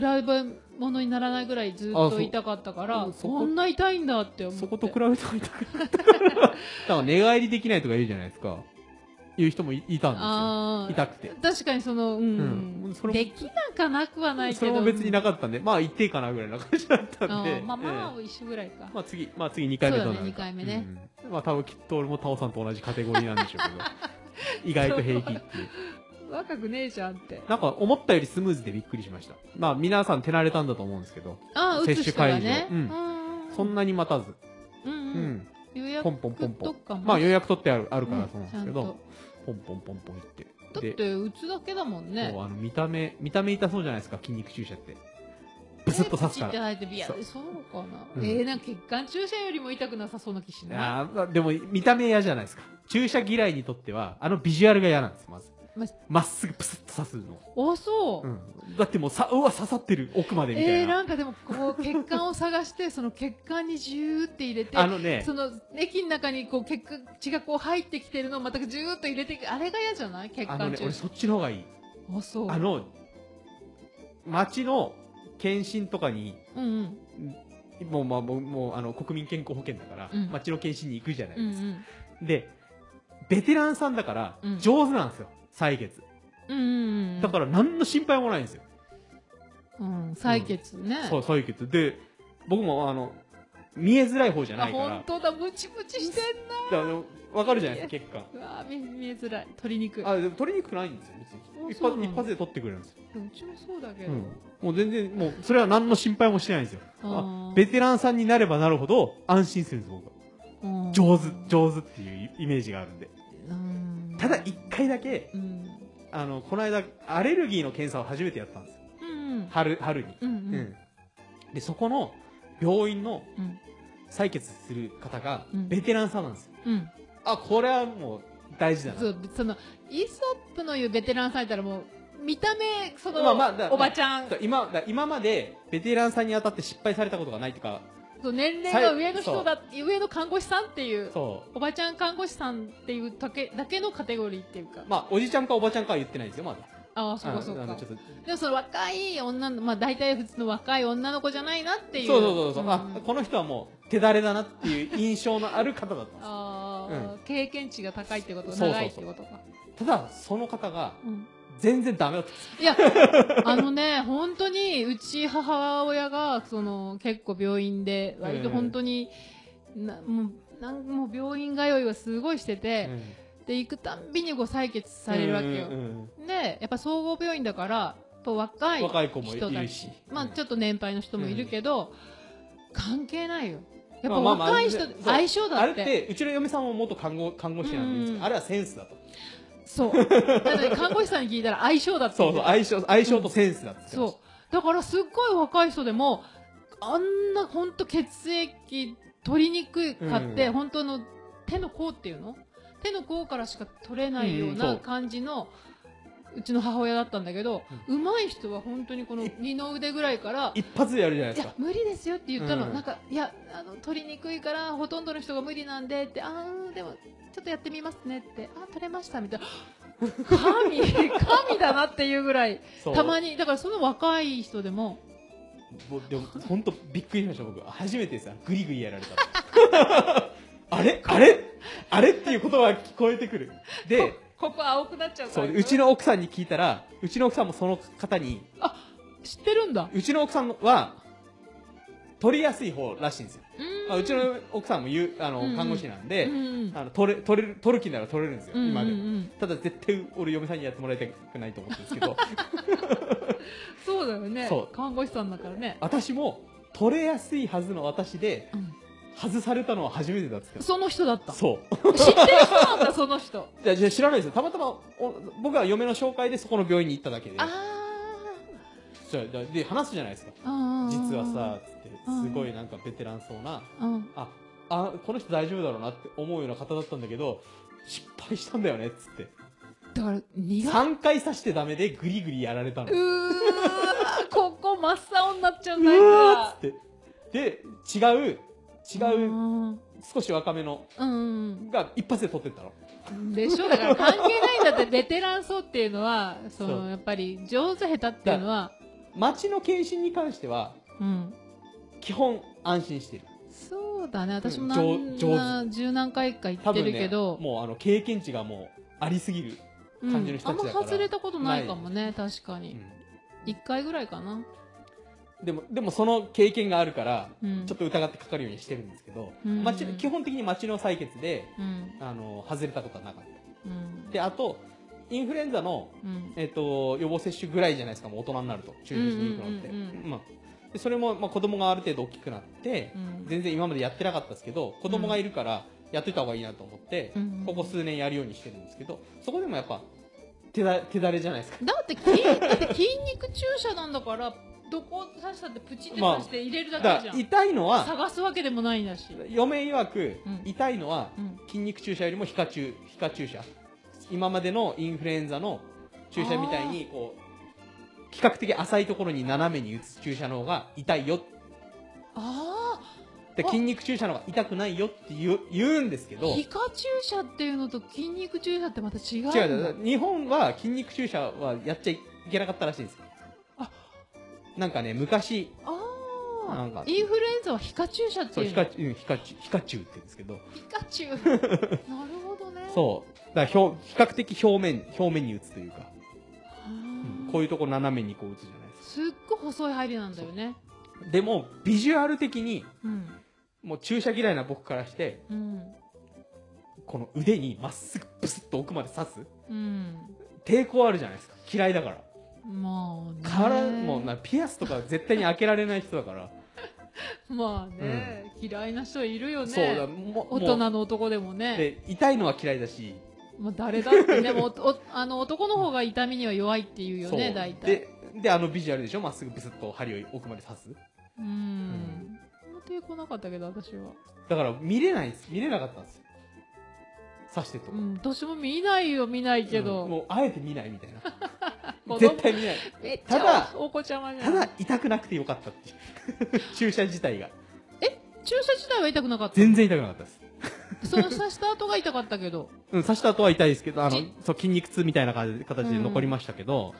物にならないぐらいずっ
あそ
と
う
痛かったから
うん
こ
そこ
んな痛いんだって思って
そこと比べても痛くなった。だから寝返りできないとか言うじゃないですか。いう人もいいたんですよ。
あー
痛くて。
確かにその、うん
うんそれも
できなかなくはないけ
そ
ど
れも別になかったんで、まあ一定かなぐらいな感じだったん
あ
で。
ーまあま
え
あ一緒ぐらいか
え、まあ次、まあ次2回目となる
そうだね二回目ね。
うんまあ多分きっと俺もタオさんと同じカテゴリーなんでしょうけ ど。意外と平気っていう。
若くねえじゃんって
なんか思ったよりスムーズでびっくりしました。まあ皆さん手慣れたんだと思うんですけど、
ああ
接
打つ
種
人がね
会場うん
うん
そんなに待たず。
うんう
うんん。
予
ポ
約
ンポンポンポ
と
ン。
かも
まあ予約取ってあるあるから
うん
そうなんですけ
ちゃん
ど
と、
ポンポンポンポン行って。
だっ
で
て打つだけだもんね
そうあの見た目見た目痛そうじゃないですか筋肉注射ってブスッと刺すか
えープチって
ら
入っていや
そう
そうかな、
うん
えー、なんか血管注射よりも痛くなさそうな気しない
あーまあでも見た目嫌じゃないですか注射嫌いにとってはあのビジュアルが嫌なんですまず
ま
まっすぐプスッと刺すの、
あそう、
うんだってもうさうわ刺さってる奥までみたいな,、
えー、なんかでもこう血管を探してその血管にジューって入れて
あのね
その液の中にこう血管血がこう入ってきてるのをまたジューっと入れていくあれが嫌じゃない血
あの
管
ね
注
俺
射
そっちの方がいい
あそう
あの町の検診とかに
うんうん
もうまあもうもうあの国民健康保険だから、
うん
町の検診に行くじゃない
うんう
ですか、
ん
でベテランさんだから
うん
上手なんですよ採血
うんうんうん
だから何の心配もないんですよ。
うん、採血ね、
そう、採血。で、僕もあの、見えづらい方じゃ
あ
ないから。
本当だムチムチしてん
だからあのわかるじゃないですか、結果。
うわ見見えづらい鶏肉
あ、でも取りにくくないんですよ、
あ
別
そうなん
に。一発、
だ
一発で取ってくれるんですよ。
うちもそうだけ
う
ど、
ん。もう全然、もう、それは何の心配もしてないんですよ。あ
あー
ベテランさんになればなるほど、安心するんです、僕は。
うん
上手、上手っていうイメージがあるんで。
うん
ただ、一回だけ、
うん
あの、この間、アレルギーの検査を初めてやったんですよ。
うん
春、春に。
うんうん
うで、そこの、病院の
うん
採血する方が、
うん
ベテランさんなんですよ。
うん
あ、これはもう大事だな。
そうそのイソップの言うベテランさんやったらもう見た目その、
まあまあだ
おばちゃん、
今、だ今までベテランさんに当たって失敗されたことがないとか、
そう年齢が上の人だ上の看護師さんっていう
そ
おばちゃん看護師さんっていうだけだけのカテゴリーっていうか
う。まあ、おじちゃんかおばちゃんかは言ってないですよ、まだ。
ああそう
あ
かそう
あ
か
のちょっと
でもその若い女の、まあ大体普通の若い女の子じゃないなっていう。
そうそうそうそう、
ん
あ、この人はもう手だれだなっていう印象のある方だったんで
あー
う
経験値が高いってこと、
そうそうそう
長いってことか。
す。ただ、その方が
うん
全然ダメだったんです。
い や、あのね、本当に、うち母親が、その、結構病院で、割と本当に、なもう、なんもう病院通いはすごいしてて、で、行くたんびにご採血されるわけよ。
うんうん
で、やっぱ総合病院だから、やっぱ若
う
い
ん若い子もい
人た
る
ち
し。
まあち
ょっ
ょっと年配の人もいるけど、関係ないよ。やっぱ
まあまあ
若い人
そう、
相性だ
あれ
っ。
ってて、うちの嫁さんも元看護、看護師なんで言うんですけ
うん
ど、あれはセンスだと。
そう。だって看護師さんに聞いたら相性だって
そ
言
う
う
そう、
よ。
相性、相性とセンスだって言ってました。
そう。だからすっごい若い人でも、あんな本当血液取りにくかって、
うん
本当の手の甲っていうの手の甲からしか取れないよう
うん
な
そう
感じの、うちの母親だったんだけど、上手い人は本当にこの二の腕ぐらいから、
一発でやるじゃない
い
です
や
か。
無理ですよって言ったの、
うん
なんかいやあの取りにくいからほとんどの人が無理なんでってあーでもちょっとやってみますねってあ取れましたみたいな 神神だなっていうぐらい
そう
たまにだからその若い人でも
もうでも本当びっくりしました僕初めてさグリグリやられたの あれあれあれっていう言葉が聞こえてくるで
ここ青くなっちゃうか
そ
ら
ううちの奥さんに聞いたらうちの奥さんもその方に
知ってるんだ
うちの奥さんは取りやすい方らしいんですよ
うーん
まあ、うちの奥さんも言うあの、
うんうん
看護師なん
う
で、
ん
あの取れ取れる取る気なら取れるんですよ、
うん
今で
うんう
も。
ん
ただ絶対俺嫁さんにやってもらいたくないと思ってるんですけど
そうだよね
そう
看護師さんだからね、
私も取れやすいはずの私で
うん
外されたのは初めてだっつって
その人だった知
そう
ってる人なんだその人
いやじゃあ知らないですよたまたまお僕は嫁の紹介でそこの病院に行った だけで
あ
じゃあじゃあで話すじゃないですか
あ
実はさつって
うん
すごいなんかベテランそうな
うん
ああこの人大丈夫だろうなって思うような方だったんだけど失敗したんだよねっつって
だから苦手
3回刺してダメでグリグリやられたの
う
う
ーここ真っ青になっちゃうんだ
わーっ
よ
つってで違う違う
うん
少し若めの
うん
が一発で取ってったの
でしょだから関係ないんだってベテラン層っていうのはそ
そ
の
う
やっぱり上手下手っていうのは
町の検診に関しては
うん
基本安心してる
そうだね私も
うん
何
上
な十何回か行
多
って
分
る
ね
けど、
もうあの経験値がもうありすぎる、
うん
感じの人
あ
たち
ん
だ
ま
から
外れたことないかもね確か
う
に、
ん
一回ぐらいかな
でもでもその経験があるから
うん
ちょっと疑ってかかるようにしてるんですけど、
うん
町基本的に町の採血で
うん
あの外れたことはなかっ
うん
たであとインフルエンザの、
うん
えっと予防接種ぐらいじゃないですかもう大人になると中流に行くのって、
うんうんうんう
まあ、でそれも、まあ、子供がある程度大きくなって
う、ん
全然今までやってなかったですけど子供がいるからやっといた方がいいなと思って、
うん
ここ数年やるようにしてるんですけどそこでもやっぱ手だ手だれじゃないですか
だって筋だって筋肉注射なんだからどこを刺したってプチって刺して入れるだ
だから
けじゃん、
痛いのは
探すわけでもないんだし、
嫁曰く、
うん
痛いのは
うん、
筋肉注射よりも皮下注皮下注射今までのインフルエンザの注射みたいにこう比較的浅いところに斜めに打つ注射の方が痛いよ
あ
で
あ
筋肉注射の方が痛くないよって言う言うんですけ
あ
ど
皮下注射っていうのと筋肉注射ってまた違うんだ
違う違う日本は筋肉注射はやっちゃいけなかったらしいんですよ
あ
なんかね昔な
あ
んか
あインフルエンザは皮下注射って
そう
い
皮
う
下
の
注うん皮下注皮下注って言うんですけど
皮下注 なるほどねう
そうだから表比較的表面表面に打つというか、
あ
うん
ー
こういうとこ斜めにこう打つじゃないです
すっごい細い針なんだよね
かでもビジュアル的に
うん
もう注射嫌いな僕からして
うん
この腕にまっすぐブスッと奥まで刺す
うん
抵抗あるじゃないですか嫌いだから
まあね
からもうなピアスとか絶対に開けられない人だから、
まあね、嫌いな人いるよね
そうだもう
大人の男でもね、
で痛いのは嫌いだし
まあ、誰だってねもうお あの男の方が痛みには弱いっていうよね
そう
大体
でであのビジュアルでしょまっすぐブスッと針を奥まで刺す
うん、ん、あんま抵抗なかったけど私は、
だから見れないです見れなかったんですよ刺してると
う
こ、
ん、私も見ないよ見ないけど、
うんもうあえて見ないみたいな
供
絶対見ない
めっち
ただ
ゃお子ちゃまじゃ
た
ん
だ痛くなくてよかったっていう 注射自体が
注射自体は痛くなかった
全然痛くなかったです
その刺した後が痛かったけど
うん、刺した後は痛いですけど、あの
じ、
そう、筋肉痛みたいな感じ形で残りましたけど、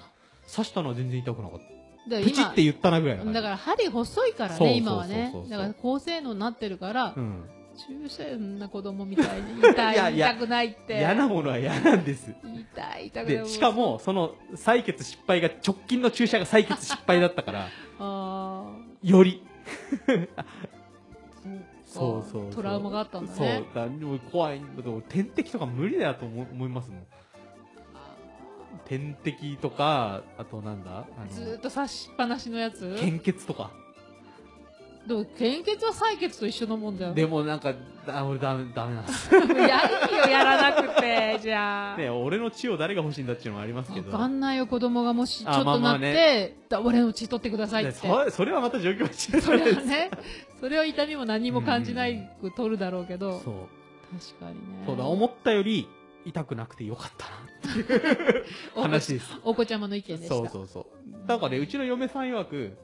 刺したのは全然痛くなかっ
だ
た。
から
プチって言ったなぐらいな感じ。
だから針細いから
そうそうそう
ね
そう
今はねだから高性能になってるから、
うん。
注射な子供みたいに痛い
いやいや
痛くないって
嫌なものは嫌なんです。
痛い痛くな
で、
い
しかも、その、採血失敗が、直近の注射が採血失敗だったから、
ああ
よ り。
そ
そうう
か
そうそう
トラウマがあったんだ
そう
ね。
だ、でも怖いんだけど、点滴とか無理だと思思いますもん。点滴とか、あとなんだあ
ずー
の
っ、と刺しっぱなしのやつ
献血とか。
でも献血は採血と一緒のもんだよ
でもなんか、あ、俺ダメ、ダメなん です。
やるよやらなくてじゃあ、
ね、俺の血を誰が欲しいんだっていうのもありますけ
分
ど。
かんないよ子供がもしちょ
あ
っ
まあ
と
ま
なっ
あ
て、
ね
だ俺の血取ってくださいって
ねそそれはまた状況が違う
それはねそれは痛みも何も感じないく取るだろうけど、
そう
確かにね
そうだ思ったより痛くなくてよかった
お
な話です
お子ちゃまの意見でした
そうそうそうだからねうちの嫁さん曰く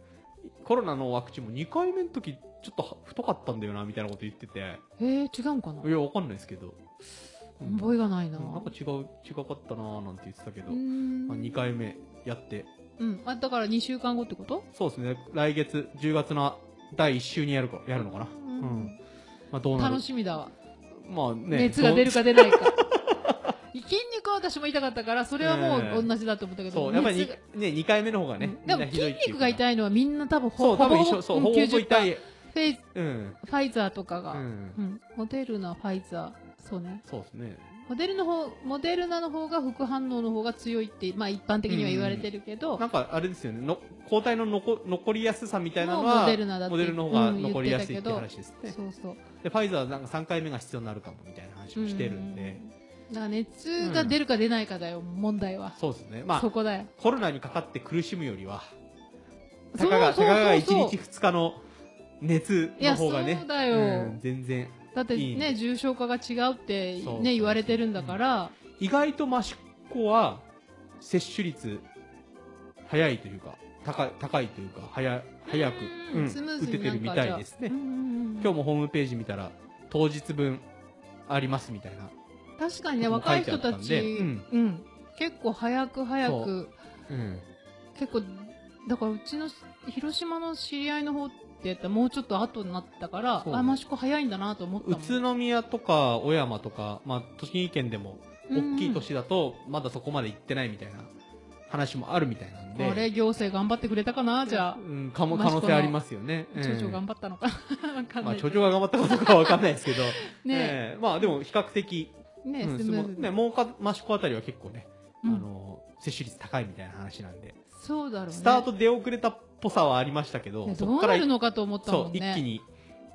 コロナのワクチンも2回目の時ちょっとは太かったんだよなみたいなこと言ってていや
えー、違うんかな
わかんないですけど、うん
覚えがないな
うんなんか違う違かったなーなんて言ってたけど、
うーん
まあ、2回目やって
うんあだから2週間後ってこと
そうですね来月10月の第1週にやるかやるのかな、
うん
うんまあ、どうなる
楽しみだわ
まあね
熱が出る
ど
か出ないか筋肉は私も痛かったからそれはも
ねえ
う同じだと思ったけ
う
ど、
そうやっぱり
熱
に
が
ね2回目の方がね、
うんでも筋肉が
い
痛いのはみんな多分
そう、多分一緒、
ほ
そう、
ぼ
ほぼ
90%
痛い。
フェイ
うん。
ファイザーとかが、
う
うん
ん。
モデルナ、ファイザー、そうね。
そうですね。
モデルの方、モデルナの方が副反応の方が強いって、まあ一般的には言われてるけど、
なんか、あれですよね。の抗体の残残りやすさみたいなの
もう
は、
モデルナだって
モデルの方が
うん
残りやすいって
言ってた
話ですね。
そうそう。
で、ファイザーはなんか3回目が必要になるかもみたいな話をしてるん
う
で、
だから熱が出るか出ないかだよ、問題は。
そうですね。ま
そ
あ、
こだよ。
コロナにかかって苦しむよりは、
そ
た
う
かが、
そうそうそう
たかが1日2日の熱の方が
い
ね
や、そうだよ
ん全然。
だって
いいね
ね、重症化が違うって
そう
ね、言われてるんだから、
意外と益子は、接種率、早いというか、高い、高いというか、早、早く、
うん
うん
スムー
打
ズ
て
に
て
な
る
ん
み
か
たいです
じゃ
ね
あ。うんうんうん
今日もホームページ見たら、当日分ありますみたいな。
確かにね、
もう
若い
書
人た
いてあったん
ち、
でうん
うん結構早く早く、
うん。
結構、だからうちの広島の知り合いの方ってやったらもうちょっと後になったから、
そう
あ、マシコ早いんだなと思ったも
宇
ん。
都宮とか、小山とか、まあ、栃木県でも、大きい都市だと、まだそこまで行ってないみたいな話もあるみたいなん
うん。
で。
あれ、行政頑張ってくれたかなじゃ
うん、かも可能性ありますよね。
あ、町長頑
張っ
張ったのか なわかん
ま
な
あ、
いけ
町
ど。
長が頑張ったことかわかんないですけど。
ね
ええまあ、でも比較的、
ね
うん、
ス
そ
ム
の
ーズに
ね、もうか、益子あたりは結構ね、
うん
あの、接種率高いみたいな話なんで、
そうだろうね。
スタート出遅れたっぽさはありましたけど、
ね
そ
ど
こ
う
か
な
ら
るのかと思った
そ
も、
うん一気
ね。
に、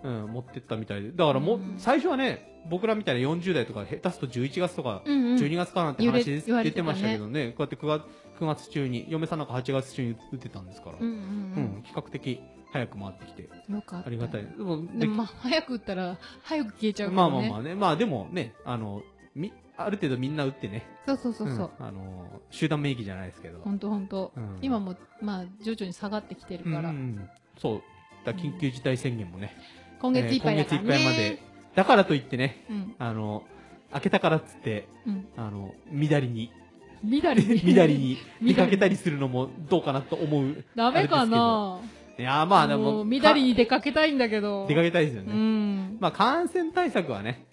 うん、持ってったみたいで。だからもう、
うん
最初はね、僕らみたいな40代とか、下手すると11月とか、
うんうん
12月かなんて話で
言われ言わ
出
れ
て
てたね
ましたけどね、こうやって9月 ,9 月中に、嫁さんなんか8月中に打ってたんですから、
うんう
うんん、比較的早く回ってきて、
うん。よかった。
ありがたい。でも、
でもまあ、早く打ったら、早く消えちゃうか
まあ
ら
ま
ね。
あまあね、まあでもね、あの、み、ある程度みんな打ってね、
そうそうそうそう。
うんあの、集団免疫じゃないですけど、
ほんとほんと。
うん
今も、まあ、徐々に下がってきてる
う
から。
んうんうんそう、だから緊急事態宣言もね、
今月いっぱい
え
だ
ー今月
か
い
ら
っ
ね。
ぱいまで、だからといってね、
うん。
あの、開けたからっつって、
うん。
あの、乱れに、
緑に。
乱れ。に出かけたりするのもどうかなと思う。
ダメか
あれ
ない
ですけどいやー、まあでも、
う緑
か
に出かけたいんだけど。
出かけたいですよ
う
ね。
ん。
まあ感染対策はね、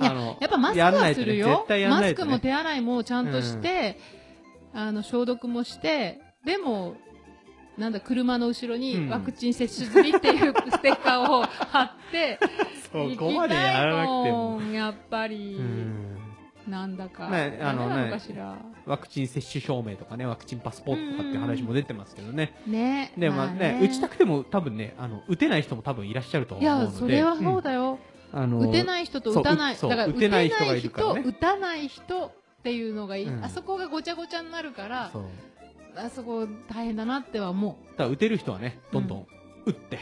いや
あの、
やっぱマスク
やんな
はい
と
す
ね
るよ
絶。対やん
マ
な
ス
いと
ク
ね
も手洗いもちゃんとして、あの、消毒もして、でも、なんだ、車の後ろ
うん
にワクチン接種済みっていうステッカーを貼って、
そ
行
こ
き
までや
たい
らなくても。
もん、やっぱり
う。ん
なんだか。
ねあ
あ
の
の、な
ね
のかしら。
ワクチン接種証明とかね、ワクチンパスポートとかって話も出てますけどね。
ね
で、まあね、打ちたくても多分ね、あの、打てない人も多分いらっしゃると思
いう
ので。
や、それはそうだよ。
うん。あの
打てない人と打たない。
そう
だ
う
か
そ
ら、
う打
打て
てな
ないい
人がいる
人
からね
打たない人っていうのがいい。
うん
あそこがごちゃごちゃになるから、
そう。
あそこ大変だなっては思
だから打てる人はね、どんどん打って。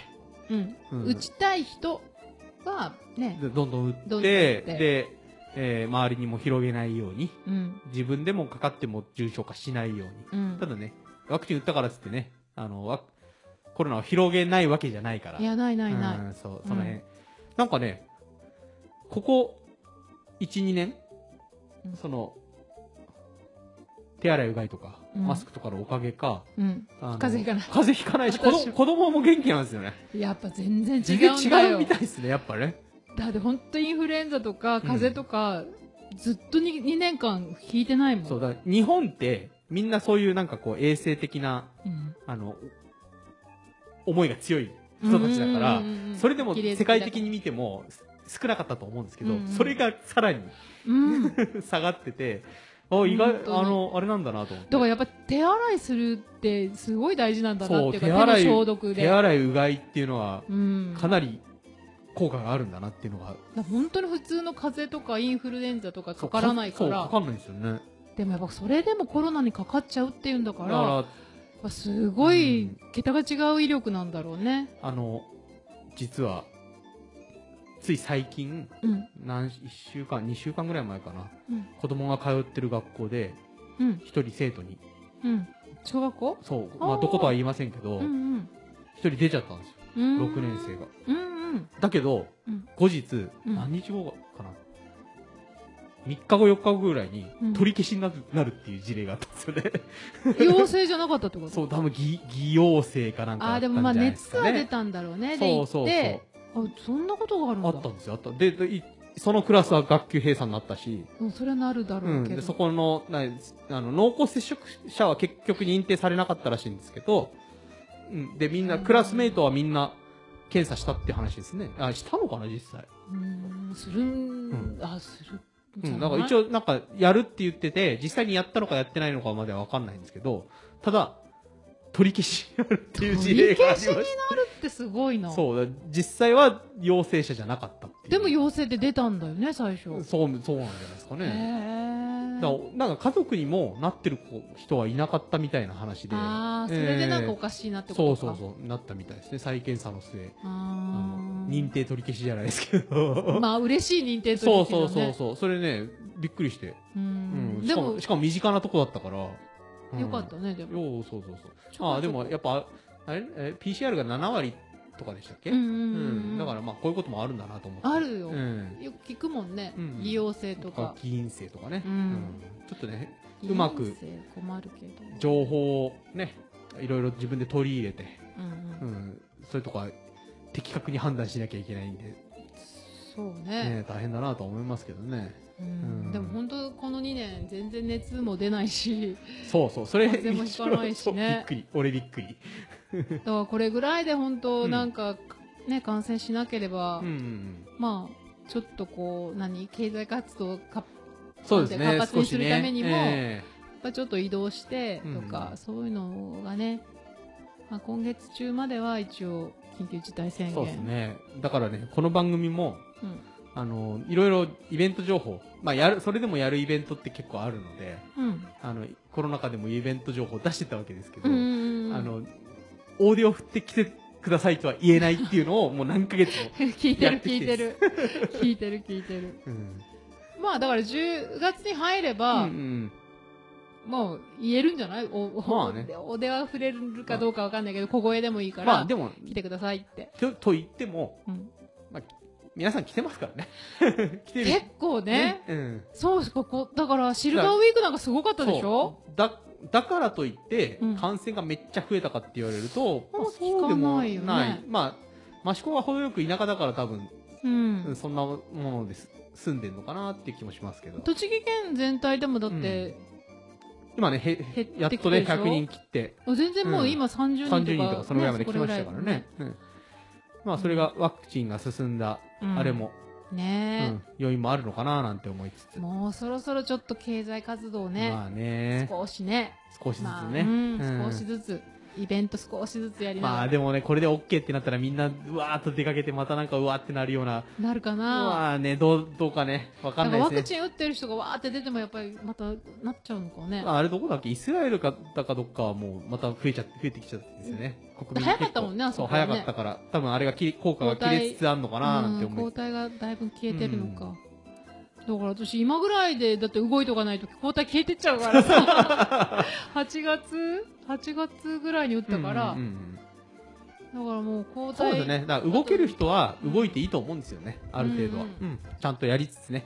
う。うん。
うん
打ちたい人は、ね。
でどんどん打っ、
どんどん打ってて
で、えー周りにも広げないように、
うん。
自分でもかかっても重症化しないように。
うん
た。だね、ワクチン打ったからっつってね、あの、ワクコロナを広げないわけじゃないから。
いや、ないないない。
うん、そう、その辺。
う
なんかね、ここ、1、2年
うん、
その、手洗いうがいとか、
うん
マスクとかのおかげか、
うん。
あの
風邪ひかない
風邪ひかないし、子
私
供
も
子供も元気なんですよね。
やっぱ全然
全
違
然
うんだ
違う
よ
み。たいですね、やっぱね。
だって本当インフルエンザとか風邪とか、ずっと 2, 2年間引いてないもん。
そうだ、日本って、みんなそういうなんかこう、衛生的な、
うん
あの、思いが強い人たちだから
うんうんうんう、ん
それでも
綺麗好き
世
だから
界的に見てもす少なかったと思うんですけど
うんう、ん
それがさらに
うん。
下がってて、あ、意外
本、当に
あの、あれなんだなと思って。
だからやっぱ手洗いするってすごい大事なんだなっていうか、
そう手洗い
手の消毒
手
で。
洗いうがいっていうのは、
うん。
かなり効果があるんだなっていうのが。
だから本当に普通の風邪とかインフルエンザとかかからないか。
そう、からかんないんですよね。
でもやっぱそれでもコロナにかかっちゃうっていうんだか
だ
ら、
から、
やっぱすごい
うん、
桁が違う威力なんだろうね。
あの、実は、つい最近、
うん。
何、1週間、2週間ぐらい前かな。
うん。
子供が通ってる学校で、
うん。
一人生徒に、
うん。小学校
そう、
あー
まあ、どことは言いませんけど
うんう、ん。
一人出ちゃったんですよ。
うん
6年生が。
うんうん。
だけど
うん、
後日、
うん
何日後かな。3日後、4日後ぐらいに
う、ん
取り消しになるなるっていう事例があったんです よね。
陽性じゃなかったってこと
そう、多分、偽、偽陽性かなんか
あ
だ
あ、
った
で
ん
も
じゃ
まあ
ないです
熱
かね。
が出たんだろうね。で、
そ
行
うそうそ
っ
う。
て、あ、そんなことがあるんだ。
あったんですよ、あった。で、でいそのクラスは学級閉鎖になったし、
うんそれはなるだ
う
ろ
ん。
うけ
で、そ
ど。
この、なあの、濃厚接触者は結局認定されなかったらしいんですけど、うん。で、みんな、
うん
クラスメイトはみんな、検査したって話ですね。あ、したのかな、実際。
うんするん、あ、する
うん
じゃ
ん、
な。
ないんか一応、なんか、やるって言ってて、実際にやったのかやってないのかまではわかんないんですけど、ただ、取り消しになるっていう事例がありま
取り消し
し
ってすごい
た。
な。
そう、だ実際は陽性者じゃなかったっていう。
でも陽性で出たんだよね、最初。
そう、そうなんじゃないですか
へ
ね。
え。
だからなんか家族にもなってる子人はいなかったみたいな話で。
ああ、それでなんかお
え
かしいなっ
ー
て
そ
こ
う
とか。
そうそう、なったみたいですね。再検査の末。あ
あ
の
ー
認定取り消しじゃないですけ ど。
まあ、嬉しい認定と
そ
いう
そうそう
ね。
そう。それね、びっくりして。
う
うんん。し
で
か
も
も、、しかも身近なとこだったから。うん
よかったね、でも。
よう、そうそう
ちょ
そう。ああ、でも
ちょ
やっぱ、あれえ、PCR が7割とかでしたっけ
うん
う。
うんうんん。
だからまあ、こういうこともあるんだなと思って。
あるよ
うん。
よく聞くもんね
うん。
利用性と
とか
か、。
議員制とかね。
うん
うんちょっとね、うまく
利用性困るけど。
情報をね、いろいろ自分で取り入れて、
うん
う
うん。
ん。それとか、的確に判断しなきゃいけないんで、
そうね。
ね、大変だなと思いますけどね。
う
うん
んでも本当この2年全然熱も出な いし、
そうそう、それ、
風邪もひかないしね
そうびっくり。俺びっくり。
だからこれぐらいで本当
うん
なんかね、感染しなければ
うんう、ん
まあ、ちょっとこう、何、経済活動を活
うん。そうですね、
活発
少
に
し
す
ね。
るためにも
え
まあちょっと移動してとか、
うん
そういうのがね、まあ、今月中までは一応緊急事態宣
え
言
そうですね。だからね、この番組も、
うん
あの、いろいろイベント情報、まあ、やる、それでもやるイベントって結構あるので、
うん
あの、コロナ禍でもイベント情報を出してたわけですけど、
うんうんうん
あの、オーディオ振ってきてくださいとは言えないっていうのをもう何ヶ月も。
聞いて
やっ
る
てき
聞い
て
て
る
る聞いてる聞いてる
うん。
まあだから10月に入れ
うん
ば、
うん
もう言えるんじゃないおお,、
まあね
お出は触れるかどうかわかんないけど小声でもいいから、
まあ、でも、
来てくださいって、
とと言っても、
うん
皆さん来てますからね。 来てる。
結構ね、
うん。
そうここだからシルバーウィークなんかすごかったでしょ
そうだだからといって、
うん
感染がめっちゃ増えたかって言われると、
あ
ま
んま
あそうでもない
聞かないよね
まあ益子は程よく田舎だから多分、
うん
そんなものです住んでんのかなっていう気もしますけど
栃木県全体でもだって、
今ねへ
減ってきてる
やっとね
でしょ
100人切って
あ全然もう今30人とか、
30人とかそのぐらいまで来ましたからね
ね
うんまあそれがワクチンが進んだ、
うん
あれも、う
ね
ん要因もあるのかななんて思いつ
え、
つ、
もうそろそろちょっと経済活動ね、
まあね
少しね
少しずつ
まあ
ね、
うん
うん
少しずつイベント少しずつやりなが
まあ
ら、
でもねこれで OK ってなったらみんなうわーっと出かけてまたなんかうわーってなるような
なるかな
まあね、どう、どうかね、わか
なん
な
んか
いですね。
ワクチン打ってる人がわーって出てもやっぱりまたなっちゃうのかね
ああれどこだっけイスラエルか、だかどっかはもう、また増えちゃって、増えてきちゃってんですよね。国民結構
早かったもんねあ
そ、
そうこはね
早かったから。多分あれがき、効果が切れつつあるのかな、なんて
うん
思
抗
い。
体がだいぶ消えてるのか、だから私今ぐらいでだって動いとかないと抗体消えてっちゃうからさ 8月8月ぐらいに打ったから、
うんうんうん
だからもう
そ
交
う
代
だよね。だから動ける人は動いていいと思うんですよね。ある程度は。う
うんうん
ん。ちゃんとやりつつね。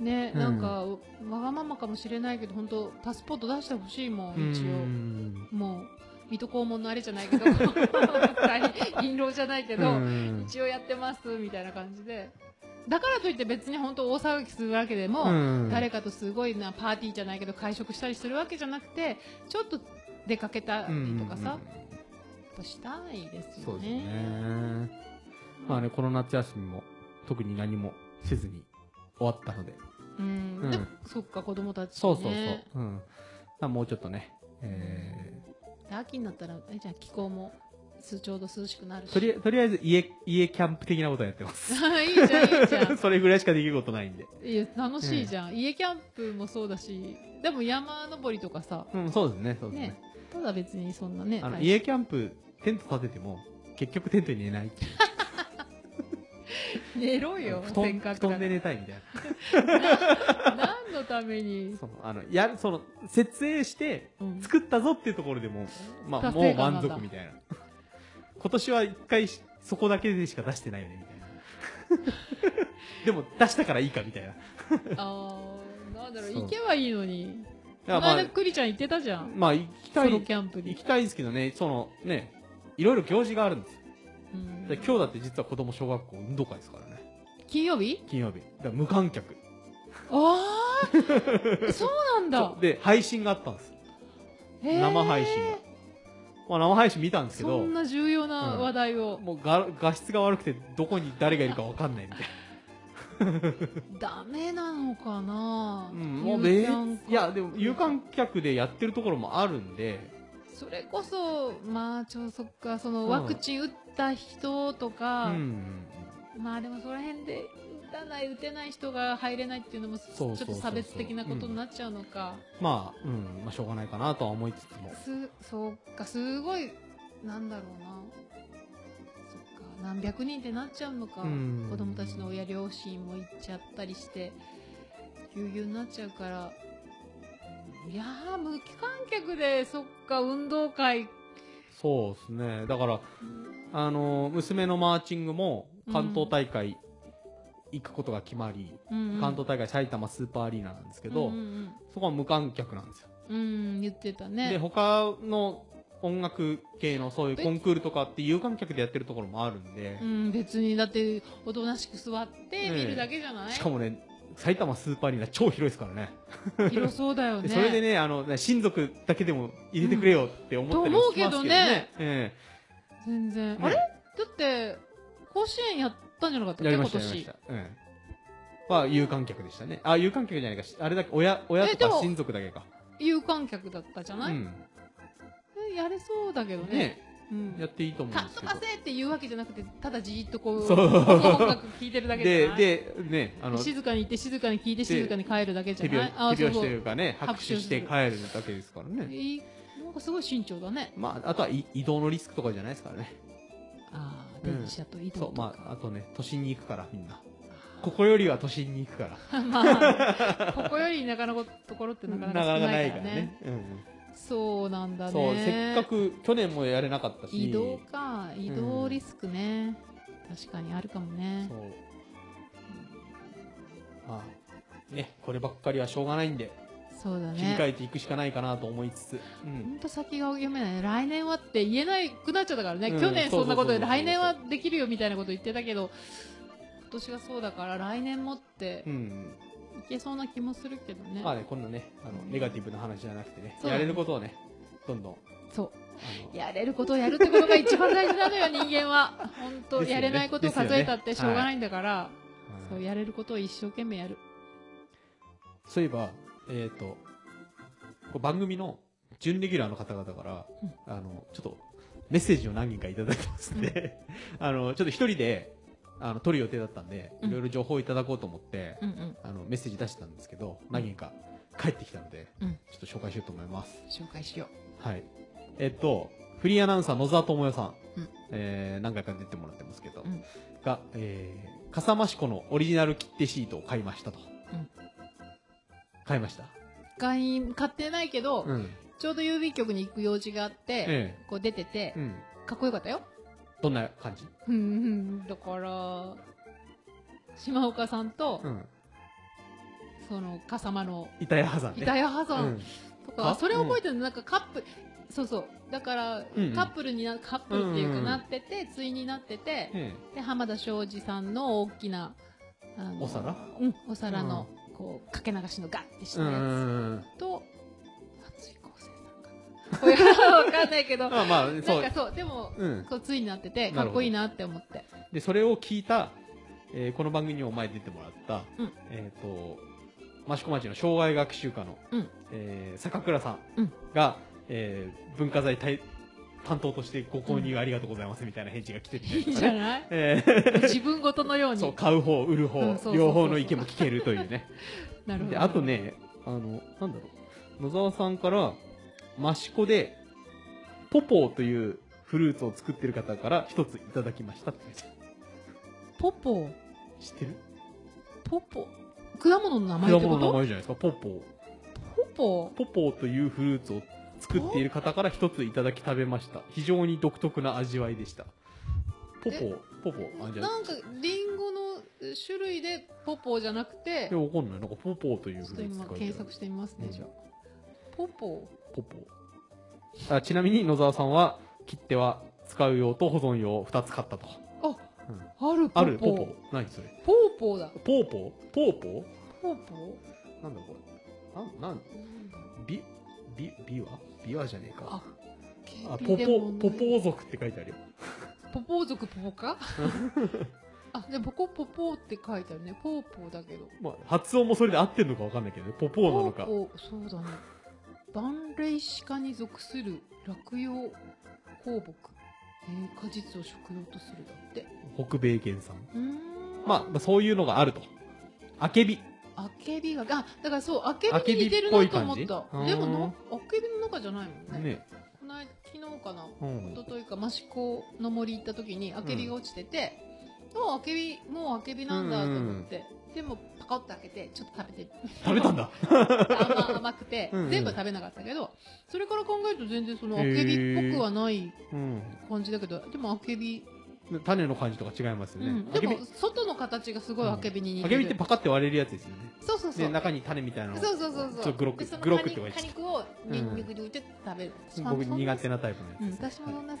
ね
うん
なんかわがままかもしれないけど本当パスポート出してほしいも
うん
一応
ん。
もう水戸黄門のあれじゃないけど 陰謀じゃないけど、
うん
一応やってますみたいな感じでだからといって別に本当大騒ぎするわけでも、
うん
誰かとすごいなパーティーじゃないけど会食したりするわけじゃなくてちょっと出かけたりとかさ、やっ
うんうんうん
ぱしたいです
そ
よ
うです
ね。
ね。まあね、この夏休みも、特に何もせずに終わったので。
うん
うん
でもそっか子供たち、ね、
そうそうそう。うん。まあもうちょっとね、え
で秋になったらえじゃあ気候もすちょうど涼しくなる
ー
し
とりあえとりあえず家、家キャンプ的なことはやってます。
あいいじゃんいいじゃ
それぐらいしかできることないんで。
んいや楽しいじゃん、家キャンプもそうだしでも山登りとかさ
うん、そうですね、そうですね。
ねただ別にそんなね
あの、
大し
家キャンプ、テント立てても、結局テントに寝ないっていう。
寝ろよ
布
せ
団、
っか
布
くだ
団
か
で
ら
寝たいみたいな。
何のために、
その、あの、やる、その、設営して、
うん
作ったぞっていうところでも、まあ、
達
もう
成
満
感なんだ
足みたいな。今年は一回し、そこだけでしか出してないよね、みたいな。でも、出したからいいか、みたいな。
あーなんだろう
そう
行けばいいのに
だから
この
ま
間クリちゃん行ってたじゃ
あ、
ん
まあ、行き
ソ
たい
ロキャンプ
行
に、
きたいんですけどね、そのね、いろいろ行事があるんですよ。
うん
で今日だって実は子供小学校運動会ですからね。
金 曜日
金曜日。だから無観客。
ああそうなんだ
そうで、配信があったんです。
へー
生配信が。まあ、生配信見たんですけ
そ
ど
ん、な重要な話題を、
もうが画質が悪くて、どこに誰がいるかわかんないみたい
ダメなのか
な。
な、
うん、もう
有
別
観
いや、でも有観客でやってるところもあるんで、
それこそまあちょそっかその
うん
ワクチン打った人と
う
か、
ん。
まあでもその辺で打たない打てない人が入れないっていうのもち
そ
ょ
う
っ
そうそうそう
と差別的なことになっちゃうのか、
まあ、うん、まあ、しょうがないかなとは思いつつも。
すそうかすごいなんだろうなそっか何百人ってなっちゃうのか、
うん
子供たちの親両親も行っちゃったりしてぎゅうぎゅうになっちゃうからいやー無観客でそっか運動会
そうですね。だから、あの、娘のマーチングも関東大会行くことが決まり、関東大会埼玉スーパーアリーナなんですけ
け
ど、
うんうん
そこは無観客なんですよ。
うんうん言ってたね
で、他の音楽系のそういうコンクールとかって有観客でやってるところもあるんで
う、ん、別にだっておとなしく座って
え
見るだけじゃない、
しかもね、埼玉スーパーアリーナ超広いですからね。
広そうだよね
それでね、あの、ね親族だけでも入れてくれよって思ったりもしますけどね。え
全然、
え
あれだって甲子園やったんじゃなかったっ
や
け
り
今
ました、やりまし
年
た。うん。は、有観客でしたね。あ、有観客じゃないか。しあれだけ、親、親
えで
とか
も
親族だけか。
有観客だったじゃ
う
ない、
ん。
えやれそうだけどね
ね、
うん
やっていいと思うん
か
です
と
けど
か。せっていうわけじゃなくてただじーっとこう
そう
音楽聴いてるだけじゃ
で
ない、
で、ね、あの、手
静かに行って静かに聴いて静かに帰るだけじゃ
拍
ないあ
子、
あ
手
そ
拍子と
う
い
いう
かね、拍
拍
手
手
して
する
帰るだけですからね。
いなんかすごい慎重だね
まあ、あとは移移動のリスクとかじゃないですからね。
ああ
うん
電車と移動
そ
と
う、
か、
まあ、あとね、都心に行くから、みんな。ここよりは都心に行くから。
まあ、ここより田舎のところって なかなか少ないからね。
うんうん
そうなんだね。
そう、せっかく、去年もやれなかったし。
移動か、移動リスクね。確かにあるかもね
そ。う。まあ、ね、こればっかりはしょうがないんで、
そうだ
切り替
ね。
えていくしかないかなと思いつつ。うん
ほんと先が読めない。来年はって言えないくなっちゃったからね。
うん
去年そんなこと
そうそうそうそう
で、来年はできるよみたいなこと言ってたけど、今年がそうだから、来年もって
う、ん。
いけそうな気もするけどね。
まあね、こんなね、あの、ネガティブな話じゃなくてね、
そう
やれることをね、どんどん、
そ
あ
う。やれることをやるってことが一番大事なの よ、人間は。本当、
ですよ
や
ね
れないことを数えたってしょうがないんだから。
の、
そううんやれることを一生懸命やる。
そういえば、えっ、と、こう番組の準レギュラーの方々から、あの、ちょっと、メッセージを何人かいただいてますんで、 あの、ちょっと一人で、あの、撮る予定だったんで、
うん
いろいろ情報をいただこうと思って、
うんうん。
あの、メッセージ出してたんですけど、何人か帰ってきたので、
うん
ちょっと紹介しようと思います。
紹介しよ
はい。えっと、フリーアナウンサー野沢智代さん、
うん
えー何回か出てもらってますけど、
うん
が、えー、笠間市子のオリジナル切手シートを買いましたと。
うん
買いました。
う。会員買ってないけど、
ん。
ちょうど郵便局に行く用事があって、
え
こう出てて
え、うん。
かっこよかったよ。
どんな感じ
うんうん。だから、島岡さんと、
ん。
その、笠間の、
板谷ハザンね。
板谷ハ
う
さん
ん。
と
か
か、それ覚えてるの、なんかカップ、そうそう。だから、
うんうん
カップルにな、カップルってい
う
う
んう
か
ん
なってて、対になってて、
え
で、浜田庄司さんの大きな、あの
お皿
うん、お皿の、こう、かけ流しのガッてし
え。
た
う
やつ。
ん。
と、松井高生さんかな。これはわかんないけど、なんか
まあまあ、 そう。
そう、でも、
うん。
こう、ついになってて、
な
か
るほど
っこいいなって思って。
で、それを聞いた、えーこの番組にも前出てもらった、
うん
えっ、と、益子町の障害学習科の、
うん
えー坂倉さ
うんん
が、えー文化財担担当としてご購入ありがとうございますみたいな返事が来てて、
いい じゃない
えー
自分ごとのように。
そう、買う方、売る方、
うんそうそうそう
両方の意見も聞けるというね。
なるほ
で、
ど。
あと、ね、あの、なんだろう、野沢さんから、益子で、ポポーというフルーツを作ってる方から一ついただきましたって。
ポポ、
知ってる
ポポ、果物の名前
果
ってこ
物の名
と
前じゃないですか、ポポー。
ポポ、
ポポーというフルーツを作っている方から一ついただき食べました。非常に独特な味わいでした。ポポー、ポポー、あ、じゃあ、
なんか、リンゴの種類でポポじゃなくて、
い
ち
や
ょ
わかんない。なんかポポーという
っ
フ
と
ルーツ
今
って書い
検
てある
索してみますね、じゃあ。ポポ、
ポポー。あちなみに野沢さんは、切手は使う用と保存用2つ買ったと。
あ、
うん
あるポポ。
あるポポー。何それ
ポーポーだ。
ポーポーポーポ
ポーポ
ーなんだこれ。なん、なん、
ー
び、び、びわびわじゃねえか
あ。、け
あ、
ピ
ポ
でも
ポ、ポポー族って書いてあるよ。
ポポー族ポポか あ、でもここポポーって書いてあるね。ポーポーだけど。
まあ、発音もそれで合ってるのかわかんないけどね。ポポーなのか。
ポーポー、そうだね。万類シカに属する落葉香木。えー果実を食用とするだって。
北米原産。
うーん。
まあ、まあ、そういうのがあると。あけび。
あけびが、あ、だからそう、あけ
あけ
びに
び
似
って
る
ぽ
ないと思
感
っ
じ
た。
うん
でもな、あけびの中じゃないもんね。
ね。
この間、昨日かな、
う
一
ん。
昨日か、益子の森行った時に、あけびが落ちてて、もうあけび、もうあけびなんだと思って、でも、パカッと開けて、ちょっと食べて、
食べたんだ。
甘甘くて
うんう、ん
全部は食べなかったけど、それから考えると全然その、あけびっぽくはない
うん。
感じだけど、でもあけび、
種の感じとか違います
う
よね
ん。。
あ
で
けび
も、、外の形がすごいあけびに似
あ
て
け
る。
びってパカって割れるやつですよね。
そうそうそ
で、
う。
中に種みたいなの
そうそうそうそう。
ちょっとグロく
でその
グロくって言われ
果
てた
肉を
うん
ニンニクでって食べる。
僕
そん
苦手なタイプのやつ
う
で
ん、
すね。
私もそんな。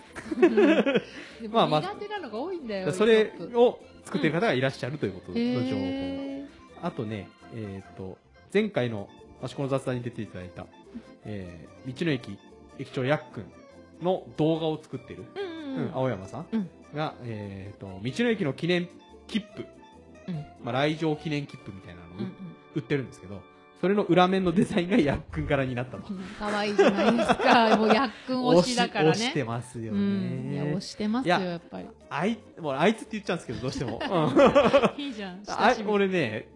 で
まあま
も
あ
苦手なのが多いん
だ
だ
か
よ。
らそれ
ちょっと
を作ってる方がいらっしゃるということの情報。
へ
あとね、えーっと、前回の、あそこの雑談に出ていただいた、えー、道の駅、駅長やっくんの動画を作ってる、
ーう
う
んうんんうん。
青山さん
うん
が、えーっと、道の駅の記念切符、
うん
まあ、来場記念切符みたいなのを
うん
売ってるんですけど、それの裏面のデザインがやっくんからになったと。
うん。可愛いじゃないですか。もう、やっくん推しだから
推 し推して
ね。
ますよ
う
ね。
ん。いや、推してますよ、
いや
やっぱり。
あい、もうあいつって言っちゃうんですけど、どうして も。うん
いいじゃん。
あ
親しみ
俺ね、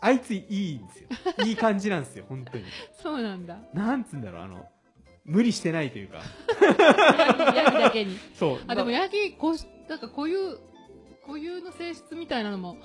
あいついいんですよ。いい感じなんですよ、本当に。
そうなんだ。
なんつうんだろう、あの、無理してないというか。
ヤギだ けに。
そう。
あ、でも
な
ヤギ、こうし、なんか固有、固有の性質みたいなのも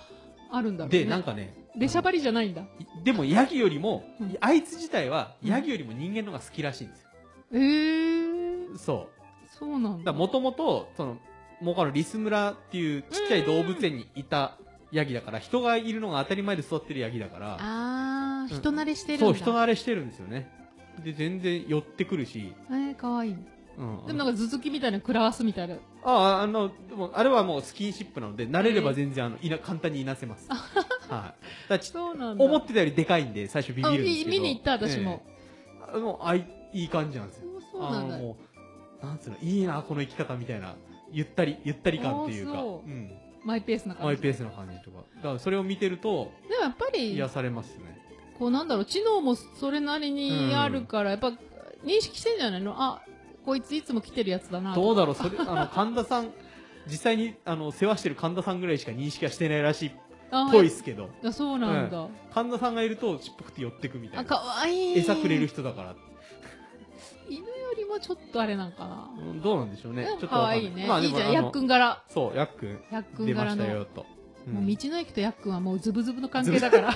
あるんだろうね。
で、なんかね、
出しゃばりじゃないんだ。
いでもヤギよりも
うん、
あいつ自体は、
うん
ヤギよりも人間の方が好きらしいんですよ。
えー、
そう。
そうなん
だ
だ。
もともと、その、もうかのリス村っていうちっちゃい動物園にいたヤギだから、人がいるのが当たり前で育ってるヤギだから、
あー、
うん
人慣れしてるんだ。
そう、人慣れしてるんですよね。で、全然寄ってくるし、
えー、かわいい。
うん。
でもなんか頭突きみたいなクラワスみたいな。
ああ、あの、でも、あれはもうスキンシップなので、慣れれば全然、あの、いな、簡単にいなせます。はい。だち
そうなんだ。
思ってたよりでかいんで、最初ビビ
あ
るんです
見
けど。
見に行った、私も。
ええ。あもう、あい、いい感じなんですよ。
そうそうなんだ
あ。のもう、なんつうの、いいな、この生き方みたいな、ゆったり、ゆったり感っていう
あ
か、。
そうんマイペースな感じ。
マイペースな感じとか。だから、それを見てると、
でもやっぱり
癒、されますね。
こうなんだろう、知能もそれなりにあるから、やっぱ認識してんじゃないのあ、こいついつも来てるやつだなと。
どうだろう、 それ、あの、神田さん、実際に、あの、世話してる神田さんぐらいしか認識はしてないらしいっ
あー
ぽいっすけど、
あそうなんだ。
神田さんがいると、ちっぽくて寄ってくみたいな。
あ、かわいい。
餌くれる人だから。
犬よりもちょっとあれなんかな。
うんどうなんでしょうね。ちょっ
で
と
もかわいい
わかんな
ね。
まあ
い
で
い
も
じゃ
あ
ん。
の
やっくん柄。
そう、ヤックン。
やっくん
出ま
柄
した
の。
よ、と。うん
もう道の駅とやっくんはもうズブズブの関係だから。 も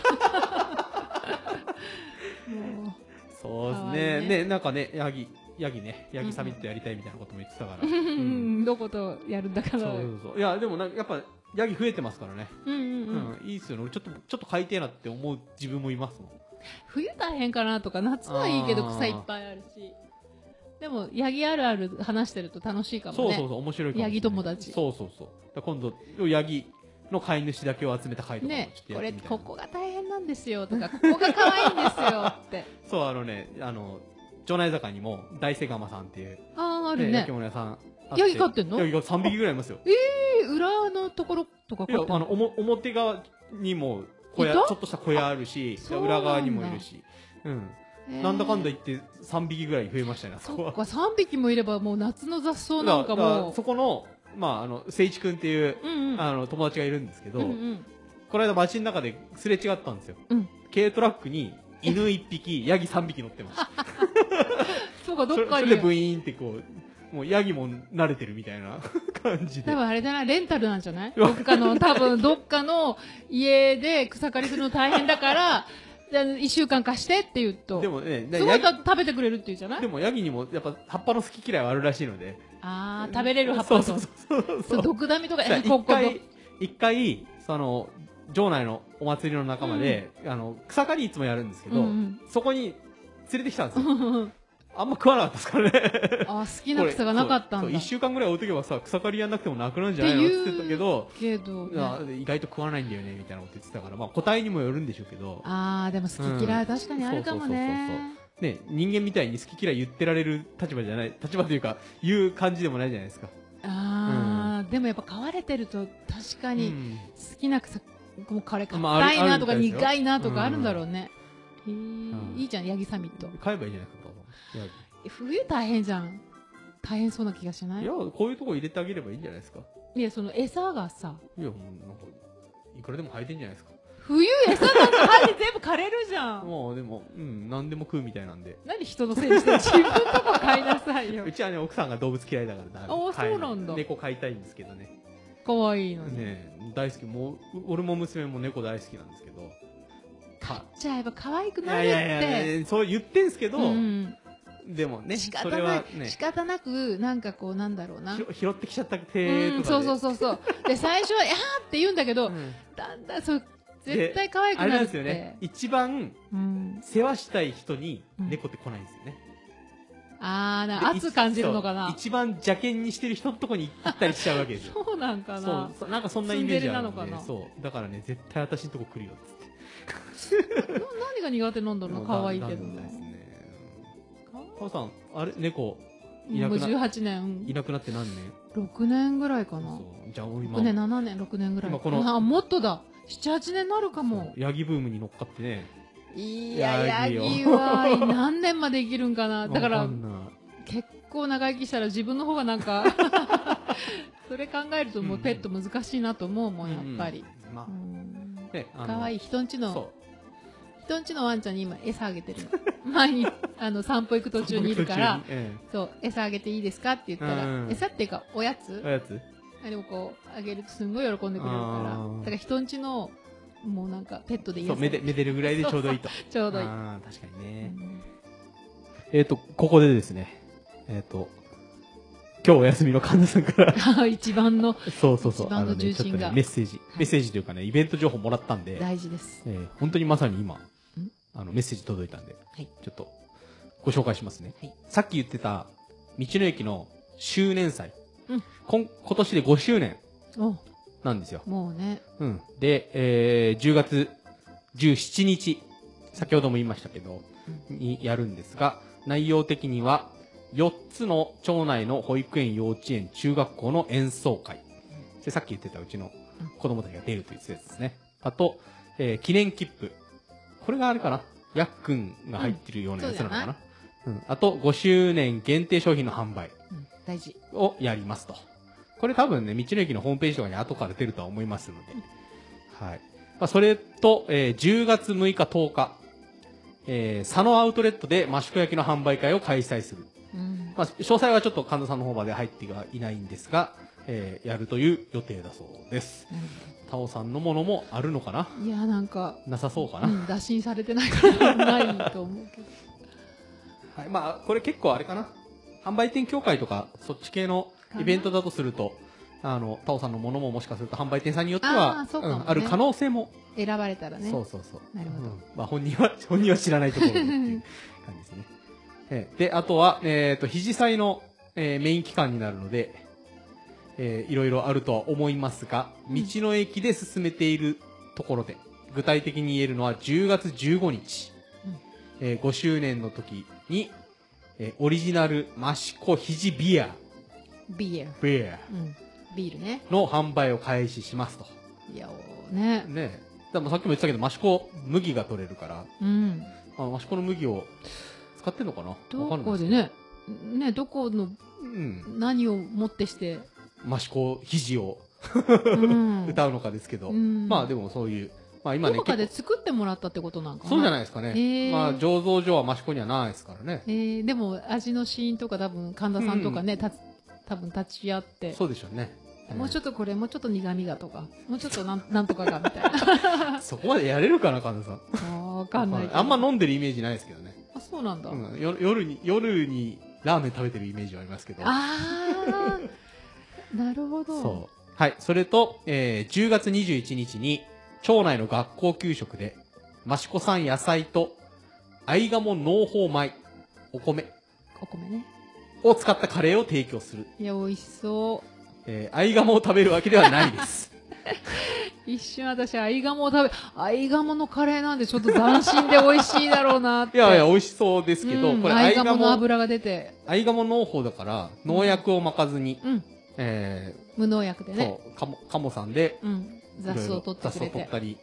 そうです
かわ
ね。
いいね
ね、なんかね、ヤギ、ヤギね、ヤギサミットやりたいみたいなことも言ってたから。
う、う
うん
ん、どことやるんだか
そう
ら。
そううんそう。いや、でもなんかやっぱ、ヤギ増えてますからね。
うん
う
うん。
ん、いいっすよね。俺ちょっと、ちょっと飼いてえなって思う自分もいますもん。
冬大変かなとか、夏はいいけど
あー
草いっぱいあるし。でも、ヤギあるある話してると楽しいかもね。
そうそうそう、面白いかもしれない
ヤギ友達
そうそうそう。だから今度、ヤギの飼い主だけを集めた会とかも
ね
ちょっ、とや
こ
って
れ、
みたいな。
ここが大変なんですよとか、ここが可愛いんですよって。
そう、あのね、あの、町内坂にも、大瀬釜さんっていう、
ああ、あ
あ
る
焼
ね
き。物屋さんあ。
ヤギ飼ってんの
ヤギが3匹ぐらいいますよ。
え裏のところとか
い
買
や
っ、た
あの、おも表側にも小屋、
い
ち
た
ょっとした小屋あるし
あ、そうなんだ
裏側にもいるし。うん。なんだかんだ言って3匹ぐらい増えましたね、あそ
そ
こ
っ
は。
か、3匹もいればもう夏の雑草なんか
だだら
もう
そ。この、まあ、あの、聖一くんっていう、
うんうん。
あの、友達がいるんですけど、
うんうん。
この間街の中ですれ違ったんですよ。
うん
軽トラックに犬1匹、ヤギ3匹乗ってました。
そうか、
そ
どっ
れそ
か
れ
に。
でブイーンってこう、もうヤギも慣れてるみたいな 感じ
多
で。
分あれだな、レンタルなんじゃないど
わ
っかの、多分どっかの家で草刈りするの大変だから、じゃあ1週間貸してって言うと。
でもね、
すご
ヤ
い
ギ
た食べてくれるって言うじゃない
でもヤギにもやっぱ葉っぱの好き嫌いはあるらしいので。
ああ、食べれる葉っぱと。
そうそうそうそう
そう毒ダミとか、
だ
え、
から一
ここの。
回、一回、その、城内のお祭りの仲間で、あの、草刈りいつもやるんですけど、
うん
そこに連れてきたんです
う
よ。
んうん。
あんま食わなかったですから ね。
あー、好きな草がなかった
これそうそ
ん
う
だ
一。週間ぐらい置いとけばさ、草刈りやんなくてもなくなるんじゃないの
っ
って
い
て
う
言ってたけど、
けどね、
あ意外と食わないんだよね、みたいなこと言ってたから、まあ個体にもよるんでしょうけど、
ああ、でも好き嫌い確かにあるかもね。
うんね、人間みたいに好き嫌い言ってられる立場じゃない、立場というか、言う感じでもないじゃないですか。
あー、でもやっぱ買われてると確か
う
に
ん
好きな草、もうカレー
まああ
硬
る
いなと
あ
か
るみたいですよ
苦いなとかあるんだろうね。へ
うん
ーいいじゃん、ヤギサミット。
買えばいいじゃないですか、ヤギ
冬大変じゃん。大変そうな気がしない
いや、こういうとこ入れてあげればいいんじゃないですか。
いや、その餌がさ、
いや、もうなんか、いくらでも生えてんじゃないですか。
冬餌なんか入って全部枯れるじゃん。
もうでも、うん、何でも食うみたいなんで。
何人のせいにして自分とこ買いなさ いよ
う。ちはね、奥さんが動物嫌いだからな。
あ
飼えい
そうなんだ
猫飼いたいんですけどね。
可愛いのに。
ね大好き。もう、う俺も娘も猫大好きなんですけど。
買っ
か
ちゃえば可愛く
いや
なるっ
いやいや
て。
いや、そう言ってんすけど、
うん
でもね、
仕
そ
方
れ
な、
はいね、
仕方なく、なんかこう、なんだろうな。
ひろ拾ってきちゃった手と
う
か
ん、
で。
そうそうそうそう。で、最初は、いやーって言うんだけど、
うん
だんだん、そう、絶対可愛く
あれ
な
な
る
ん
っ
です
て。
よね。一番
うん。
世話したい人に猫って来ないんですよね。
あー、
で
な圧感じるのか
そう
な。
一番邪険にしてる人のとこに行ったりしちゃうわけですよ。
そうなんか
そ
な
う。そなんかそんなイメージあるん
ツンデレ
で
なのかな
そうだからね絶対私のとこ来るよっつって
な何が苦手なんだろうな、可愛いけど
もうだんだん
な。
ですね
かわ
母さんあれ猫い
も
な
う
くな
18年、
いなくなって何年
6年ぐらいかな。
そうじゃあ俺今
6年、7年、6年ぐらい。
今この
あ、もっとだ。7、8年なるかも
そ。うヤギブームに乗っかってね
いや、
ヤ
ヤ
ギよ
ギは、何年まで生きるんかな。だか
わ
ら
ん、ない
結構長生きしたら自分の方がなんかそれ考えるともうペット難しいなと思うもんやっぱり、
うんま
うん
あねあ
かわい
い
い人んちの
そう
人んちのワンちゃんに今餌あげてるの前にあの散歩行く途中にいるから
途中にえ
そう餌あげていいですかって言ったら、
うん
餌っていうかおやつ
えおやつ
あれをこうあげるとすんごい喜んでくれる
あ
から
ー
だから人んちのもうなんかペットでいい
そうめでめでるぐらいでちょうどいいと
ちょうどいい、
あー確かに
う
ね
ん
えっとここでですねえっと今日お休みの神田さんから
一番の
そうそうそう。
一番の
あね
重心が
ちょっとねメッセージ、メッセージというかね、イベント情報もらったんで、
大事です
えー本当にまさに今、あの、メッセージ届いたんで、
はい
ちょっと、ご紹介しますね、
はい
さっき言ってた、道の駅の周年祭。
うん
こん今年で5周年
お
なんですよ。
もうね
うん。で、えー10月17日、先ほども言いましたけど、にやるんですが、内容的には、4つの町内の保育園、幼稚園、中学校の演奏会。で、さっき言ってたうちの子供たちが出るというやつですね。あと、えー記念切符。これがあれかなやっくんが入ってるようなやつなのかな、うん、あと、5周年限定商品の販売
うん大事
をやりますと。これ多分ね、道の駅のホームページとかに後から出るとは思いますので。はい。まあ、それと、えー10月6日10日、えー佐野アウトレットで益子焼きの販売会を開催する。
うん
まあ、詳細はちょっと神田さんの方まで入ってはいないんですが、えーやるという予定だそうです。
なるほど
タオさんのものもあるのかない
やなんか、
なさそうか
う
な、
ん、打診されてないからないと思うけど
はい。まあ、これ結構あれかな販売店協会とか、そっち系のイベントだとすると、あの、タオさんのものももしかすると販売店さんによっては、
あーそうかもね
んある可能性も
選ばれたらね
そうそうそう。
なるほど
うんまあ本人は、 本人は知らないところでっていう感じですね。えーで、あとは、えっ、と、肘祭の、えーメイン期間になるので、えーいろいろあるとは思いますが、
ん
道の駅で進めているところで、具体的に言えるのは10月15日、
うん
え5周年の時に、えーオリジナル益子肘ビア、
ビール、
ビア
うん、ビールね
の販売を開始しますと。
いやね
ねえ。でもさっきも言ってたけど、益子麦が取れるから、
うん
あの、あそこの麦を使ってんのかな
ど
わかんない
こですねねどこの
けどうん。
何をもっ てして、
マシコ肘を
うん
歌うのかですけど、
うん
まあでもそういう、まあ今
ど
ね、
こかで
結
作ってもらったってことなんか
構そう
な
じゃ
ない
ないですかね。
へー
まあ醸造所はマシコにはないですからね。
えー、でも味のシーンとか多分神田さんとかね、た多分立ち会って
そうでしょうね。
もうちょ
っ
っとこれもうちょっと苦味がとかもうちょっとなん なんとかがみたい な
と。そこまでやれるかな、神田さん。
あーわかんないけど
あんま飲んでるイメージないですけどね。
あそうなんだ、
うん、よ夜に、夜にラーメン食べてるイメージはありますけど。
ああ、 なるほど。
そう。はい。それと、えー10月21日に、町内の学校給食で、益子産野菜と、合鴨農法米、お米
お米ね。
を使ったカレーを提供する。
いや、美味しそ
えー、合鴨を食べるわけではないです。
一瞬私、アイガモを食べ、アイガモのカレーなんでちょっと斬新で美味しいだろうなって。
いやいや、美味しそうですけど、
うん
これ、
ア
ア
イ
イ
ガ
ガ
モ
モ、
の油が出て、
アイガモ農法だから、農薬を巻かずに、
うん、
え
無農薬で
ー
ね。
そう、カモ、カモさんで、
うん、雑
いろい
草を
ろ
取ってくれ
雑草取
て
っ。たり、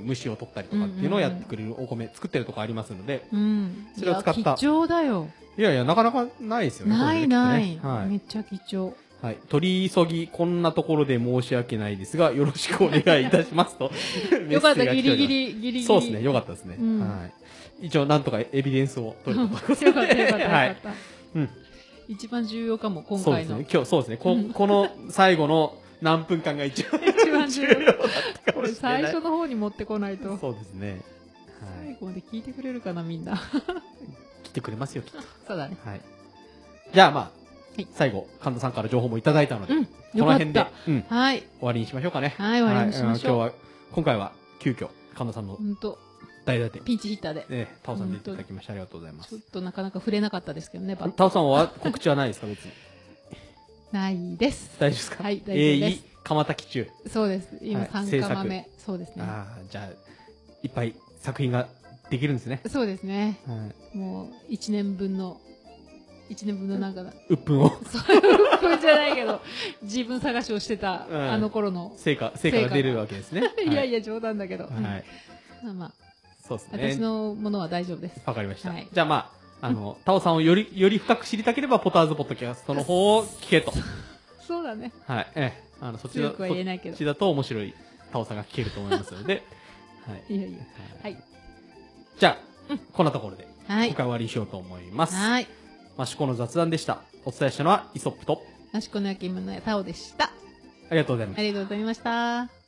虫を取ったりとかっていうのをやってくれるお米、作ってるとこありますので、
うん。
それを使った
いや貴重だよ。
いやいや、なかなかないですよね。
ない
これね
ない、
はい
めっちゃ貴重。
はい。取り急ぎ、こんなところで申し訳ないですが、よろしくお願いいたしますと。
よかっ
メッセ
た、
ー
ギ
ジが来ております
リギリ、ギリギリ。
そうですね、よかったですね。
うん
はい。一応、なんとかエビデンスを取ること。
よかった、よかった、よ
は
か
い。
った。
うん
一番重要かも、今
そうで
回
す
の。
ね、今日、そうですね、こ
うん
この最後の何分間が一番
一番重
重
要
要だったか
こ
も
れ
しれない。
最初の方に持ってこないと。
そうですね。は
最
い。
後まで聞いてくれるかな、みんな。
来てくれますよ、きっと。
そうだね。
はい。じゃあ、まあ、
はい
最後、神田さんから情報もいただいたので、
うん
こ、
よ
の
か
辺
っ
で
た。、
うん、終
はい。
わりにしましょうかね。
はい、終わりにしましょう。
はいあの今日は、今回は急遽、神田さんの
ほんと、
代打で、
ピンチヒッターで。
ええ、タオさん出ていただきましてありがとうございま
ちょ
す
っ。となかなか触れなかったですけどね、バッ
タオさんは告知はないですか、別に。
ないです。
大丈夫ですか
はい、大
え
丈夫
え
で
い
す。
鎌田基中。
そうです。今、
はい
3
制
カ
作
マ目。そうですね。
ああ、じゃあ、いっぱい作品ができるんですね。
そうですね。
はい。
もう、1年分の、1年分のなんか、
鬱憤を、
そういう分じゃないけど、自分探しをしてた、
うん
あの頃の。
成果、成果が出るわけですね。
いやい
や。
や、冗談だけど。
はい。
うんまあまあ、
そうですね。
私のものは大丈夫です。
わかりました。
はい
じゃあまあ、あ の、タオさんをより、より深く知りたければ、ポターズポッドキャストの方を聞けと。
そうだね。
はい。ええ。あの、そっちだ
強く
そ
は
っ
言えないけど
ち。だと面白いタオさんが聞けると思います ので。はい。
いやいや。はい。
じゃあ、こんなところで、
はい
今回終わりにしようと思います。
はい。
マシコの雑談でした。お伝えしたのは、イソップと、
益子の焼き芋のタオでした。
ありがとうございました
ありがとうございました。